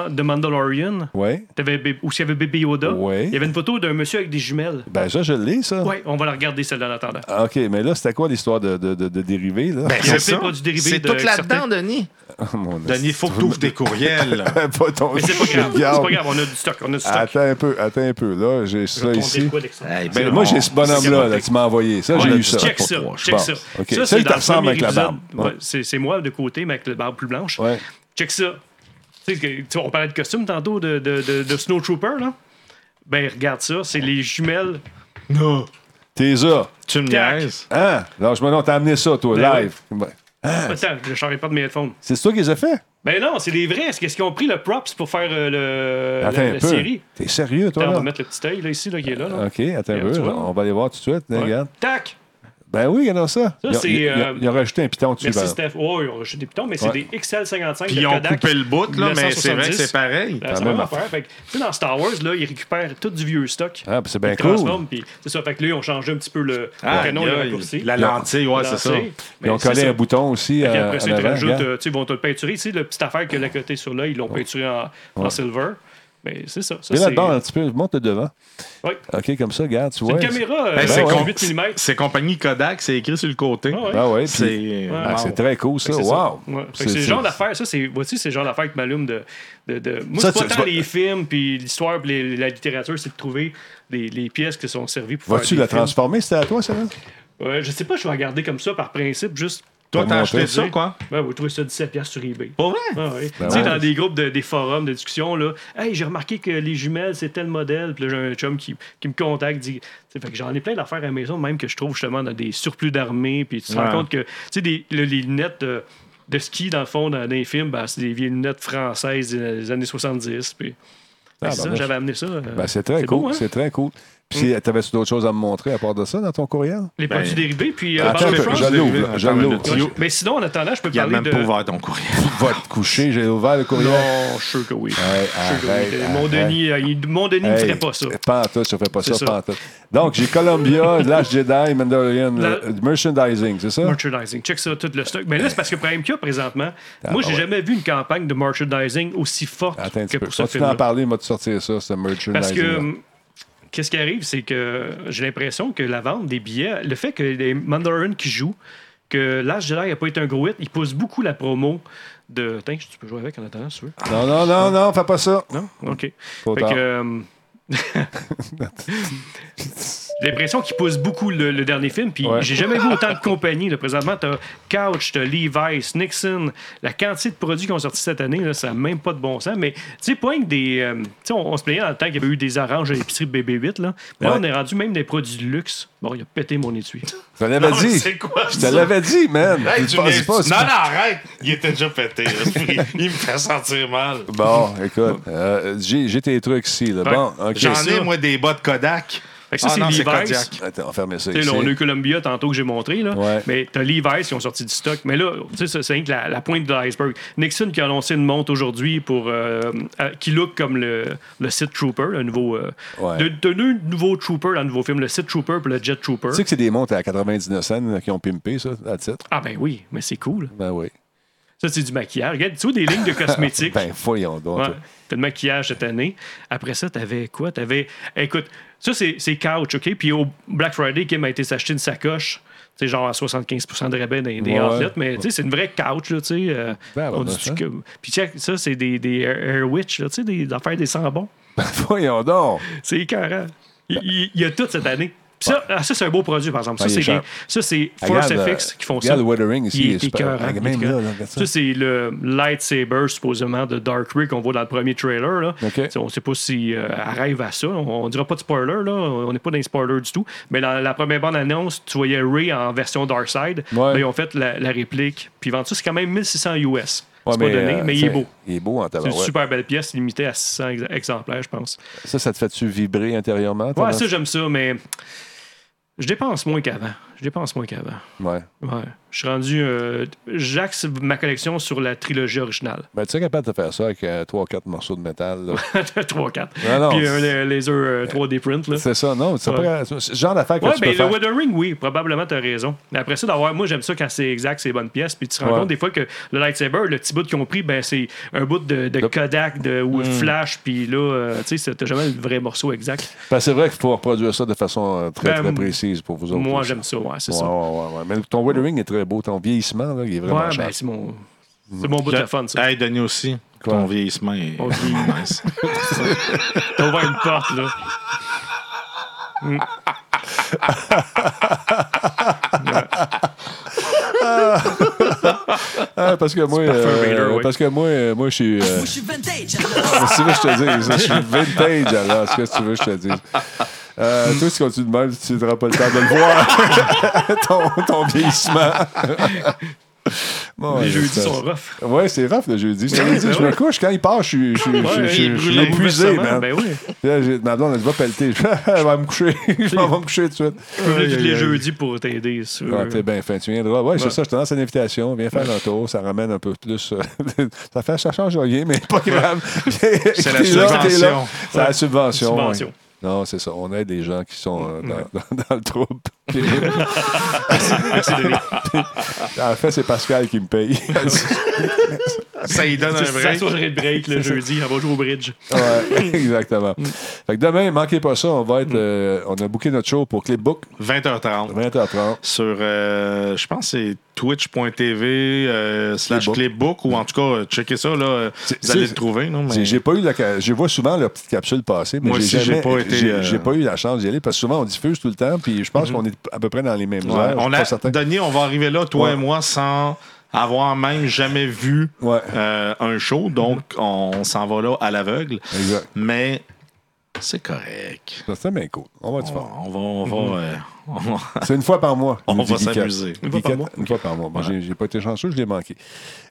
dans The Mandalorian, Ouais. t'avais bé- où s'il y avait Baby Yoda, Ouais. il y avait une photo d'un monsieur avec des jumelles. Ben ça, je l'ai, ça. Ouais, on va la regarder celle-là en attendant. Ah, OK, mais là, c'était quoi l'histoire de, de, de, de dérivé, là? Ben, Il y a plein c'est ça. de produits dérivés C'est de tout là-dedans, certains. Denis. Mon Denis, il faut que tu ouvres des courriels. pas ton Mais c'est pas grave. C'est Regarde. pas grave, on a du stock. On a du stock. Attends un peu, attends un peu. Là, j'ai On ça va tomber ici. quoi avec ça? Hey, ben, Ben, moi, on- j'ai ce bonhomme-là, c'est là, bon. tu m'as envoyé. Ça, j'ai Ouais, eu ça. Check Pour ça, toi, je check pense. ça. OK. Ça, Ça, c'est il te dans le ressemble premier avec la barbe. épisode. Ouais, c'est c'est moi de côté, mais avec la barbe plus blanche. Ouais. Check ça. Tu sais, que- tu vois, on parlait de costume tantôt de, de, de, de Snow Trooper, là. Ben, regarde ça, c'est les jumelles. Non. T'es ça. Tu me Tac. niaises. Hein? Non, je me non, t'as amené ça, toi, Ben live. Ouais. Attends, je changerai pas de mes headphones. C'est toi qui les as fait? Ben non, c'est les vrais. Est-ce qu'ils ont pris le props pour faire euh, le, Attends la, un la peu. série? T'es sérieux, toi, Attends, on va là? mettre le petit œil là, ici là, qui est là. là. OK, attends un Regarde, peu. tu vois. On va aller voir tout de suite. Ouais. Regarde. Tac! Ben oui, regarde ça. Ils ont- c'est, ils- ils ont- euh, Ils ont rajouté un piton dessus. Merci ben. Steph. Oh, ils ont rejeté des pitons, mais c'est Ouais. des XL55. Puis de ils ont Kodak. coupé le bout, là, mais c'est vrai que 1970. c'est pareil. Ben, même c'est la même affaire. Fait que, tu sais, dans Star Wars, là, ils récupèrent tout du vieux stock. Ah, puis c'est Ils bien le cool. transforment, puis c'est ça. Fait que là, ils ont changé un petit peu le Ah, le canon, aïe, le aïe. raccourci. La lentille, ouais, c'est ça. Ils ont collé un bouton aussi. Puis euh, après ça, en ils te avant, rajoutent, regarde. euh, tu sais, ils vont te le peinturer. Tu sais, la petite affaire que la côté sur là, ils l'ont peinturé en, en silver. Mais c'est ça. ça Viens c'est là-dedans un petit peu, monte le devant. Oui. OK, comme ça, regarde, tu C'est vois. une caméra euh, Ben, c'est ouais. com- 8 mm. C'est compagnie Kodak, c'est écrit sur le côté. Ah ouais, puis- C'est Ouais. Ah, wow. c'est très cool, ça. Fait que c'est Wow. Ouais. Fait que C'est le genre d'affaires, ça, c'est, voici, c'est le genre d'affaires qui m'allume de, de, de- Moi, Ça, c'est pas tu- tant tu vas- les films, puis l'histoire, puis les- la littérature, c'est de trouver des- les pièces qui sont servies pour Vas-tu faire la des films. transformer, c'était à toi, ça? là? Ouais, Euh, je sais pas, je vais regarder comme ça par principe, juste. Toi, Pour t'as acheté montrer. ça, quoi? Ouais, vous trouvez ça 17$ sur eBay. Pour vrai? Ah ouais. Ben tu sais, ouais. dans des groupes, de, des forums de discussion, là, hey, j'ai remarqué que les jumelles, c'est tel modèle. Puis là, j'ai un chum qui, qui me contacte, dit, tu sais, fait que j'en ai plein d'affaires à la maison, même que je trouve justement dans des surplus d'armée. Puis tu te Ouais. rends compte que, tu sais, des- le- les lunettes de, de ski, dans le fond, dans, les films, ben, c'est des vieilles lunettes françaises des, des années 70. Puis Ah, c'est ça, ben, j'avais amené ça. euh, Ben, c'est très beau, cool, hein? Mm. c'est très cool. Puis, t'avais-tu d'autres choses à me montrer à part de ça dans ton courriel? Les Ben, produits dérivés, puis. euh, Attends Battle un peu, Front. je l'ouvre, là, je Attends une l'ouvre. minute. Ouais, Mais sinon, en attendant, je peux Il a parler même de. pas ouvert ton courriel. Va te coucher, j'ai ouvert le courriel. Non, je suis sûr que oui. Je suis sûr que oui. Euh, arrête, Mon Denis, euh, il- mon Denis ne Hey, ferait pas ça. Pantoute, je fais pas ça, C'est ça. pantoute. Donc, j'ai Columbia, Last Jedi, Mandalorian, La- euh, merchandising, c'est ça? Merchandising. Check ça, tout le stock. Mais là, c'est parce que pour MK, présentement, moi, j'ai Ah, ouais. jamais vu une campagne de merchandising aussi forte Attends un que petit peu. pour ce Vas-tu t'en film parler, m'a sortir ça, ce merchandising? Parce que, hum, qu'est-ce qui arrive, c'est que j'ai l'impression que la vente des billets, le fait que les Mandarin qui jouent, que l'âge de l'air n'a pas été un gros hit, ils poussent beaucoup la promo de. Tiens, tu peux jouer avec en attendant, si tu veux. Non, non, non, non, fais pas ça. Non? OK. Trop Fait tard. que, euh, J'ai l'impression qu'ils poussent beaucoup le, le dernier film, puis Ouais. j'ai jamais vu autant de compagnies. là. Présentement, t'as Couch, t'as Levi's, Nixon. La quantité de produits qu'on ont sortis cette année, là, ça n'a même pas de bon sens. Mais tu sais, pas que des. euh, tu sais, on, on se plaignait dans le temps qu'il y avait eu des oranges à l'épicerie de BB8. Là. Mais là, Ouais. on est rendu même des produits de luxe. Bon, il a pété mon étui. Je te l'avais Non, dit. c'est quoi Je te ça? l'avais dit, man. Hey, Tu tu penses m'es- pas, non, c'est- non, arrête! Il était déjà pété. là. Il me fait sentir mal. Bon, écoute, euh, j'ai j'ai tes trucs ici. Là. Bon, OK. J'en ça. ai, moi, des bas de Kodak. Fait que ça, Ah c'est non, Levi's. Kodak. Attends, on va fermer ça Tu sais, ici. là, on a eu Columbia tantôt que j'ai montré, là. Ouais. mais t'as Levi's qui ont sorti du stock. Mais là, tu sais, ça, c'est rien que la, la pointe de l'iceberg. Nixon qui a annoncé une montre aujourd'hui pour euh, euh, qui look comme le, le Sith Trooper, le nouveau. euh, Ouais. de, de deux nouveaux Troopers dans le nouveau film, le Sith Trooper et le Jet Trooper. Tu sais que c'est des montres à 99 cents là, qui ont pimpé, ça, à titre? Ah ben oui, mais c'est cool. Ben oui. Ça, c'est du maquillage. Regarde, tu vois des lignes de cosmétiques. Ben, voyons donc. Ouais. T'as le maquillage cette année. Après ça, t'avais quoi? T'avais. Écoute, ça, c'est c'est couch, OK? Puis au Black Friday, Kim a été s'acheter une sacoche. Tu sais, genre à 75 de rabais dans les- des Ouais. outlets. Mais tu sais, c'est une vraie couch, là, tu sais. euh, Ben, on ben, dit ben, que- Puis check, ça, c'est des, des Air, Air Witch, là, tu sais, des affaires des sans-bons. Ben, voyons donc. C'est écœurant. Il, il- il y a tout cette année. Puis ça, ah, ça, c'est un beau produit, par exemple. Ah, Ben, Ça, il est c'est cher. des- ça, c'est Force Regarde, euh, FX qui font ça. regarde le weathering ici, Il il est est super- écœurant, Regarde, il est même là, écœurant. là, regarde ça. Ça, c'est le lightsaber, supposément, de Dark Ray qu'on voit dans le premier trailer. Là. OK. Tu sais, On ne sait pas si euh, elle arrive à ça. On ne dira pas de spoiler, là. on n'est pas dans les spoilers du tout. Mais dans la première bande-annonce, tu voyais Ray en version Darkseid. Ouais. Là, ils ont fait la, la réplique. Puis ils vendent ça, c'est quand même 1600 US. c'est Ouais, pas donné, euh, mais il tiens, est beau. Il est beau en C'est une tabarouette. super belle pièce, limitée à 600 ex- exemplaires, je pense. Ça, ça te fait-tu vibrer intérieurement? Ouais, pendant- ça, j'aime ça, mais je dépense moins qu'avant. Je dépense moins qu'avant. Ouais. Ouais. Je suis rendu. euh, J'axe ma collection sur la trilogie originale. Ben, tu serais capable de faire ça avec 3-4 morceaux de métal. là. 3-4. Non, non, Puis c'est- un la- laser euh, 3D print. Là. c'est ça, non? C'est Ouais. pas- c'est le genre d'affaire que Ouais, tu peux ben, le faire. weathering, oui, probablement, t'as raison. Mais après ça, d'avoir, moi, j'aime ça quand c'est exact, c'est les bonnes pièces. Puis tu te rends Ouais. compte des fois que le lightsaber, le petit bout qu'ils ont pris, ben, c'est un bout de, de Kodak de, ou Hmm. flash. Puis là, euh, tu sais, c'est- t'as jamais le vrai morceau exact. Parce que Ben, c'est vrai qu'il faut reproduire ça de façon euh, très, Ben, très précise pour vous autres. moi, aussi. j'aime ça, ouais, c'est Ouais, ça. ouais, ouais, ouais. Mais ton weathering est très beau. Ton vieillissement, là, il est Ouais, vraiment cher. Mm. ben, c'est mon, c'est mon bout de fun, ça. Hey, Denis aussi. Ton vieillissement est Ok. nice. T'as ouvert une porte, là. Mm. Ah, parce que moi, euh, Vader, oui. parce que moi, euh, moi, je suis. euh, Je suis vintage. Qu'est-ce que tu veux que je te dise? Je suis vintage, alors. Qu'est-ce que tu veux que je te dise? Euh, toi, si tu continues de même, tu n'auras pas le temps de le voir. ton, ton vieillissement. Bon, Les ouais, jeudis c'est- sont rough. ben Ouais, c'est rough le jeudi. Je te l'ai dit, je me couche quand il part, je suis- je suis je suis- Ouais, je suis- je il brûle suis les épuisé, man. bouleversements, Ben oui. Là, j'ai- ma blonde, elle dit, va pelleter. Je fais, Elle va me coucher. Je m'en vais me coucher tout de suite. Je peux venir tous Aïe, les aïe, jeudis pour t'aider. si tu veux. Ouais, Ah, t'es bien fin, tu viendras. Euh, Ouais, c'est ça, je te lance une invitation. Viens faire un tour, ça ramène un peu plus. euh, ça fait, ça change rien, mais pas grave. c'est la subvention. C'est la subvention. Subvention. ouais. Non, c'est ça. On aide les gens qui sont euh, dans, dans- dans le trouble. Puis- en fait, c'est Pascal qui me paye. Ça y donne un Ça break. soirée de break le jeudi, on va jouer au bridge. Ouais, Mm. exactement. Fait que demain, manquez pas ça. On va être. euh, on a booké notre show pour Clipbook, 20h30. 20h30. Sur, euh, je pense, que c'est twitch.tv euh, slash Clipbook. clipbook ou en tout cas, euh, checkez ça, là, euh, vous allez c'est- le trouver. non, mais- C'est- J'ai pas eu la. ca- Je vois souvent leur petite capsule passer, mais Moi j'ai aussi, j'ai jamais- pas été, j'ai- euh, Mhm. j'ai pas eu la chance d'y aller parce que souvent on diffuse tout le temps, puis je pense qu'on est à peu près dans les mêmes Ouais, heures. je suis on pas a certain. donné, on va arriver là, toi Ouais. et moi, sans avoir même jamais vu Ouais. euh, un show. Donc, Mm-hmm. on s'en va là à l'aveugle. Exact. Mais c'est correct. Ça, C'est bien cool. On va être On, fort. on va, on va, euh, on va- C'est une fois par mois. On nous va dit Geekette. s'amuser. Une fois par Geekette, mois. Une fois par mois. Moi, j'ai- j'ai pas été chanceux, je l'ai manqué.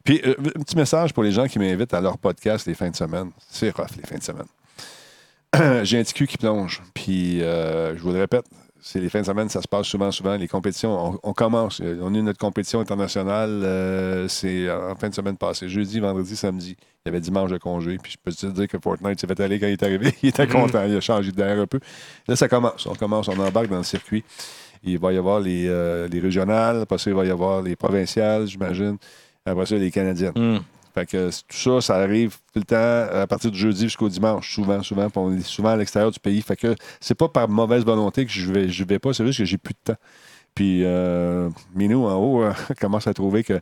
Puis, euh, un petit message pour les gens qui m'invitent à leur podcast les fins de semaine. C'est rough, les fins de semaine. j'ai un petit cul qui plonge. Puis, euh, je vous le répète, c'est les fins de semaine, ça se passe souvent, souvent. Les compétitions, on, on commence. Euh, On a eu notre compétition internationale, euh, c'est en fin de semaine passée, jeudi, vendredi, samedi. Il y avait dimanche de congé. Puis, je peux te dire que Fortnite s'est fait aller quand il est arrivé. Il Mm-hmm. était content, il a changé d'air un peu. Là, ça commence. On commence, on embarque dans le circuit. Il va y avoir les, euh, les régionales, après ça, il va y avoir les provinciales, j'imagine. Après ça, les canadiennes. Hmm. Fait que c'est- tout ça, ça arrive tout le temps à partir du jeudi jusqu'au dimanche, souvent, souvent. Puis on est souvent à l'extérieur du pays. Fait que c'est pas par mauvaise volonté que je vais, je vais pas, c'est juste que j'ai plus de temps. Puis euh, Minou, en haut, euh, commence à trouver que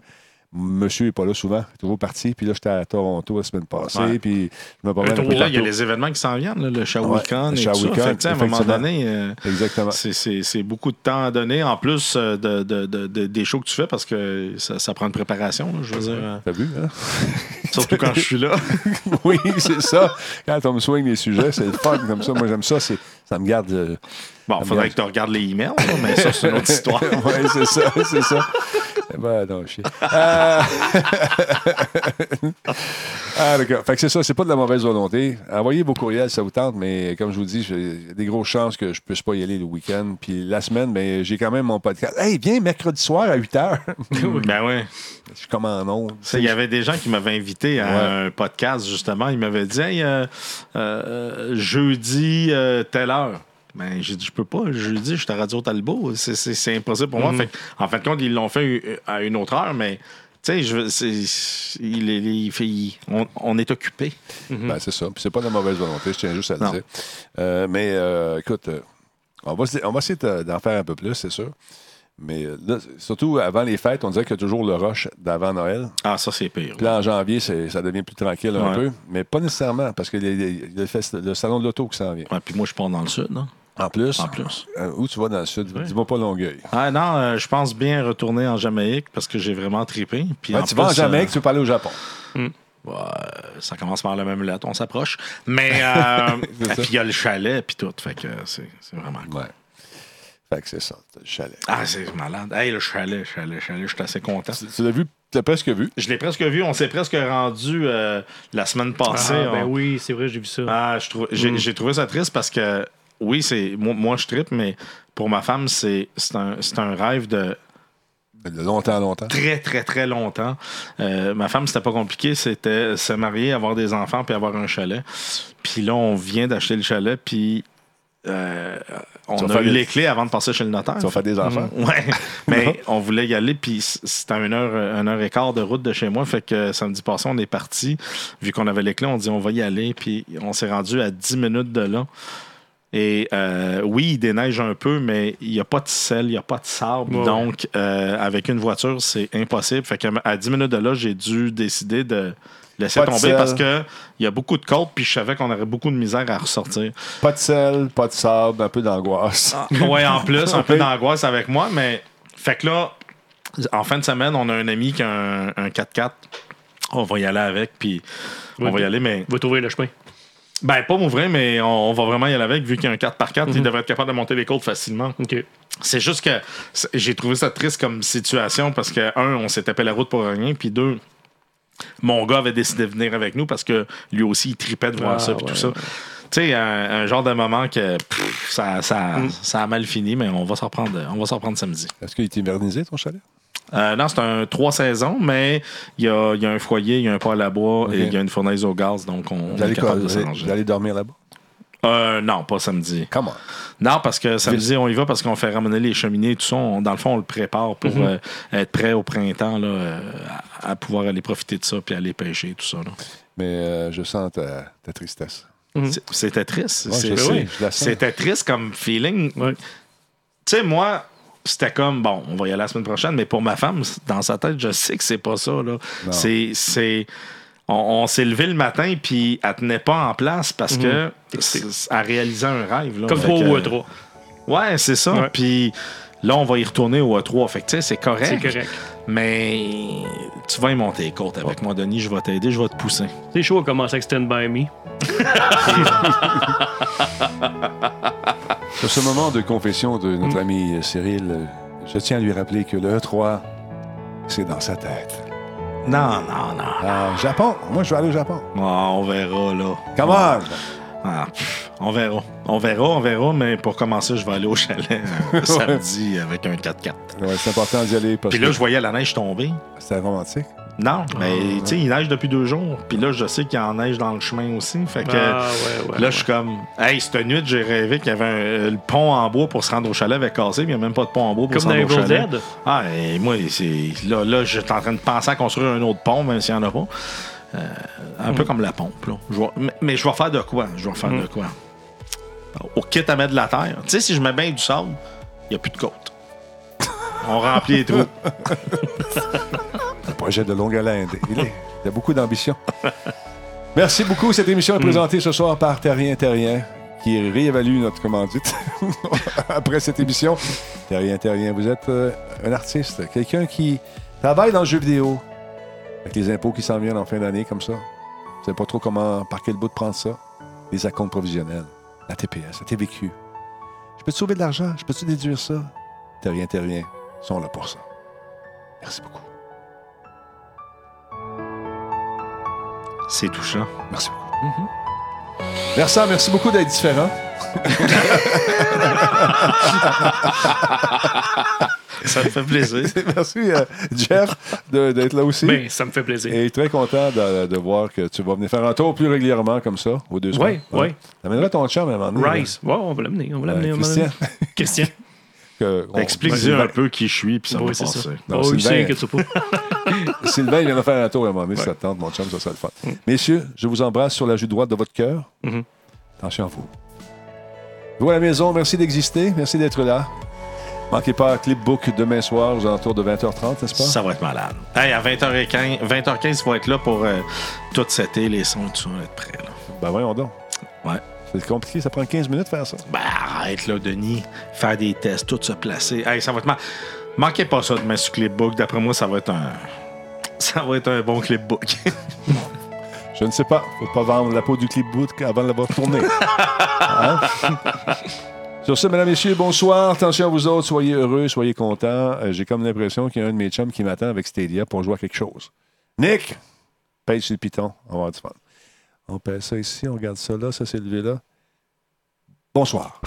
monsieur est pas là souvent, il est toujours parti. Puis là, j'étais à Toronto la semaine passée, Ouais. puis je me promène un peu Puis là, il y a partout. les événements qui s'en viennent, là, le Ouais, le Shawicon et tout ça. Shawicon, Fait que, tu sais, à un moment effectivement. donné, euh, Exactement. c'est- c'est c'est beaucoup de temps à donner, en plus euh, de, de- de- de- des shows que tu fais, parce que ça, ça prend une préparation, là, je veux dire. euh, T'as vu, hein? Surtout quand je suis là. oui, c'est ça. Quand on me soigne les sujets, c'est le fun comme ça. Moi, j'aime ça. c'est- Ça me garde. euh, Bon, faudrait que tu regardes les emails, là, mais ça, c'est une autre histoire. oui, c'est ça, c'est ça. Ben, non, chier. Euh, ah, d'accord. Fait que c'est ça, c'est pas de la mauvaise volonté. Envoyez vos courriels si ça vous tente, mais comme je vous dis, j'ai des grosses chances que je puisse pas y aller le week-end. Puis la semaine, ben, j'ai quand même mon podcast. Hey, viens mercredi soir à 8 h. ben oui. je suis comme en ondes. Ça, Il y avait des gens qui m'avaient invité à Ouais. un podcast, justement. Ils m'avaient dit Hey, euh, euh, jeudi, euh, telle heure. Ben, j'ai dit, je peux pas. Jeudi, je suis à Radio Talbot. C'est- C'est c'est impossible Mm-hmm. pour moi. Fait que, en fin de compte, ils l'ont fait euh, à une autre heure, mais. Tu sais, je veux- c'est- il, est- il fait- il- on, on est occupé. Ben, c'est ça. Puis c'est pas de la mauvaise volonté, je tiens juste à le Mm. Non. dire. Euh, mais euh, écoute, euh, on, va, se- on va essayer de- d'en faire un peu plus, c'est sûr. Mais euh, là, surtout avant les fêtes, on dirait qu'il y a toujours le rush d'avant Noël. Ah, ça, c'est pire. Puis là, en janvier, c'est- ça devient plus tranquille un Ouais. peu. Mais pas nécessairement, parce que les- les- le, fest- le salon de l'auto qui s'en vient. Ouais, puis moi, je pars dans le sud. non? En plus, En plus. euh, où tu vas dans le sud, dis-moi pas Longueuil. Ah, non, euh, je pense bien retourner en Jamaïque parce que j'ai vraiment trippé. Puis Ouais, en Ben, tu vas en plus, Jamaïque, euh, tu veux pas aller au Japon. Ouais, Bah, ça commence par la même lettre, on s'approche. Mais euh, C'est ça. puis il y a le chalet puis tout, fait que c'est c'est vraiment cool. Ouais. Fait que c'est ça, t'as le chalet. Ah, c'est malade. Hey, le chalet, chalet, chalet, je suis assez content. Tu, tu l'as vu, tu l'as presque vu. Je l'ai presque vu, on s'est presque rendu euh, la semaine passée. Ah, ben on- oui, Mm. c'est vrai, j'ai vu ça. Ah, je trouve- j'ai j'ai trouvé ça triste parce que oui, c'est moi, moi, je trippe, mais pour ma femme, c'est c'est un, c'est un rêve de De longtemps, longtemps. très, très, très longtemps. Euh, ma femme, c'était pas compliqué. C'était se marier, avoir des enfants, puis avoir un chalet. Puis là, on vient d'acheter le chalet, puis euh, Tu on vas a faire eu des- les clés avant de passer chez le notaire. Tu vas faire des enfants. Mm. Ouais, mais on voulait y aller, puis c- c'était à une heure, euh, une heure et quart de route de chez moi. Fait que samedi passé, on est parti. Vu qu'on avait les clés, on dit on va y aller, puis on s'est rendu à 10 minutes de là. Et euh, oui, il déneige un peu, mais il n'y a pas de sel, il n'y a pas de sable. Ouais. Donc, euh, avec une voiture, c'est impossible. Fait que à 10 minutes de là, j'ai dû décider de laisser Pas de tomber sel. parce qu'il y a beaucoup de côtes, puis je savais qu'on aurait beaucoup de misère à ressortir. Pas de sel, pas de sable, un peu d'angoisse. Ouais, en plus, un Oui. peu d'angoisse avec moi, mais fait que là, en fin de semaine, on a un ami qui a un, un 4x4. On va y aller avec, puis on Oui. va y aller, mais Va trouver le chemin. ben pas m'ouvrir, mais on, on va vraiment y aller avec, vu qu'il y a un 4x4, il devrait être capable de monter les côtes facilement. OK. C'est juste que c'est- j'ai trouvé ça triste comme situation parce que, un, on s'est tapé la route pour rien, puis deux, mon gars avait décidé de venir avec nous parce que lui aussi, il tripait de voir Ah, ça, puis ouais, tout ça. Tu sais, un, un genre de moment que pff, ça, ça, ça a mal fini, mais on va s'en reprendre, on va s'en reprendre samedi. Est-ce qu'il est hivernisé, ton chalet? Euh, non, c'est un trois saisons, mais il y a, il y a un foyer, il y a un poêle à bois Ok. et il y a une fournaise au gaz, donc on, on Vous allez, est capable quoi, de vous allez- s'arranger. vous allez dormir là-bas? Euh, non, pas samedi. Comment? Non, parce que samedi, on y va parce qu'on fait ramener les cheminées et tout ça. On- dans le fond, on le prépare pour Mhm. euh, être prêt au printemps là, euh, à, à pouvoir aller profiter de ça puis aller pêcher et tout ça. là. Mais euh, je sens ta, ta tristesse. C'est- C'était triste. Ouais, je sais, C'est- c'est- je la sens. C'était triste comme feeling. Ouais. Tu sais, moi, c'était comme, bon, on va y aller la semaine prochaine, mais pour ma femme, c- dans sa tête, je sais que c'est pas ça. là. C'est- C'est. On, on s'est levé le matin, puis elle tenait pas en place parce Mhm. que. c'est- Elle réalisait un rêve. là. Comme Fait 3 que- ou 3. Ouais, c'est ça. Ouais. Puis là, on va y retourner au A3. Fait que, tu sais, c'est correct. C'est correct. Mais tu vas y monter les côtes avec moi, Denis. Je vais t'aider, je vais te pousser. C'est chaud à commencer avec Stand By Me. Sur ce moment de confession de notre Mm. ami Cyril, euh, je tiens à lui rappeler que le E3, c'est dans sa tête. Non, non, non. Ah, Japon! Moi, je vais aller au Japon. Ah, on verra, là. Come on! Ah, pff, on verra. On verra, on verra. Mais pour commencer, je vais aller au chalet euh, samedi avec un 4x4. Ouais, c'est important d'y aller parce Puis là, que je voyais la neige tomber. c'était romantique. Non, mais Ah, tu sais, il neige depuis deux jours. Puis là, je sais qu'il y en neige dans le chemin aussi. Fait que. Ah, ouais, ouais. Là, je suis comme, hey, cette nuit, j'ai rêvé qu'il y avait un, euh, le pont en bois pour se rendre au chalet avec cassé, mais il n'y a même pas de pont en bois pour Comme se rendre dans au Evil chalet. Dead? Ah, et moi, c'est là, là je suis en train de penser à construire un autre pont, même s'il n'y en a pas. Euh, un Mm. peu comme la pompe, là. Je vais- mais, mais je vais faire de quoi? Je vais faire de quoi? Au kit à mettre de la terre. Tu sais, si je mets bien du sable, il n'y a plus de côte. On remplit les trous. Un projet de longue haleine. Il, est- il a beaucoup d'ambition. Merci beaucoup. Cette émission est présentée ce soir par Terrien Terrien, qui réévalue notre commandite après cette émission. Terrien Terrien, vous êtes euh, un artiste, quelqu'un qui travaille dans le jeu vidéo, avec les impôts qui s'en viennent en fin d'année, comme ça. Vous savez pas trop comment, par quel bout de prendre ça. Les acomptes provisionnels, la TPS, la TVQ. Je peux te sauver de l'argent? Je peux-tu déduire ça? Terrien Terrien, sont là pour ça. Merci beaucoup. C'est touchant. Merci beaucoup. Versant, merci beaucoup d'être différent. Ça me fait plaisir. merci, euh, Jeff, de- d'être là aussi. Ben, ça me fait plaisir. Et très content de, de voir que tu vas venir faire un tour plus régulièrement comme ça, aux deux Ouais, semaines. ouais. T'amènerais ton chum à un moment donné, Rice. Ouais, on va l'amener. On va euh, l'amener. euh, on va Christian. l'amener. Christian. que on- Explique-lui Sylvain, un peu qui je suis, puis ça va Oui, c'est ça. passer. Non, oh, il Sylvain. sait que tu pas. Sylvain, il vient de faire un tour à un moment donné, si ça te tente, mon chum, ça serait le fun. Messieurs, je vous embrasse sur la joue droite de votre cœur. Mhm. Attention à vous. Vous à la maison, merci d'exister, merci d'être là. Manquez pas Clipbook demain soir aux alentours de 20h30, n'est-ce pas? Ça va être malade. Hey, à 20h15, 20h15, il faut être là pour euh, tout setter, les sons et tout ça, on va être prêt. Là. Ben voyons donc. Ouais. C'est compliqué, ça prend 15 minutes de faire ça. Ben, arrête, là, Denis. Faire des tests, tout se placer. Hey, ça va être mal. Manquez pas ça demain sur Clipbook. D'après moi, ça va être un. Ça va être un bon Clipbook. Je ne sais pas. Faut pas vendre la peau du clipbook avant de l'avoir tourné. Hein? Sur ce, mesdames, messieurs, bonsoir. Attention à vous autres. Soyez heureux, soyez contents. Euh, J'ai comme l'impression qu'il y a un de mes chums qui m'attend avec Stadia pour jouer à quelque chose. Nick, pèse sur le piton. On va avoir du fun. On pèse ça ici, on regarde ça là, ça c'est levé là. Bonsoir.